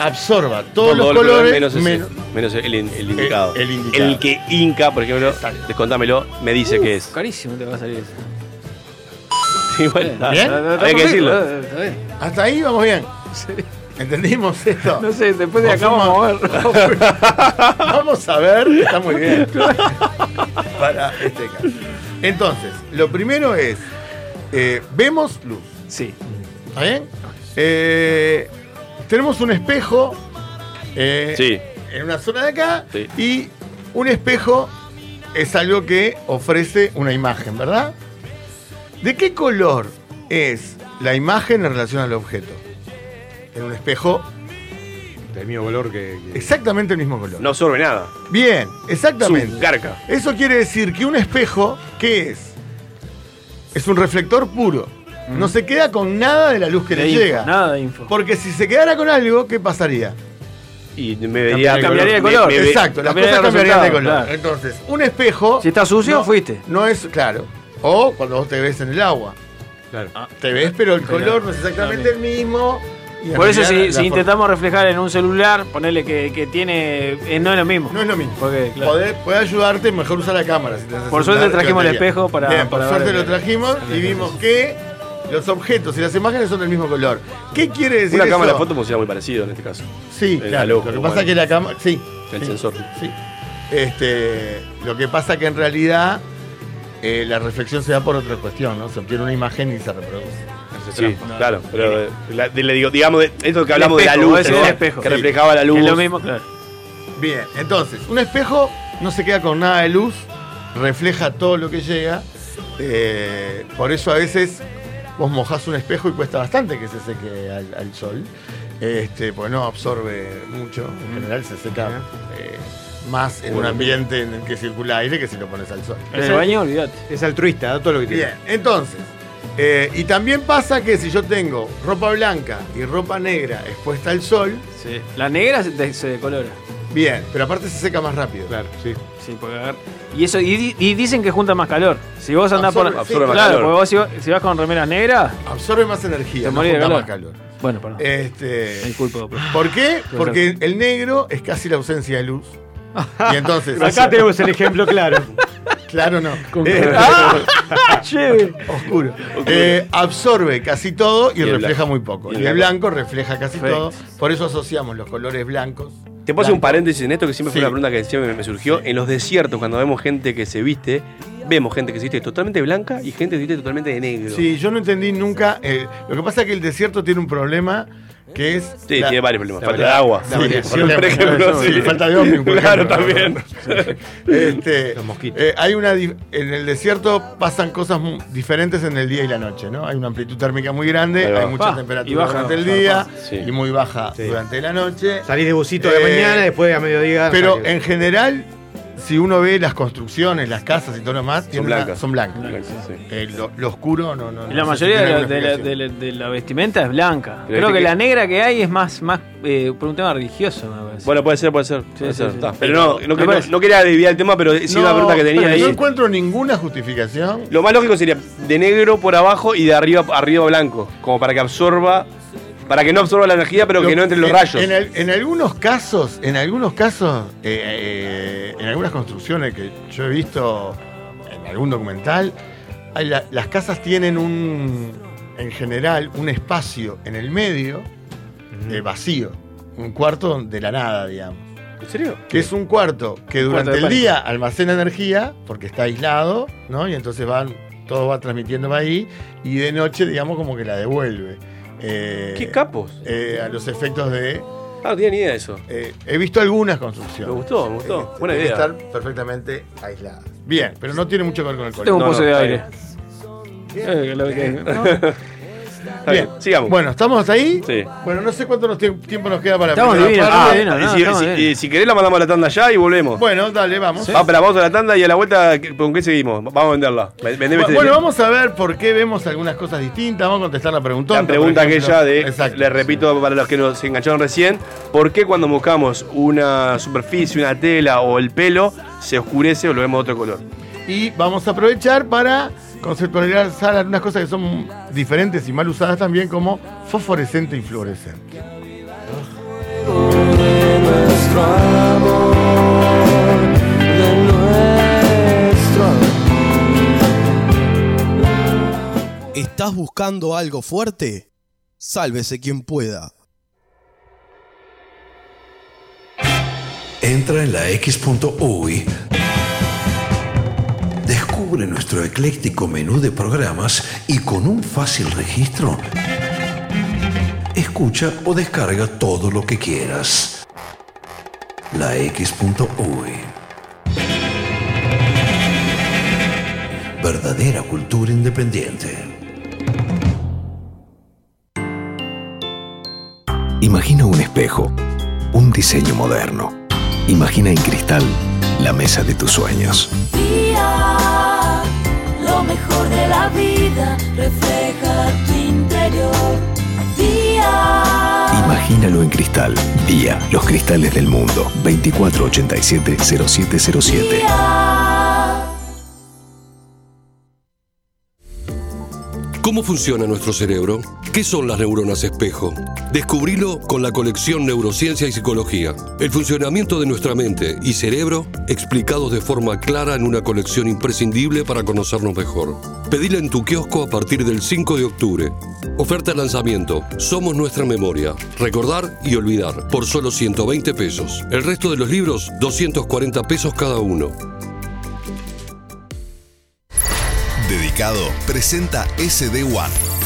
[SPEAKER 5] absorba todos los
[SPEAKER 2] Todo el color
[SPEAKER 5] colores
[SPEAKER 2] menos, ese,
[SPEAKER 5] menos-
[SPEAKER 2] menos el, in- el indicado.
[SPEAKER 5] el indicado.
[SPEAKER 2] El que Inca, por ejemplo, descontámelo, me dice que es.
[SPEAKER 3] Carísimo te va a salir eso.
[SPEAKER 2] Igual, nada,
[SPEAKER 5] ¿Bien?
[SPEAKER 2] había que decirlo.
[SPEAKER 5] Hasta ahí vamos bien. ¿Entendimos esto?
[SPEAKER 3] No sé, después de
[SPEAKER 5] O
[SPEAKER 3] acá
[SPEAKER 5] somos-
[SPEAKER 3] vamos a ver.
[SPEAKER 5] Vamos a ver, está muy bien.
[SPEAKER 15] uh,
[SPEAKER 5] Para este caso. Entonces, lo primero es, eh, vemos luz.
[SPEAKER 3] Sí.
[SPEAKER 5] ¿Está bien? Eh, tenemos un espejo eh,
[SPEAKER 2] Sí.
[SPEAKER 5] en una zona de acá
[SPEAKER 2] Sí.
[SPEAKER 5] y un espejo es algo que ofrece una imagen, ¿verdad? ¿De qué color es la imagen en relación al objeto? En un espejo,
[SPEAKER 4] Del mismo color que. que-
[SPEAKER 5] exactamente el mismo color.
[SPEAKER 2] No absorbe nada.
[SPEAKER 5] Bien,
[SPEAKER 2] Es
[SPEAKER 5] exactamente.
[SPEAKER 2] un garca.
[SPEAKER 5] Eso quiere decir que un espejo, ¿qué es? Es un reflector puro. No se queda con nada de la luz que
[SPEAKER 3] De
[SPEAKER 5] le
[SPEAKER 3] info,
[SPEAKER 5] llega.
[SPEAKER 3] Nada de info.
[SPEAKER 5] Porque si se quedara con algo, ¿qué pasaría?
[SPEAKER 2] Y me vería.
[SPEAKER 3] Cambiaría de color.
[SPEAKER 2] me- me-
[SPEAKER 5] Exacto, las
[SPEAKER 3] Cambiaría
[SPEAKER 5] cosas
[SPEAKER 3] de
[SPEAKER 5] cambiarían de color.
[SPEAKER 3] resultado,
[SPEAKER 5] Entonces, un espejo.
[SPEAKER 3] Si está sucio,
[SPEAKER 5] no-
[SPEAKER 3] fuiste.
[SPEAKER 5] No es, claro. O cuando vos te ves en el agua.
[SPEAKER 4] Claro.
[SPEAKER 5] Ah, Te ves, pero el
[SPEAKER 3] Pero-
[SPEAKER 5] color no es exactamente el mismo. y en
[SPEAKER 3] Por eso
[SPEAKER 5] realidad
[SPEAKER 3] si,
[SPEAKER 5] la-
[SPEAKER 3] si
[SPEAKER 5] la forma-
[SPEAKER 3] intentamos reflejar en un celular, ponerle que, que tiene... eh, no es lo mismo.
[SPEAKER 5] No es lo mismo.
[SPEAKER 3] Porque, claro.
[SPEAKER 5] Poder- puede ayudarte, mejor usar la cámara. si tenés
[SPEAKER 3] Por
[SPEAKER 5] el
[SPEAKER 3] suerte
[SPEAKER 5] celular,
[SPEAKER 3] trajimos
[SPEAKER 5] que
[SPEAKER 3] el
[SPEAKER 5] batería.
[SPEAKER 3] espejo para-
[SPEAKER 5] Bien, por
[SPEAKER 3] para
[SPEAKER 5] suerte
[SPEAKER 3] ver
[SPEAKER 5] lo
[SPEAKER 3] el-
[SPEAKER 5] trajimos y vimos que los objetos y las imágenes son del mismo color. ¿Qué quiere decir
[SPEAKER 2] Una
[SPEAKER 5] eso?
[SPEAKER 2] cámara de foto funciona muy parecido en este caso.
[SPEAKER 5] Sí,
[SPEAKER 2] El
[SPEAKER 5] claro.
[SPEAKER 2] al
[SPEAKER 5] Lo
[SPEAKER 2] ojo,
[SPEAKER 5] que
[SPEAKER 2] bueno.
[SPEAKER 5] pasa es que la cámara. Sí.
[SPEAKER 2] El
[SPEAKER 5] sí,
[SPEAKER 2] sensor.
[SPEAKER 5] Sí. Este, lo que pasa que en realidad eh, la reflexión se da por otra cuestión, ¿no? Se obtiene una imagen y se reproduce.
[SPEAKER 2] Sí, claro. Pero eh, la- de- le digo, digamos, de- esto que hablamos de la
[SPEAKER 3] espejo,
[SPEAKER 2] luz,
[SPEAKER 3] es
[SPEAKER 2] ¿no?
[SPEAKER 3] el espejo.
[SPEAKER 2] que
[SPEAKER 3] Sí.
[SPEAKER 2] reflejaba la luz.
[SPEAKER 3] Es lo mismo, claro.
[SPEAKER 5] Bien, entonces, un espejo no se queda con nada de luz, refleja todo lo que llega. eh, por eso a veces vos mojás un espejo y cuesta bastante que se seque al, al sol. Este, porque no absorbe mucho.
[SPEAKER 3] Mm.
[SPEAKER 5] En general se seca eh, más en un ambiente en el que circula aire que si lo pones al sol.
[SPEAKER 3] En el baño, olvídate.
[SPEAKER 4] Es altruista, da todo lo que tiene.
[SPEAKER 5] Bien, entonces. eh, y también pasa que si yo tengo ropa blanca y ropa negra expuesta al sol,
[SPEAKER 3] Sí. La negra se, de- se decolora.
[SPEAKER 5] bien, pero aparte se seca más rápido.
[SPEAKER 4] Claro, sí.
[SPEAKER 3] Sí, porque agar- y eso y, di- y dicen que junta más calor. Si vos andás
[SPEAKER 5] Absorbe,
[SPEAKER 3] por
[SPEAKER 5] sí, Absorbe más
[SPEAKER 3] claro,
[SPEAKER 5] calor.
[SPEAKER 3] porque vos si, vas- si vas con remeras negras,
[SPEAKER 5] Absorbe más energía,
[SPEAKER 3] te
[SPEAKER 5] no
[SPEAKER 3] morís de
[SPEAKER 5] junta
[SPEAKER 3] calor.
[SPEAKER 5] más calor.
[SPEAKER 3] Bueno, perdón.
[SPEAKER 5] Este,
[SPEAKER 3] Disculpa, pero-
[SPEAKER 5] ¿Por qué?
[SPEAKER 3] Puede
[SPEAKER 5] Porque el negro es casi la ausencia de luz. Y entonces.
[SPEAKER 4] Acá tenemos el ejemplo claro.
[SPEAKER 5] Claro, no. Eh,
[SPEAKER 3] ¡Ah! Che.
[SPEAKER 5] oscuro. Eh, absorbe casi todo y,
[SPEAKER 2] Y el
[SPEAKER 5] refleja
[SPEAKER 2] blanco.
[SPEAKER 5] muy poco.
[SPEAKER 2] Y
[SPEAKER 5] Y
[SPEAKER 2] el
[SPEAKER 5] el, blanco refleja casi
[SPEAKER 3] Perfecto.
[SPEAKER 5] todo. Por eso asociamos los colores blancos.
[SPEAKER 2] Te puedo hacer un
[SPEAKER 5] Blanco.
[SPEAKER 2] paréntesis en esto que siempre fue
[SPEAKER 5] Sí.
[SPEAKER 2] una pregunta que siempre me- me surgió. En los desiertos, cuando vemos gente que se viste vemos gente que se viste totalmente blanca y gente que se viste totalmente de negro.
[SPEAKER 5] Sí, yo no entendí nunca. eh, lo que pasa es que el desierto tiene un problema que es.
[SPEAKER 2] Sí, tiene varios problemas. Falta de
[SPEAKER 5] varia-
[SPEAKER 2] agua.
[SPEAKER 5] la
[SPEAKER 2] Sí,
[SPEAKER 5] variación,
[SPEAKER 2] por ejemplo, sí.
[SPEAKER 5] Falta de ómnibus. por
[SPEAKER 2] Claro,
[SPEAKER 5] ejemplo.
[SPEAKER 2] también.
[SPEAKER 5] Este, eh, hay una dif- en el desierto pasan cosas mu- diferentes en el día y la noche, ¿no? Hay una amplitud térmica muy grande,
[SPEAKER 4] Ahí va.
[SPEAKER 5] este, hay mucha
[SPEAKER 4] Pa,
[SPEAKER 5] temperatura
[SPEAKER 4] Ah, y baja,
[SPEAKER 5] durante el
[SPEAKER 4] baja,
[SPEAKER 5] día
[SPEAKER 4] baja. Sí.
[SPEAKER 5] y muy baja
[SPEAKER 4] Sí.
[SPEAKER 5] durante la noche. Eh,
[SPEAKER 4] Salís de busito de mañana, después a mediodía
[SPEAKER 5] Pero
[SPEAKER 4] salís.
[SPEAKER 5] en general, si uno ve las construcciones, las casas y todo lo más, tienen una-
[SPEAKER 2] blancas.
[SPEAKER 5] son blancas. Eh, lo, lo oscuro no, no.
[SPEAKER 3] Y
[SPEAKER 5] no
[SPEAKER 3] La
[SPEAKER 5] sé
[SPEAKER 3] mayoría
[SPEAKER 5] si
[SPEAKER 3] de
[SPEAKER 5] tiene
[SPEAKER 3] la,
[SPEAKER 5] alguna
[SPEAKER 3] de la-
[SPEAKER 5] explicación.
[SPEAKER 3] de la- de la vestimenta es blanca.
[SPEAKER 2] Pero
[SPEAKER 3] Creo
[SPEAKER 2] viste
[SPEAKER 3] que
[SPEAKER 2] que-
[SPEAKER 3] la negra que hay es más, más eh, por un tema religioso, me parece.
[SPEAKER 2] Bueno, puede ser, puede ser. puede
[SPEAKER 3] sí,
[SPEAKER 2] ser.
[SPEAKER 3] sí.
[SPEAKER 2] Está. Pero no, no,
[SPEAKER 3] Me
[SPEAKER 2] que- no-
[SPEAKER 3] parece.
[SPEAKER 2] no quería desviar el tema, pero sí
[SPEAKER 5] No,
[SPEAKER 2] una pregunta que tenía
[SPEAKER 5] pero
[SPEAKER 2] ahí.
[SPEAKER 5] No encuentro ninguna justificación.
[SPEAKER 2] Lo más lógico sería de negro por abajo y de arriba arriba blanco, como para que absorba, para que no absorba la energía, pero
[SPEAKER 5] Lo-
[SPEAKER 2] que no entre los
[SPEAKER 5] en-
[SPEAKER 2] rayos.
[SPEAKER 5] En, al- en algunos casos, en algunos casos, eh, eh, en algunas construcciones que yo he visto en algún documental, hay la- las casas tienen un, en general, un espacio en el medio eh, vacío, un cuarto de la nada, digamos.
[SPEAKER 2] ¿En serio?
[SPEAKER 5] Que es un cuarto que
[SPEAKER 2] Un
[SPEAKER 5] durante
[SPEAKER 2] cuarto de
[SPEAKER 5] el
[SPEAKER 2] pánico.
[SPEAKER 5] día almacena energía porque está aislado, ¿no? Y entonces van, todo va transmitiendo ahí y de noche, digamos, como que la devuelve. Eh,
[SPEAKER 2] ¿Qué capos?
[SPEAKER 5] eh, a los efectos de.
[SPEAKER 2] Ah, no tenía ni idea de eso.
[SPEAKER 5] Eh, he visto algunas construcciones.
[SPEAKER 2] Me gustó, me gustó.
[SPEAKER 5] Eh,
[SPEAKER 2] Buena
[SPEAKER 5] tiene
[SPEAKER 2] idea.
[SPEAKER 5] que estar perfectamente aisladas. Bien, pero no tiene mucho que ver con el
[SPEAKER 3] Yo
[SPEAKER 5] color.
[SPEAKER 3] tengo un
[SPEAKER 5] No,
[SPEAKER 3] pozo
[SPEAKER 5] no,
[SPEAKER 3] de
[SPEAKER 5] está
[SPEAKER 3] aire.
[SPEAKER 5] bien.
[SPEAKER 3] Eh, lo que- ¿no?
[SPEAKER 2] Está bien, sigamos.
[SPEAKER 5] Bueno, ¿estamos ahí?
[SPEAKER 2] Sí.
[SPEAKER 5] Bueno, no sé cuánto nos tie- tiempo nos queda para
[SPEAKER 2] Estamos
[SPEAKER 5] la
[SPEAKER 2] divinos,
[SPEAKER 5] primera
[SPEAKER 3] ah,
[SPEAKER 2] estamos
[SPEAKER 5] parte.
[SPEAKER 2] divinos, no, Y si- estamos si- divinos. y si querés la mandamos a la tanda ya y volvemos.
[SPEAKER 5] Bueno, dale, vamos.
[SPEAKER 2] Ah, pero vamos a la tanda y a la vuelta, ¿qué- ¿con qué seguimos? Vamos a venderla. Ven- vendeme este-
[SPEAKER 5] Bueno, vamos a ver por qué vemos algunas cosas distintas. Vamos a contestar la pregunta.
[SPEAKER 2] La pregunta aquella de, le repito para los que nos engancharon recién, ¿por qué cuando buscamos una superficie, una tela o el pelo se oscurece o lo vemos de otro color?
[SPEAKER 5] Y vamos a aprovechar para conceptualizar algunas cosas que son diferentes y mal usadas también, como fosforescente y fluorescente.
[SPEAKER 1] nuestro amor, de nuestro
[SPEAKER 6] ¿Estás buscando algo fuerte? Sálvese quien pueda.
[SPEAKER 14] Entra en la X.UI. Descubre nuestro ecléctico menú de programas y con un fácil registro, escucha o descarga todo lo que quieras. La X.UI. Verdadera cultura independiente.
[SPEAKER 16] Imagina un espejo, un diseño moderno. Imagina en cristal la mesa de tus sueños.
[SPEAKER 1] Día, lo mejor de la vida refleja tu interior. Día,
[SPEAKER 16] Imagínalo en cristal. Día, los cristales del mundo. 2487-0707.
[SPEAKER 8] ¿Cómo funciona nuestro cerebro? ¿Qué son las neuronas espejo? Descubrilo con la colección Neurociencia y Psicología. El funcionamiento de nuestra mente y cerebro explicados de forma clara en una colección imprescindible para conocernos mejor. Pedila en tu kiosco a partir del 5 de octubre. Oferta de lanzamiento. Somos nuestra memoria. Recordar y olvidar. Por solo 120 pesos. El resto de los libros, 240 pesos cada uno.
[SPEAKER 15] Dedicado presenta SD One,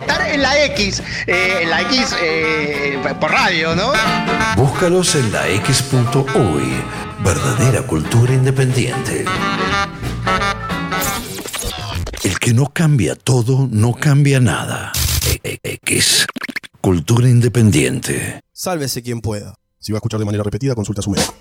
[SPEAKER 17] Estar en la X, eh, en la X eh, por radio, ¿no?
[SPEAKER 14] Búscalos en la X.uy. Verdadera cultura independiente. El que no cambia todo, no cambia nada. E- e- X. Cultura independiente.
[SPEAKER 6] Sálvese quien pueda. Si va a escuchar de manera repetida, consulta a su médico.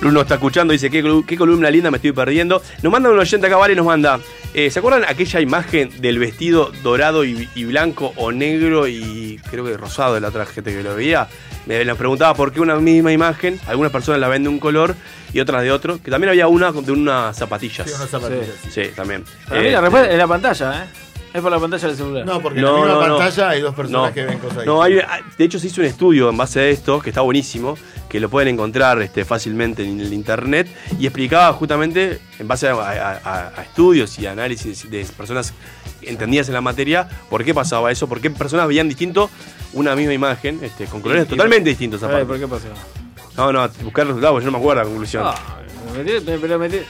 [SPEAKER 2] Bruno está escuchando, dice, ¿Qué, colu- qué columna linda me estoy perdiendo. Nos manda un oyente acá, vale, nos manda. eh, ¿Se acuerdan aquella imagen del vestido dorado y, y blanco o negro y creo que rosado de la otra gente que lo veía? Me nos preguntaba por qué una misma imagen, algunas personas la ven de un color y otras de otro, que también había una de unas zapatillas.
[SPEAKER 5] Sí, unas zapatillas,
[SPEAKER 2] Sí, también.
[SPEAKER 3] Para mí
[SPEAKER 2] Eh,
[SPEAKER 3] la respuesta es la pantalla, ¿eh? Es por la pantalla del celular.
[SPEAKER 5] No, porque en la misma pantalla hay dos personas que ven cosas
[SPEAKER 2] No, hay, ah, de hecho se hizo un estudio en base a esto, que está buenísimo, que lo pueden encontrar este, fácilmente en el internet, y explicaba justamente, en base a, a- a- a estudios y análisis de personas entendidas en la materia, por qué pasaba eso, por qué personas veían distinto una misma imagen, este, con colores
[SPEAKER 3] Y- y-
[SPEAKER 2] totalmente distintos
[SPEAKER 3] A ver,
[SPEAKER 2] aparte.
[SPEAKER 3] ¿por qué pasó?
[SPEAKER 2] No, no, buscar resultados, yo no me acuerdo la conclusión.
[SPEAKER 3] Ah, me metí, me- pero me metí.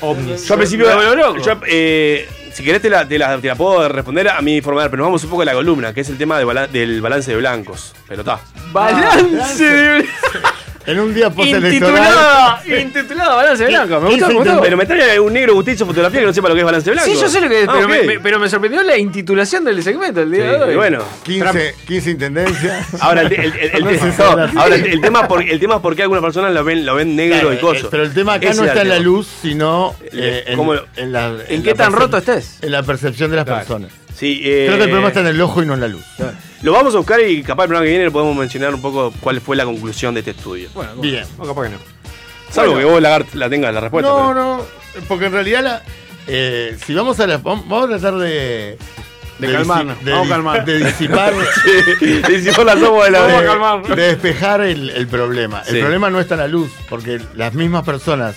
[SPEAKER 2] Yo al principio.
[SPEAKER 3] Me vuelvo loco.
[SPEAKER 2] yo, eh, si querés, te la, te la- te la puedo responder a mi forma de ver, pero nos vamos un poco a la columna, que es el tema de bala- del balance de blancos. Pero está.
[SPEAKER 5] Ah,
[SPEAKER 3] Balance de
[SPEAKER 5] En un día
[SPEAKER 3] Intitulada, intitulada balance de blanco. Me gustó, me gustó.
[SPEAKER 2] Pero me trae un negro usted hizo fotografía que no sepa lo que es balance blanco.
[SPEAKER 3] Sí, yo sé lo que es,
[SPEAKER 2] Ah,
[SPEAKER 3] pero,
[SPEAKER 2] ok.
[SPEAKER 3] me, me- pero me sorprendió la intitulación del segmento el día
[SPEAKER 2] Sí,
[SPEAKER 3] de hoy.
[SPEAKER 2] y bueno.
[SPEAKER 5] 15, 15 intendencias.
[SPEAKER 2] Ahora, el, el- el- el-
[SPEAKER 5] No
[SPEAKER 2] el-
[SPEAKER 5] se
[SPEAKER 2] no,
[SPEAKER 5] sabe.
[SPEAKER 2] ahora, el- el tema por- el tema es por qué algunas personas lo ven, lo ven negro
[SPEAKER 5] Claro,
[SPEAKER 2] y coso.
[SPEAKER 5] eh, Pero el tema acá
[SPEAKER 2] Ese
[SPEAKER 5] no
[SPEAKER 2] era
[SPEAKER 5] está
[SPEAKER 2] el
[SPEAKER 5] en la
[SPEAKER 2] tema.
[SPEAKER 5] luz, sino eh, en,
[SPEAKER 2] ¿Cómo lo-
[SPEAKER 5] en la-
[SPEAKER 2] ¿En
[SPEAKER 5] la
[SPEAKER 2] qué tan
[SPEAKER 5] percep-
[SPEAKER 2] roto estés?
[SPEAKER 5] En la percepción de las
[SPEAKER 2] Claro.
[SPEAKER 5] personas.
[SPEAKER 2] Sí,
[SPEAKER 5] Creo que
[SPEAKER 2] eh,
[SPEAKER 5] el problema está en el ojo y no en la luz.
[SPEAKER 2] Lo vamos a buscar y capaz el programa que viene le podemos mencionar un poco cuál fue la conclusión de este estudio.
[SPEAKER 5] Bien.
[SPEAKER 4] O capaz que no.
[SPEAKER 2] Salvo
[SPEAKER 5] Bueno.
[SPEAKER 2] que vos la, la tengas la respuesta.
[SPEAKER 5] no,
[SPEAKER 2] pero-
[SPEAKER 5] no, porque en realidad la- eh, si vamos a la, vam- vamos a tratar de
[SPEAKER 2] De calmarnos,
[SPEAKER 5] disi- De,
[SPEAKER 2] vamos
[SPEAKER 5] dis-
[SPEAKER 2] a calmarnos.
[SPEAKER 5] de disipar,
[SPEAKER 2] Sí, de disipar las aguas de la- Vamos a calmarnos.
[SPEAKER 5] de despejar el, el problema.
[SPEAKER 2] Sí.
[SPEAKER 5] El problema no está en la luz, porque las mismas personas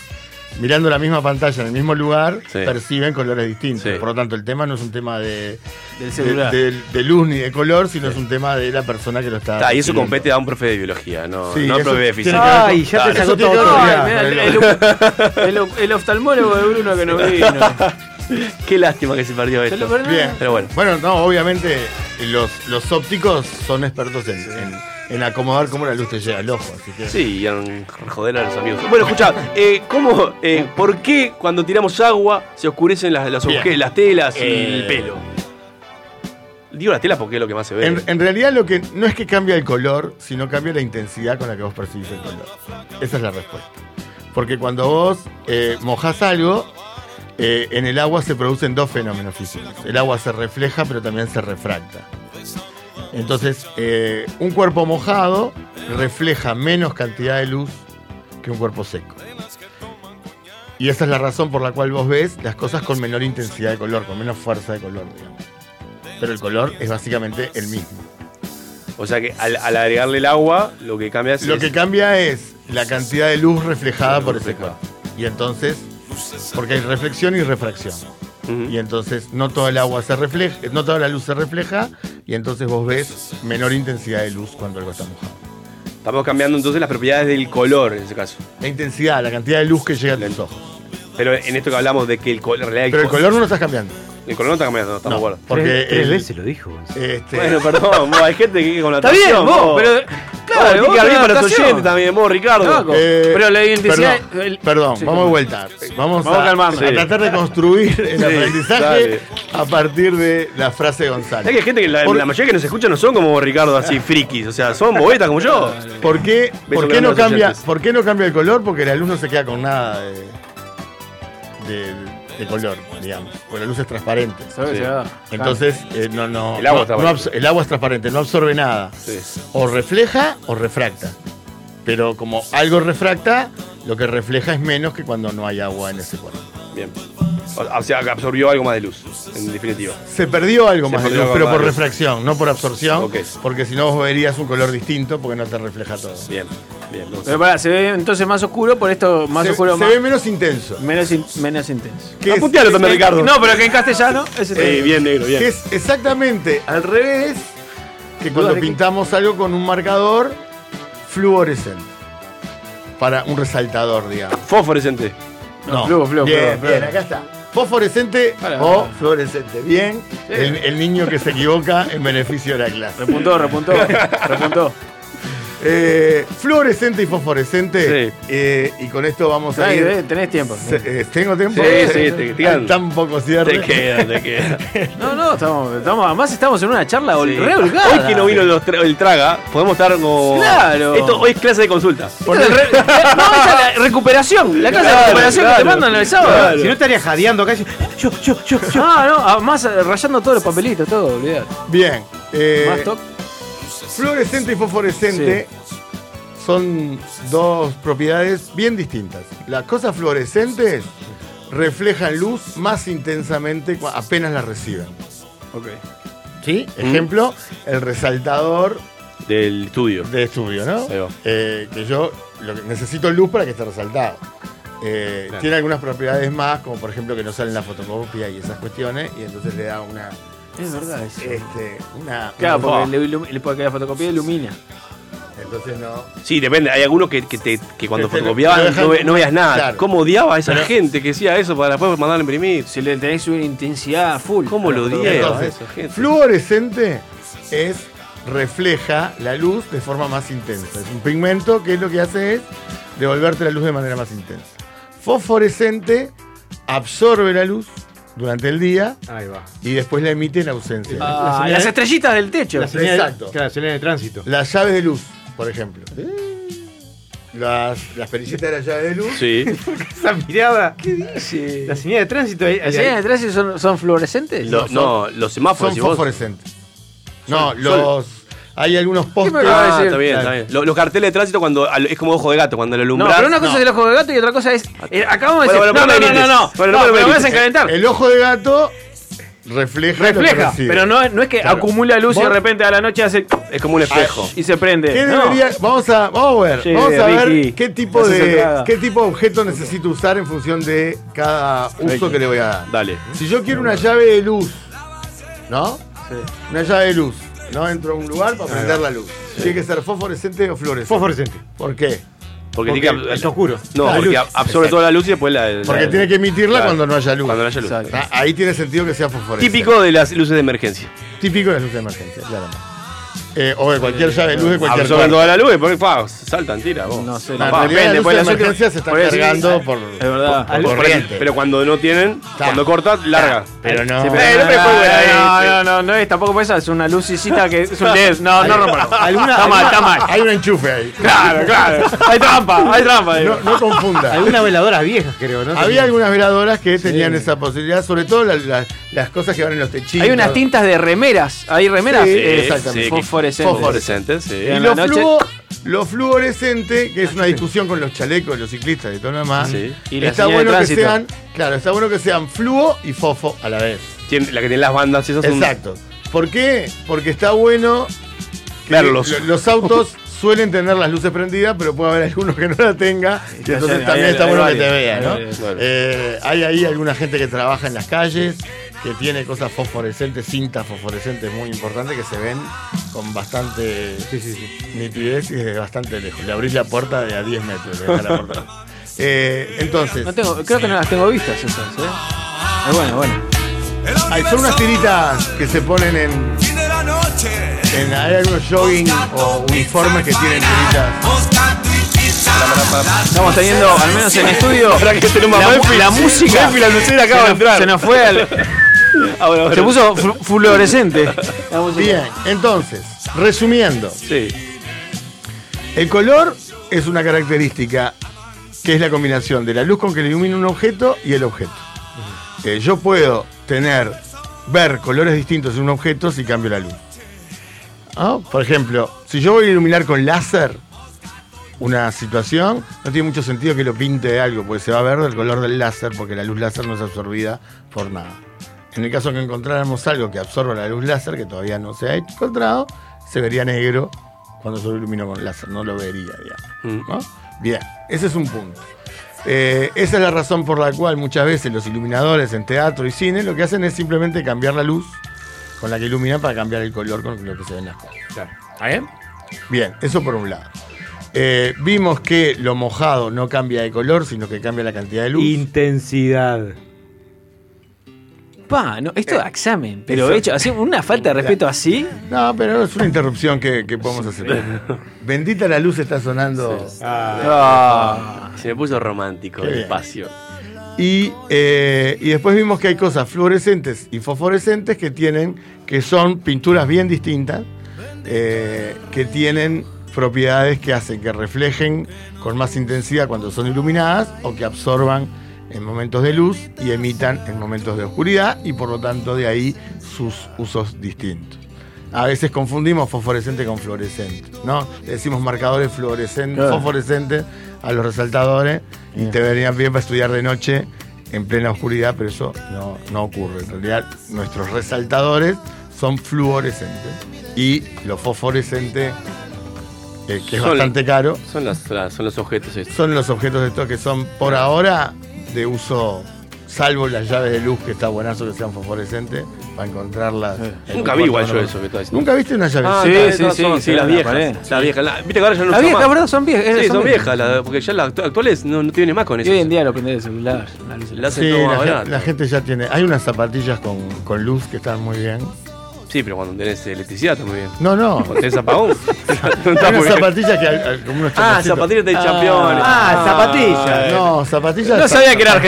[SPEAKER 5] mirando la misma pantalla en el mismo lugar
[SPEAKER 2] Sí.
[SPEAKER 5] perciben colores distintos. Por lo tanto, el tema no es un tema de,
[SPEAKER 3] Del celular.
[SPEAKER 5] de- de- de luz ni de color, sino es un tema de la persona que lo está.
[SPEAKER 2] Está, y eso
[SPEAKER 5] percibiendo.
[SPEAKER 2] compete a un profe de biología,
[SPEAKER 5] Ah,
[SPEAKER 2] no,
[SPEAKER 5] Sí,
[SPEAKER 2] no al
[SPEAKER 5] eso
[SPEAKER 2] profe de
[SPEAKER 5] tiene
[SPEAKER 2] física.
[SPEAKER 5] que ver con- Ay, ya te
[SPEAKER 2] Dale.
[SPEAKER 5] sacó todo.
[SPEAKER 3] Ay, mira, el, el- el o- el oftalmólogo de Bruno que nos vino.
[SPEAKER 2] Qué lástima que se perdió esto.
[SPEAKER 3] lo perdí.
[SPEAKER 5] Bien.
[SPEAKER 2] Pero bueno.
[SPEAKER 5] Bueno, no, obviamente los, los ópticos son expertos en, en- en acomodar cómo la luz te llega al ojo. Así que...
[SPEAKER 2] Sí, y en joder a los amigos. Bueno, escucha, eh, ¿cómo, eh, ¿por qué cuando tiramos agua se oscurecen las, las,
[SPEAKER 5] Bien.
[SPEAKER 2] obje- las telas y
[SPEAKER 5] Eh.
[SPEAKER 2] el pelo? Digo las telas porque es lo que más se ve.
[SPEAKER 5] En, en realidad lo que no es que cambia el color, sino cambia la intensidad con la que vos percibís el color. Esa es la respuesta. Porque cuando vos eh, mojás algo, eh, en el agua se producen dos fenómenos físicos. El agua se refleja, pero también se refracta. Entonces, eh, un cuerpo mojado refleja menos cantidad de luz que un cuerpo seco. Y esa es la razón por la cual vos ves las cosas con menor intensidad de color, con menos fuerza de color, digamos. Pero el color es básicamente el mismo.
[SPEAKER 2] O sea que al, al agregarle el agua, lo que cambia es.
[SPEAKER 5] Lo que cambia es la cantidad de luz reflejada por ese cuerpo. Y entonces, porque hay reflexión y refracción. Y entonces no toda el agua se refleja, no toda la luz se refleja, y entonces vos ves menor intensidad de luz cuando algo está mojado.
[SPEAKER 2] Estamos cambiando entonces las propiedades del color en ese caso.
[SPEAKER 5] La intensidad, la cantidad de luz que llega a tus ojos.
[SPEAKER 2] Pero en esto que hablamos de que el color.
[SPEAKER 5] Pero el color no lo estás cambiando.
[SPEAKER 2] El color no está cambiando, no, estamos de acuerdo.
[SPEAKER 5] Porque
[SPEAKER 4] Tres- tres
[SPEAKER 5] el-
[SPEAKER 4] veces lo dijo.
[SPEAKER 5] Este,
[SPEAKER 2] Bueno, perdón, vos, hay gente que con la
[SPEAKER 3] Está bien,
[SPEAKER 2] atracción,
[SPEAKER 3] vos, pero.
[SPEAKER 2] Vos,
[SPEAKER 3] Claro,
[SPEAKER 2] tenés
[SPEAKER 3] vos
[SPEAKER 2] que
[SPEAKER 3] con
[SPEAKER 2] abrir
[SPEAKER 3] la
[SPEAKER 2] para los
[SPEAKER 3] adaptación.
[SPEAKER 2] oyentes también, vos, Ricardo.
[SPEAKER 3] Tabaco. Pero la identidad-
[SPEAKER 5] Eh, Perdón,
[SPEAKER 3] el-
[SPEAKER 5] perdón,
[SPEAKER 3] Sí.
[SPEAKER 5] vamos de vuelta. Vamos,
[SPEAKER 3] Vamos a
[SPEAKER 5] a,
[SPEAKER 3] calmarnos.
[SPEAKER 5] a
[SPEAKER 3] Sí.
[SPEAKER 5] tratar de construir el
[SPEAKER 2] Sí,
[SPEAKER 5] aprendizaje
[SPEAKER 2] dale.
[SPEAKER 5] a partir de la frase de González.
[SPEAKER 2] Hay que gente que la,
[SPEAKER 5] Por-
[SPEAKER 2] la mayoría que nos escucha no son como vos, Ricardo, así frikis, o sea, son bobetas como yo.
[SPEAKER 5] ¿Por qué,
[SPEAKER 2] Beso
[SPEAKER 5] por, qué
[SPEAKER 2] grande a
[SPEAKER 5] no
[SPEAKER 2] los
[SPEAKER 5] cambia,
[SPEAKER 2] oyentes.
[SPEAKER 5] ¿Por qué no cambia el color? Porque la luz no se queda con nada de, de- de color, digamos. Porque la luz es transparente.
[SPEAKER 3] Sabe, se va.
[SPEAKER 5] Entonces, eh, no, no,
[SPEAKER 2] El agua
[SPEAKER 5] no-
[SPEAKER 2] está
[SPEAKER 5] no abs- el agua es transparente, no absorbe nada. O refleja o refracta. Pero como algo refracta, lo que refleja es menos que cuando no hay agua en ese cuerpo.
[SPEAKER 2] Bien. O, o sea, absorbió algo más de luz, en definitiva.
[SPEAKER 5] Se perdió algo
[SPEAKER 2] Se
[SPEAKER 5] más de
[SPEAKER 2] perdió
[SPEAKER 5] luz,
[SPEAKER 2] algo
[SPEAKER 5] pero
[SPEAKER 2] más
[SPEAKER 5] por
[SPEAKER 2] de luz.
[SPEAKER 5] refracción, no por absorción.
[SPEAKER 2] Ok.
[SPEAKER 5] Porque si no, vos verías un color distinto porque no te refleja todo.
[SPEAKER 2] Bien, bien.
[SPEAKER 3] Pero Eh, pará, se ve entonces más oscuro por esto, más
[SPEAKER 5] Se-
[SPEAKER 3] oscuro
[SPEAKER 5] se
[SPEAKER 3] más.
[SPEAKER 5] ve menos intenso.
[SPEAKER 3] Menos, in- menos intenso.
[SPEAKER 5] ¿Qué es-
[SPEAKER 3] Apuntealo
[SPEAKER 5] es-
[SPEAKER 3] No, pero que en castellano. Ese
[SPEAKER 2] Sí, bien negro, bien.
[SPEAKER 5] Que este. es exactamente al revés que cuando
[SPEAKER 3] de qué?
[SPEAKER 5] pintamos algo con un marcador fluorescente. para un resaltador, digamos.
[SPEAKER 2] Fosforescente.
[SPEAKER 5] No.
[SPEAKER 2] Flow, flow,
[SPEAKER 5] bien,
[SPEAKER 2] flow, flow.
[SPEAKER 5] bien, acá está. Fosforescente o fluorescente. Bien, el, el niño que se equivoca en beneficio de la clase.
[SPEAKER 3] Repuntó, repuntó, repuntó.
[SPEAKER 5] Eh, fluorescente y fosforescente. Eh, y con esto vamos a
[SPEAKER 3] Ay,
[SPEAKER 5] ir.
[SPEAKER 3] eh, tenés tiempo.
[SPEAKER 5] Se- eh, ¿Tengo tiempo?
[SPEAKER 3] Sí, sí, te quedan.
[SPEAKER 5] Hay tan poco cierre.
[SPEAKER 3] Te queda,
[SPEAKER 2] te queda.
[SPEAKER 3] No, no, estamos, estamos- además estamos en una charla
[SPEAKER 2] Sí.
[SPEAKER 3] re holgada.
[SPEAKER 2] Hoy que no vino los tra- el traga, podemos estar como.
[SPEAKER 3] Claro.
[SPEAKER 2] Esto, hoy es clase de consulta.
[SPEAKER 3] Esto es re- no, esa es la recuperación. La clase de
[SPEAKER 2] Claro,
[SPEAKER 3] recuperación que te
[SPEAKER 2] claro.
[SPEAKER 3] mandan el sábado.
[SPEAKER 2] Claro. Si no
[SPEAKER 3] estaría jadeando casi. Yo, yo, yo, yo. Ah, no, además eh, rayando todos los papelitos, todo, olvidate.
[SPEAKER 5] Bien. eh,
[SPEAKER 3] Más toc.
[SPEAKER 5] Fluorescente y fosforescente son dos propiedades bien distintas. Las cosas fluorescentes reflejan luz más intensamente cua- apenas las reciben.
[SPEAKER 2] Ok.
[SPEAKER 5] ¿Sí? Ejemplo, el resaltador
[SPEAKER 2] Del estudio.
[SPEAKER 5] de estudio, ¿no?
[SPEAKER 2] Ahí va.
[SPEAKER 5] Eh, que yo lo que- necesito luz para que esté resaltado. Eh,
[SPEAKER 2] Claro.
[SPEAKER 5] Tiene algunas propiedades más, como por ejemplo que no salen la fotocopia y esas cuestiones, y entonces le da una.
[SPEAKER 3] Es verdad eso.
[SPEAKER 5] Este, una,
[SPEAKER 3] Claro,
[SPEAKER 5] un-
[SPEAKER 3] porque le, ilum- le- porque la fotocopia ilumina.
[SPEAKER 5] Entonces no.
[SPEAKER 2] Sí, depende. Hay algunos que, que te- que cuando
[SPEAKER 3] Que te-
[SPEAKER 2] fotocopiaban
[SPEAKER 3] te dejan-
[SPEAKER 2] no, ve- no veas nada.
[SPEAKER 3] Claro.
[SPEAKER 2] ¿Cómo odiaba a esa
[SPEAKER 3] Pero-
[SPEAKER 2] gente que decía eso para después mandar a imprimir?
[SPEAKER 3] Si le tenés una intensidad full.
[SPEAKER 2] ¿Cómo lo odiaba a
[SPEAKER 5] Entonces,
[SPEAKER 2] esa gente?
[SPEAKER 5] fluorescente es refleja la luz de forma más intensa. Es un pigmento que lo que hace es devolverte la luz de manera más intensa. Fosforescente absorbe la luz durante el día
[SPEAKER 4] Ahí va.
[SPEAKER 5] y después la emite en ausencia.
[SPEAKER 3] Ah, las estrellitas del techo.
[SPEAKER 5] La señal- Exacto.
[SPEAKER 4] Claro, señal de tránsito.
[SPEAKER 5] Las llaves de luz, por ejemplo. Las, las perillitas de las llaves de luz.
[SPEAKER 2] Sí.
[SPEAKER 4] Esa mirada. ¿Qué dice? La señal de tránsito. eh, ahí-
[SPEAKER 3] ¿Las
[SPEAKER 4] ahí-
[SPEAKER 3] señales de tránsito son, son fluorescentes?
[SPEAKER 2] Lo- no, los semáforos.
[SPEAKER 5] Son
[SPEAKER 2] si vos-
[SPEAKER 5] fosforescentes. No,
[SPEAKER 2] Son-
[SPEAKER 5] los. Hay algunos postes.
[SPEAKER 2] Ah, está bien, está bien. Lo- Los, carteles de tránsito cuando al- es como ojo de gato, cuando lo
[SPEAKER 3] No,
[SPEAKER 2] alumbras.
[SPEAKER 3] pero una cosa es el ojo de gato y otra cosa es. eh, acabamos de
[SPEAKER 2] Bueno,
[SPEAKER 3] decir. no,
[SPEAKER 2] bueno, pero
[SPEAKER 3] no, no, no,
[SPEAKER 2] no
[SPEAKER 3] no.
[SPEAKER 2] grites. Bueno,
[SPEAKER 3] no,
[SPEAKER 2] no, pero
[SPEAKER 3] pero me vas a
[SPEAKER 2] grites.
[SPEAKER 3] encalentar.
[SPEAKER 5] El ojo de gato refleja. lo que
[SPEAKER 3] Refleja,
[SPEAKER 5] recibe.
[SPEAKER 3] pero no, no es que
[SPEAKER 5] Claro.
[SPEAKER 3] acumula luz y de
[SPEAKER 5] Vos-
[SPEAKER 3] repente a la noche hace.
[SPEAKER 2] Es como un espejo.
[SPEAKER 3] Y se prende.
[SPEAKER 5] ¿Qué
[SPEAKER 3] No.
[SPEAKER 5] debería- Vamos a, vamos a ver,
[SPEAKER 3] Sí,
[SPEAKER 5] vamos a ver
[SPEAKER 3] Ricky,
[SPEAKER 5] qué tipo
[SPEAKER 3] entonces se
[SPEAKER 5] de
[SPEAKER 3] traga.
[SPEAKER 5] qué tipo de objeto necesito usar en función de cada uso que le voy a dar.
[SPEAKER 2] Dale.
[SPEAKER 5] Si yo quiero una llave de luz, ¿no? Una llave de luz. No entro a un lugar para prender la luz. Tiene que ser fosforescente o fluorescente.
[SPEAKER 4] Fosforescente.
[SPEAKER 5] ¿Por qué?
[SPEAKER 2] Porque, tiene que,
[SPEAKER 5] es oscuro.
[SPEAKER 2] No,
[SPEAKER 5] La
[SPEAKER 2] porque
[SPEAKER 5] luz.
[SPEAKER 2] ab- absorbe
[SPEAKER 5] Exacto.
[SPEAKER 2] toda la luz y después la. la-
[SPEAKER 5] Porque tiene que emitirla
[SPEAKER 2] Claro.
[SPEAKER 5] cuando no haya luz.
[SPEAKER 2] Cuando no haya luz.
[SPEAKER 5] Ah, Ahí tiene sentido que sea fosforescente.
[SPEAKER 2] Típico de las luces de emergencia.
[SPEAKER 5] Típico de las luces de emergencia, claro. Eh, o de cualquier llave de luz de cualquier
[SPEAKER 2] Absorben
[SPEAKER 5] cuarto.
[SPEAKER 2] toda la luz y por fa, saltan, tira. Vos.
[SPEAKER 3] No sé,
[SPEAKER 5] La
[SPEAKER 2] Papá.
[SPEAKER 5] realidad, la luz
[SPEAKER 2] después
[SPEAKER 5] de
[SPEAKER 2] las otras-
[SPEAKER 5] emergencia se está
[SPEAKER 2] por eso-
[SPEAKER 5] cargando por-
[SPEAKER 2] Es verdad.
[SPEAKER 5] por- por
[SPEAKER 2] Por-
[SPEAKER 5] corriente.
[SPEAKER 2] Pero cuando no tienen, cuando cortas, larga.
[SPEAKER 5] Pero no.
[SPEAKER 3] Sí, pero
[SPEAKER 2] Eh, no me pongo ahí,
[SPEAKER 3] no,
[SPEAKER 2] sí.
[SPEAKER 3] no, no, no, no es tampoco por eso, es una lucicita que es un LED. No, no rompamos.
[SPEAKER 5] Alguna-
[SPEAKER 3] Está mal, está mal.
[SPEAKER 5] Hay un enchufe ahí.
[SPEAKER 3] Claro, claro. Hay trampa, hay trampa. digo.
[SPEAKER 5] No, no confunda.
[SPEAKER 4] Algunas veladoras viejas, creo, ¿no?
[SPEAKER 5] Había algunas veladoras que tenían esa posibilidad, sobre todo la- la- las cosas que van en los techitos.
[SPEAKER 3] Hay unas tintas de remeras. Hay remeras
[SPEAKER 5] Sí,
[SPEAKER 3] eh,
[SPEAKER 5] exactamente.
[SPEAKER 3] fosforescentes.
[SPEAKER 2] Fosforescentes, sí.
[SPEAKER 5] Y
[SPEAKER 3] en
[SPEAKER 5] lo,
[SPEAKER 3] la noche-
[SPEAKER 5] fluo- lo fluorescente, que es una discusión con los chalecos, los ciclistas y todo lo demás.
[SPEAKER 2] Sí.
[SPEAKER 3] Y la
[SPEAKER 5] está
[SPEAKER 3] señal
[SPEAKER 5] bueno
[SPEAKER 3] de
[SPEAKER 5] que
[SPEAKER 3] tránsito.
[SPEAKER 5] sean, claro, está bueno que sean fluo y fofo a la vez.
[SPEAKER 2] Tiene- la que tiene las bandas y esas son-
[SPEAKER 5] Exacto. ¿Por qué? Porque está bueno que
[SPEAKER 2] Verlos.
[SPEAKER 5] lo- Los autos suelen tener las luces prendidas, pero puede haber alguno que no la tenga. y
[SPEAKER 2] ya
[SPEAKER 5] entonces
[SPEAKER 2] sé,
[SPEAKER 5] también
[SPEAKER 2] hay-
[SPEAKER 5] está
[SPEAKER 2] hay
[SPEAKER 5] bueno que
[SPEAKER 2] varios,
[SPEAKER 5] te vea,
[SPEAKER 2] hay
[SPEAKER 5] ¿no?
[SPEAKER 2] varios. Claro.
[SPEAKER 5] Eh, hay ahí alguna gente que trabaja en las calles, que tiene cosas fosforescentes, cintas fosforescentes muy importantes que se ven con bastante nitidez y desde bastante lejos. Le abrís la puerta de a 10 metros. le dejás la puerta. Eh, entonces,
[SPEAKER 3] No tengo, creo que no las tengo vistas esas, ¿eh? Es bueno, bueno.
[SPEAKER 5] hay, son unas tiritas que se ponen en, en- Hay algunos jogging o uniformes que tienen tiritas.
[SPEAKER 3] Estamos teniendo, al menos en estudio,
[SPEAKER 2] Ahora
[SPEAKER 5] este
[SPEAKER 2] que tenemos a
[SPEAKER 3] la, mu-
[SPEAKER 2] Memphis.
[SPEAKER 3] la música.
[SPEAKER 2] Memphis, la lucera acaba
[SPEAKER 3] se
[SPEAKER 2] de
[SPEAKER 3] nos-
[SPEAKER 2] entrar.
[SPEAKER 3] Se nos fue al.
[SPEAKER 2] Ahora, ahora.
[SPEAKER 3] Se puso flu- fluorescente.
[SPEAKER 5] Bien, entonces, resumiendo.
[SPEAKER 2] Sí.
[SPEAKER 5] El color es una característica que es la combinación de la luz con que le ilumina un objeto y el objeto. Eh, yo puedo tener, ver colores distintos en un objeto si cambio la luz. Ah, Por ejemplo, si yo voy a iluminar con láser una situación, no tiene mucho sentido que lo pinte de algo, porque se va a ver del color del láser, porque la luz láser no es absorbida por nada. En el caso que encontráramos algo que absorba la luz láser, que todavía no se ha encontrado, se vería negro cuando se iluminó con láser, no lo vería, digamos. ¿no? Bien, ese es un punto. Eh, esa es la razón por la cual muchas veces los iluminadores en teatro y cine lo que hacen es simplemente cambiar la luz con la que iluminan para cambiar el color con lo que se ven las cosas. ¿Está bien? Bien, eso por un lado. Eh, vimos que lo mojado no cambia de color, sino que cambia la cantidad de luz.
[SPEAKER 4] Intensidad.
[SPEAKER 3] Pa, no, esto
[SPEAKER 5] Eh,
[SPEAKER 3] da examen, pero
[SPEAKER 5] Exacto.
[SPEAKER 3] hecho, así, una falta de respeto así.
[SPEAKER 5] No, pero es una interrupción que, que podemos hacer. Bendita la luz está sonando.
[SPEAKER 2] Ah, se me puso romántico
[SPEAKER 5] Qué
[SPEAKER 2] el
[SPEAKER 5] bien.
[SPEAKER 2] espacio.
[SPEAKER 5] Y, eh, y después vimos que hay cosas fluorescentes y fosforescentes que tienen, que son pinturas bien distintas, eh, que tienen propiedades que hacen que reflejen con más intensidad cuando son iluminadas o que absorban en momentos de luz y emitan en momentos de oscuridad y por lo tanto de ahí sus usos distintos. A veces confundimos fosforescente con fluorescente, ¿no? Le decimos marcadores fluorescentes,
[SPEAKER 4] Claro.
[SPEAKER 5] fluorescentes a los resaltadores y te verían bien para estudiar de noche en plena oscuridad, pero eso no, no ocurre. En realidad, nuestros resaltadores son fluorescentes y los fosforescentes, eh, que es
[SPEAKER 2] Son-
[SPEAKER 5] bastante caro,
[SPEAKER 2] Son, las, las- son los objetos estos.
[SPEAKER 5] son los objetos de estos que son por ahora de uso, salvo las llaves de luz, que está buenazo que sean fosforescentes, para encontrarlas. en
[SPEAKER 2] Nunca
[SPEAKER 5] un cuarto
[SPEAKER 2] vi igual
[SPEAKER 5] de
[SPEAKER 2] yo
[SPEAKER 5] la-
[SPEAKER 2] eso que estaba diciendo.
[SPEAKER 5] ¿Nunca viste una llave?
[SPEAKER 2] Ah, está, todas son- sí, las viejas. Las viejas. la- Viste que ahora ya no
[SPEAKER 3] Las
[SPEAKER 2] usan
[SPEAKER 3] viejas,
[SPEAKER 2] más.
[SPEAKER 3] ¿verdad? Son viejas,
[SPEAKER 2] Sí,
[SPEAKER 3] esas
[SPEAKER 2] son,
[SPEAKER 3] son
[SPEAKER 2] viejas,
[SPEAKER 3] viejas.
[SPEAKER 2] la- porque ya las actu- actuales no, no tienen más con
[SPEAKER 3] Y
[SPEAKER 2] eso.
[SPEAKER 3] hoy en día lo prendés del celular.
[SPEAKER 2] La hacen
[SPEAKER 5] Sí,
[SPEAKER 2] todo
[SPEAKER 5] la,
[SPEAKER 2] más
[SPEAKER 5] gen-
[SPEAKER 2] barato.
[SPEAKER 5] la gente ya tiene. Hay unas zapatillas con, con luz que están muy bien.
[SPEAKER 2] Sí, pero cuando tenés electricidad está muy bien.
[SPEAKER 5] No, no.
[SPEAKER 2] Cuando tenés apagón.
[SPEAKER 5] Hay
[SPEAKER 2] está muy
[SPEAKER 5] unas
[SPEAKER 2] bien.
[SPEAKER 5] zapatillas que. al- al- como unos
[SPEAKER 2] Ah,
[SPEAKER 5] chamoncitos.
[SPEAKER 2] zapatillas de campeones.
[SPEAKER 5] Ah, zapatillas. No, zapatillas. Ah, garra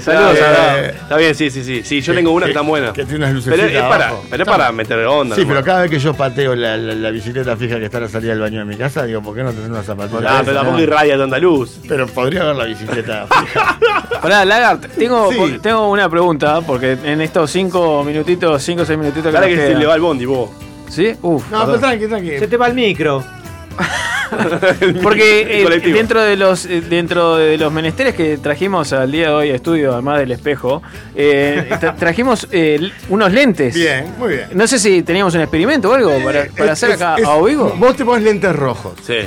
[SPEAKER 2] Saludos,
[SPEAKER 5] Claro.
[SPEAKER 2] Agar. Está bien, sí, sí, sí. Sí, yo tengo una que está buena.
[SPEAKER 5] Eh, Que tiene unas lucecitas.
[SPEAKER 2] Pero es para,
[SPEAKER 5] abajo.
[SPEAKER 2] pero es para meter onda.
[SPEAKER 5] Sí,
[SPEAKER 2] nomás.
[SPEAKER 5] pero cada vez que yo pateo la, la- la bicicleta fija que está a la salida del baño de mi casa, digo, ¿por qué no tener una zapatilla?
[SPEAKER 2] Ah, pero tampoco irradia tanta luz.
[SPEAKER 5] Pero podría haber la bicicleta fija.
[SPEAKER 3] Pará, Lagart, tengo, tengo una pregunta, porque en estos cinco minutitos, cinco o seis minutitos que
[SPEAKER 2] Ahora
[SPEAKER 3] nos
[SPEAKER 2] que se
[SPEAKER 3] quedan-
[SPEAKER 2] le va el bondi, vos.
[SPEAKER 3] ¿Sí? Uf.
[SPEAKER 5] No,
[SPEAKER 3] perdón.
[SPEAKER 5] pero tranqui, tranqui.
[SPEAKER 4] Se te va el micro.
[SPEAKER 3] Porque eh,
[SPEAKER 4] colectivo.
[SPEAKER 3] dentro de los eh, dentro de los menesteres que trajimos al día de hoy a estudio, además del espejo, eh, tra- trajimos eh, l- unos lentes.
[SPEAKER 5] Bien, muy bien. Eh,
[SPEAKER 3] No sé si teníamos un experimento o algo para, para
[SPEAKER 5] Es-
[SPEAKER 3] hacer
[SPEAKER 5] es-
[SPEAKER 3] acá
[SPEAKER 5] es-
[SPEAKER 3] a vivo.
[SPEAKER 5] Vos te pones lentes rojos.
[SPEAKER 2] Sí.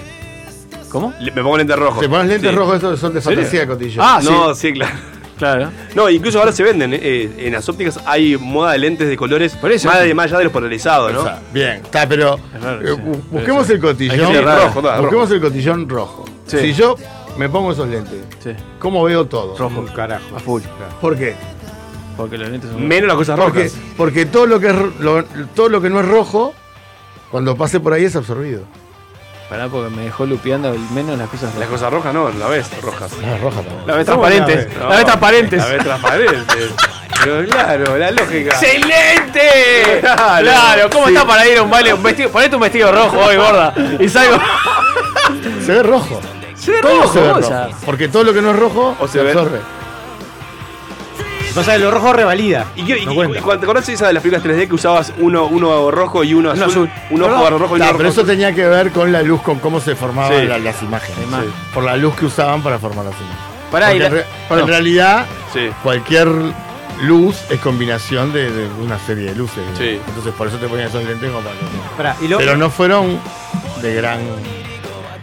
[SPEAKER 3] ¿Cómo?
[SPEAKER 2] Le- me pongo lentes rojos.
[SPEAKER 5] Te pones lentes
[SPEAKER 2] Sí.
[SPEAKER 5] rojos, esos son de
[SPEAKER 2] ¿En serio?
[SPEAKER 5] fantasía, Cotillo.
[SPEAKER 2] no, sí, claro.
[SPEAKER 3] Ah, Claro.
[SPEAKER 2] No, incluso ahora se venden. eh, eh, en las ópticas hay moda de lentes de colores más, de, más allá de los polarizados, ¿no?
[SPEAKER 5] Exacto. Bien, está, pero eh, bu- busquemos el
[SPEAKER 2] Hay que
[SPEAKER 5] cotillón.
[SPEAKER 2] ser rojo, da,
[SPEAKER 5] busquemos
[SPEAKER 2] rojo.
[SPEAKER 5] el cotillón rojo.
[SPEAKER 2] Sí.
[SPEAKER 5] Si yo me pongo esos lentes, ¿cómo veo todo?
[SPEAKER 3] Rojo.
[SPEAKER 5] Carajo.
[SPEAKER 3] A full.
[SPEAKER 5] ¿Por qué?
[SPEAKER 3] Mm, Porque los lentes son.
[SPEAKER 2] Menos las cosas rojas.
[SPEAKER 5] Porque, porque todo lo que es ro- lo- todo lo que no es rojo, cuando pase por ahí es absorbido.
[SPEAKER 3] Pará, porque me dejó lupeando el- menos las cosas rojas.
[SPEAKER 2] Las cosas rojas no, la ves rojas.
[SPEAKER 5] Las rojas
[SPEAKER 3] La ves transparentes.
[SPEAKER 2] No,
[SPEAKER 3] La ves transparentes.
[SPEAKER 2] La ves transparentes. Pero claro, la lógica.
[SPEAKER 3] ¡Excelente!
[SPEAKER 2] Claro.
[SPEAKER 3] Claro, ¿cómo
[SPEAKER 2] Sí.
[SPEAKER 3] está para ir a un baile? Un vestido, ponete un vestido rojo hoy, gorda. Y salgo.
[SPEAKER 5] Se ve rojo.
[SPEAKER 3] Se ve
[SPEAKER 5] Todo
[SPEAKER 3] rojo,
[SPEAKER 5] se ve
[SPEAKER 3] o
[SPEAKER 5] rojo.
[SPEAKER 3] sea.
[SPEAKER 5] Porque todo lo que no es rojo
[SPEAKER 2] O se
[SPEAKER 5] se
[SPEAKER 2] ve-
[SPEAKER 5] absorbe.
[SPEAKER 4] O sea, lo rojo revalida.
[SPEAKER 2] ¿Y, qué- y- y- cuando te acordás esa de las películas 3D que usabas uno, uno rojo y uno azul? Un ojo rojo y
[SPEAKER 5] Está,
[SPEAKER 2] uno
[SPEAKER 5] pero
[SPEAKER 2] rojo.
[SPEAKER 5] eso tenía que ver con la luz, con cómo se formaban
[SPEAKER 2] Sí.
[SPEAKER 5] la- las imágenes.
[SPEAKER 2] La imagen.
[SPEAKER 5] Sí. Por la luz que usaban para formar las imágenes.
[SPEAKER 3] Pará,
[SPEAKER 5] Porque
[SPEAKER 3] y la-
[SPEAKER 5] en re-
[SPEAKER 3] perdón.
[SPEAKER 5] en realidad,
[SPEAKER 2] Sí.
[SPEAKER 5] cualquier luz es combinación de, de una serie de luces.
[SPEAKER 2] Sí.
[SPEAKER 5] Entonces, por eso te ponían esos lentes como para que-
[SPEAKER 4] Pará, y lo-
[SPEAKER 5] Pero no fueron de gran.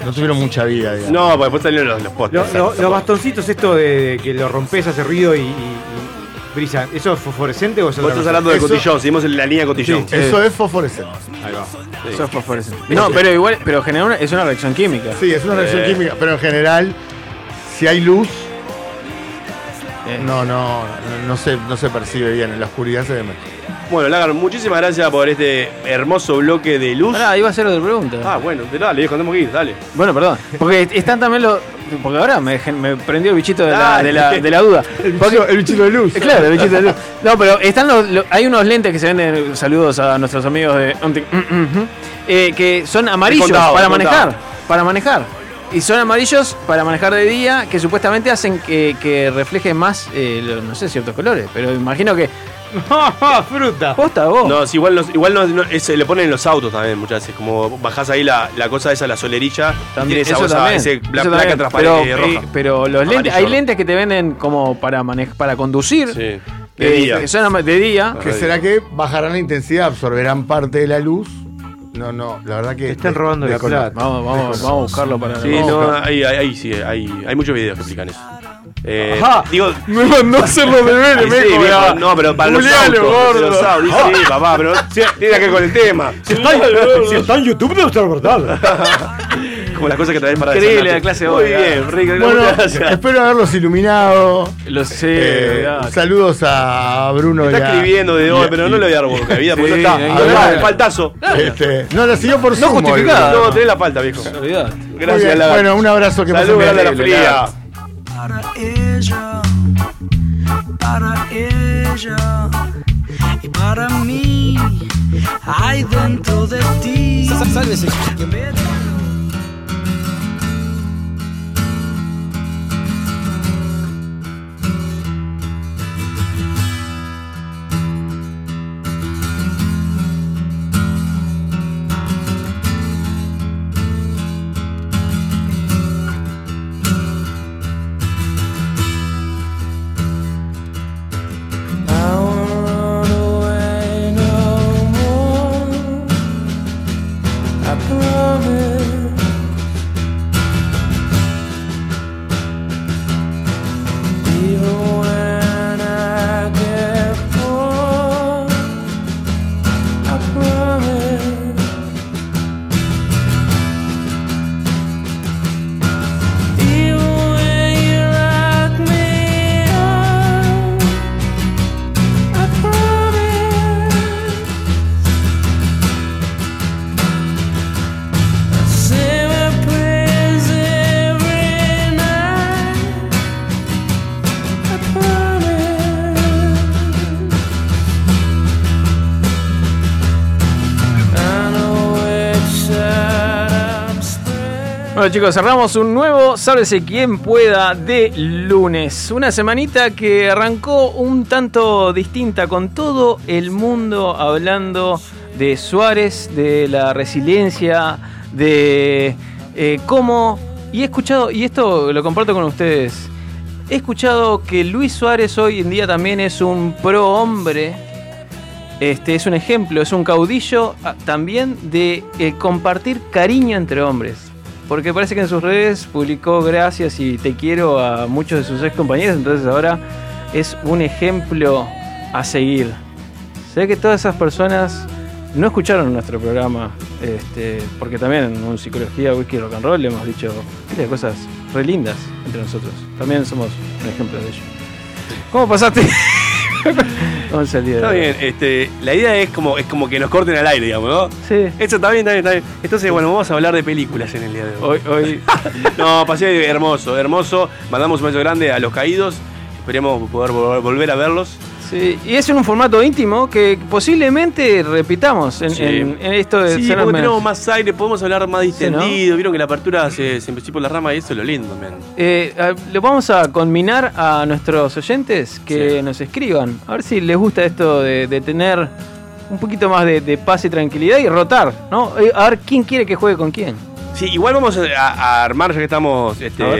[SPEAKER 5] No tuvieron mucha vida, digamos.
[SPEAKER 2] No, porque después salieron los, los
[SPEAKER 4] Lo-
[SPEAKER 2] postres.
[SPEAKER 4] lo- los bastoncitos estos de, de que lo rompes, hace ruido y, y- y brillan. ¿Eso es fosforescente o eso
[SPEAKER 2] Vos estás hablando de cotillón, seguimos en la línea de cotillón.
[SPEAKER 5] Eso es fosforescente.
[SPEAKER 4] Ahí va.
[SPEAKER 3] Eso es fosforescente. No, pero igual, pero genera una, es una reacción química.
[SPEAKER 5] Sí, es una reacción
[SPEAKER 3] Eh.
[SPEAKER 5] química, pero en general, si hay luz,
[SPEAKER 4] Eh.
[SPEAKER 5] no, no, no, no se, no se percibe bien, en la oscuridad se ve mejor.
[SPEAKER 2] Bueno, Lagar, muchísimas gracias por este hermoso bloque de luz.
[SPEAKER 3] Pará, iba a hacer otra pregunta.
[SPEAKER 2] Ah, bueno, dale, viejo, tenemos que ir, dale.
[SPEAKER 3] Bueno, perdón. Porque están también los. Porque ahora me, gen- me prendió el bichito de la,
[SPEAKER 2] Dale.
[SPEAKER 3] de la, de la duda.
[SPEAKER 5] El bichito, de luz.
[SPEAKER 3] Eh, Claro, el bichito de luz. No, pero están los, los- hay unos lentes que se venden. Saludos a nuestros amigos de. mm, eh, que son amarillos
[SPEAKER 2] Descontado,
[SPEAKER 3] para
[SPEAKER 2] descontado.
[SPEAKER 3] manejar. Para manejar. Y son amarillos para manejar de día que supuestamente hacen que, que refleje más, eh, lo- no sé, ciertos colores. Pero imagino que.
[SPEAKER 4] ¡Fruta!
[SPEAKER 3] ¿Posta vos?
[SPEAKER 2] No, sí, igual, no, igual no, no, es- le ponen en los autos también muchas veces. Como bajás ahí la, la cosa esa, la solerilla, y tiene esa,
[SPEAKER 3] Eso
[SPEAKER 2] cosa,
[SPEAKER 3] también,
[SPEAKER 2] ese, la
[SPEAKER 3] eso
[SPEAKER 2] placa
[SPEAKER 3] también.
[SPEAKER 2] transparente
[SPEAKER 3] pero,
[SPEAKER 2] roja.
[SPEAKER 3] eh, pero los
[SPEAKER 2] Amarillo,
[SPEAKER 3] lentes, hay
[SPEAKER 2] rojo.
[SPEAKER 3] lentes que te venden como para manejar, para conducir.
[SPEAKER 2] Sí.
[SPEAKER 3] que- que son ama- Eh, de día.
[SPEAKER 5] ¿Qué será que bajarán la intensidad, absorberán parte de la luz? No, no, la verdad que.
[SPEAKER 2] están
[SPEAKER 5] de-
[SPEAKER 2] robando la
[SPEAKER 5] desconozco.
[SPEAKER 2] plata. Vamos,
[SPEAKER 3] vamos, vamos a buscarlo para-
[SPEAKER 2] Sí,
[SPEAKER 3] vamos a
[SPEAKER 2] no,
[SPEAKER 3] buscarlo.
[SPEAKER 2] ahí, ahí, ahí sí, hay, hay muchos videos que explican eso. Eh,
[SPEAKER 3] Ajá.
[SPEAKER 2] digo,
[SPEAKER 3] Me mandó a hacer los deberes,
[SPEAKER 2] Y
[SPEAKER 3] me
[SPEAKER 2] sí,
[SPEAKER 3] cobraba.
[SPEAKER 2] viejo, No, pero para los
[SPEAKER 3] Juliano,
[SPEAKER 2] autos.
[SPEAKER 3] gordo.
[SPEAKER 2] Los autos. dice, Sí, papá, pero tiene que ver con el tema.
[SPEAKER 4] Si está, si está en YouTube, debe estar verdad.
[SPEAKER 2] Como las cosas que traes para
[SPEAKER 3] Increíble
[SPEAKER 2] desayunar.
[SPEAKER 3] la clase de
[SPEAKER 2] Muy
[SPEAKER 3] hoy, ¿eh?
[SPEAKER 2] bien,
[SPEAKER 3] ¿verdad?
[SPEAKER 2] Rico.
[SPEAKER 5] Bueno,
[SPEAKER 2] muchas gracias.
[SPEAKER 5] espero haberlos iluminado.
[SPEAKER 3] Lo sé.
[SPEAKER 5] Eh, saludos a Bruno.
[SPEAKER 2] Está
[SPEAKER 5] y a-
[SPEAKER 2] escribiendo de hoy,
[SPEAKER 5] y-
[SPEAKER 2] pero no le voy a dar boca, vida, porque
[SPEAKER 5] Sí,
[SPEAKER 2] no
[SPEAKER 5] ahí
[SPEAKER 2] está.
[SPEAKER 5] está.
[SPEAKER 2] Hablá, faltazo.
[SPEAKER 5] Este, no, la siguió por
[SPEAKER 2] No
[SPEAKER 5] Zoom,
[SPEAKER 2] justificada.
[SPEAKER 5] boludo.
[SPEAKER 2] No, tenés la falta, viejo.
[SPEAKER 5] Muy
[SPEAKER 2] Gracias,
[SPEAKER 5] bien,
[SPEAKER 2] Lagar.
[SPEAKER 5] Bueno, un abrazo que
[SPEAKER 2] Salud,
[SPEAKER 5] pasen
[SPEAKER 2] grande a la
[SPEAKER 5] bien.
[SPEAKER 2] fría.
[SPEAKER 1] Para ella, para ella y para mí, hay dentro de ti. Sálvese.
[SPEAKER 18] I promise. Even when I get bored, I promise. Even when you lock me up, I promise. Say my prayers every night. I promise. I know which side I'm
[SPEAKER 3] Bueno chicos, cerramos un nuevo Sálvese quien pueda de lunes. Una semanita que arrancó un tanto distinta con todo el mundo hablando de Suárez, de la resiliencia, de eh, cómo... Y he escuchado, y esto lo comparto con ustedes, he escuchado que Luis Suárez hoy en día también es un pro hombre este, es un ejemplo, es un caudillo ah, también de eh, compartir cariño entre hombres. Porque parece que en sus redes publicó gracias y te quiero a muchos de sus ex compañeros, entonces ahora es un ejemplo a seguir. Sé que todas esas personas no escucharon nuestro programa, este, porque también en Psicología, Whisky Rock and Roll hemos dicho miles de cosas re lindas entre nosotros. También somos un ejemplo de ello. ¿Cómo pasaste? ¿Cómo salió?
[SPEAKER 2] Está bien, este, la idea es como, es como que nos corten al aire, digamos, ¿no?
[SPEAKER 3] Sí.
[SPEAKER 2] Eso está bien, está bien, está bien. Entonces, bueno, vamos a hablar de películas en el día de hoy. no, pasé hermoso, hermoso. Mandamos un beso grande a los caídos. Esperemos poder vol- volver a verlos.
[SPEAKER 3] Sí, y es en un formato íntimo que posiblemente repitamos en,
[SPEAKER 2] Sí.
[SPEAKER 3] en- en esto de
[SPEAKER 2] Sí,
[SPEAKER 3] Ser
[SPEAKER 2] porque
[SPEAKER 3] Hermes.
[SPEAKER 2] tenemos más aire, podemos hablar más
[SPEAKER 3] Sí, ¿no?
[SPEAKER 2] distendido. Vieron que la apertura se, se empezó por la rama y eso es lo lindo, man.
[SPEAKER 3] Eh, a- lo vamos a conminar a nuestros oyentes que nos escriban. A ver si les gusta esto de, de tener un poquito más de, de paz y tranquilidad y rotar, ¿no? Eh, A ver quién quiere que juegue con quién.
[SPEAKER 2] Sí, igual vamos a, a armar, ya que estamos este,
[SPEAKER 3] A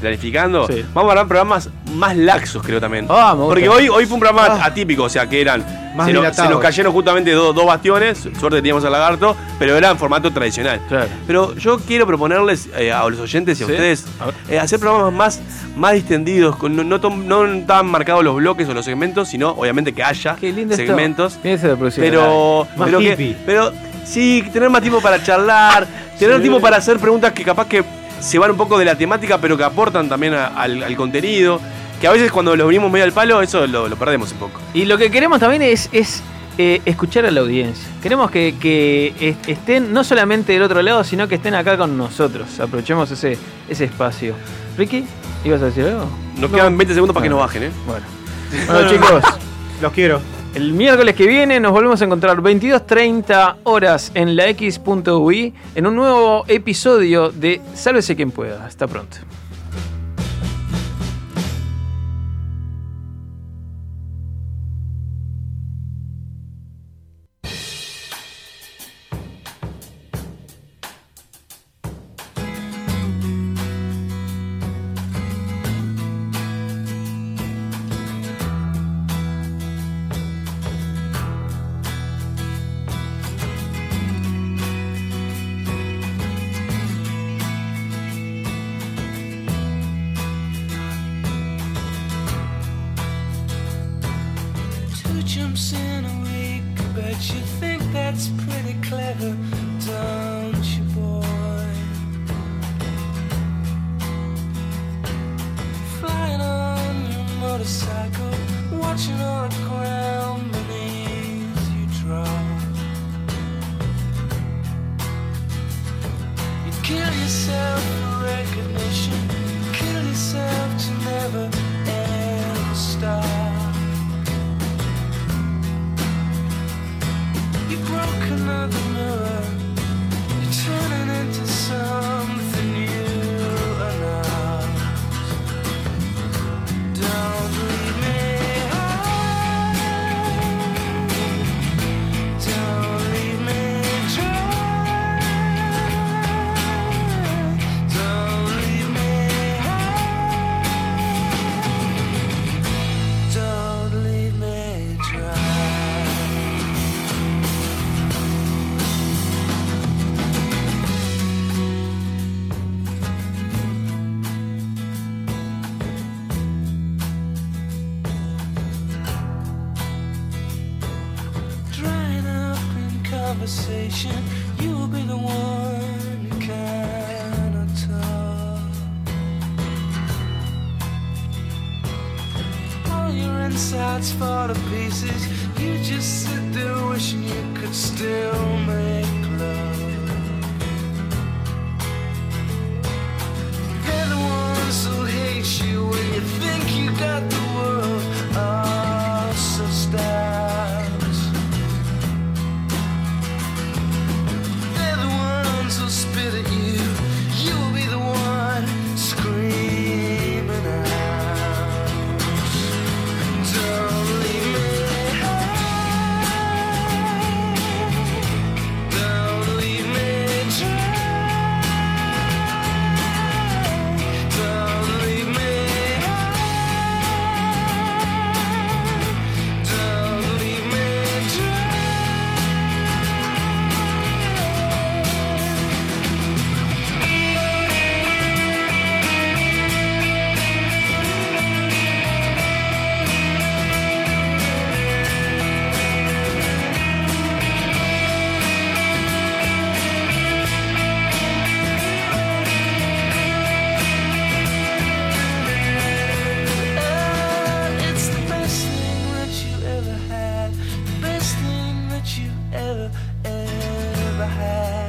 [SPEAKER 2] planificando,
[SPEAKER 3] Sí.
[SPEAKER 2] vamos a armar programas más laxos, creo también.
[SPEAKER 3] Ah, me gusta.
[SPEAKER 2] Porque hoy, hoy fue un programa
[SPEAKER 3] Ah.
[SPEAKER 2] atípico, o sea, que eran.
[SPEAKER 3] Más
[SPEAKER 2] se, nos,
[SPEAKER 3] dilatados.
[SPEAKER 2] se nos cayeron justamente dos, dos bastiones, suerte teníamos al lagarto, pero era en formato tradicional. Pero yo quiero proponerles eh, a los oyentes y a
[SPEAKER 3] Sí.
[SPEAKER 2] ustedes eh, hacer programas más, más distendidos, con, no, no tom- no tan marcados los bloques o los segmentos, sino obviamente que haya
[SPEAKER 3] Lindo esto.
[SPEAKER 2] segmentos.
[SPEAKER 3] Bien eso de producción.
[SPEAKER 2] Pero,
[SPEAKER 3] Más
[SPEAKER 2] pero, que-
[SPEAKER 3] hippie.
[SPEAKER 2] pero sí, tener más tiempo para charlar, tener
[SPEAKER 3] Sí.
[SPEAKER 2] tiempo para hacer preguntas que capaz que se van un poco de la temática, pero que aportan también a- al, al contenido. Que a veces cuando lo venimos medio al palo, eso lo, lo perdemos un poco.
[SPEAKER 3] Y lo que queremos también es, es eh, escuchar a la audiencia. Queremos que, que est- estén no solamente del otro lado, sino que estén acá con nosotros. Aprovechemos ese, ese espacio. Ricky, ¿ibas a decir algo?
[SPEAKER 2] Nos quedan 20 segundos para que
[SPEAKER 3] no
[SPEAKER 2] nos bajen, ¿eh?
[SPEAKER 3] Bueno. Bueno, chicos.
[SPEAKER 4] Los quiero.
[SPEAKER 3] El miércoles que viene nos volvemos a encontrar 22.30 horas en la X.ui en un nuevo episodio de Sálvese quien pueda. Hasta pronto.
[SPEAKER 18] jumps in a week. Bet you think that's pretty clever, don't you, boy? Flying on your motorcycle, watching all the ground beneath you drop. You kill yourself for recognition, kill yourself to never ever stop. You broke another mirror. You're turning into something you are not. Don't leave me. high. Don't leave me dry. Don't leave me high. Don't leave me dry. drying up in conversation. You will be the one who kinda talk. All your insides fall to pieces. You just sit there wishing you could still make love. They're the ones who hate you when you think you got the world. Oh, so stars. They're the ones who spit at you. You will be the one screaming out. Don't leave me high. Don't leave me dry. Don't leave me high. Don't leave me dry. Uh, It's the best thing that you ever had. The best thing that you ever, ever had.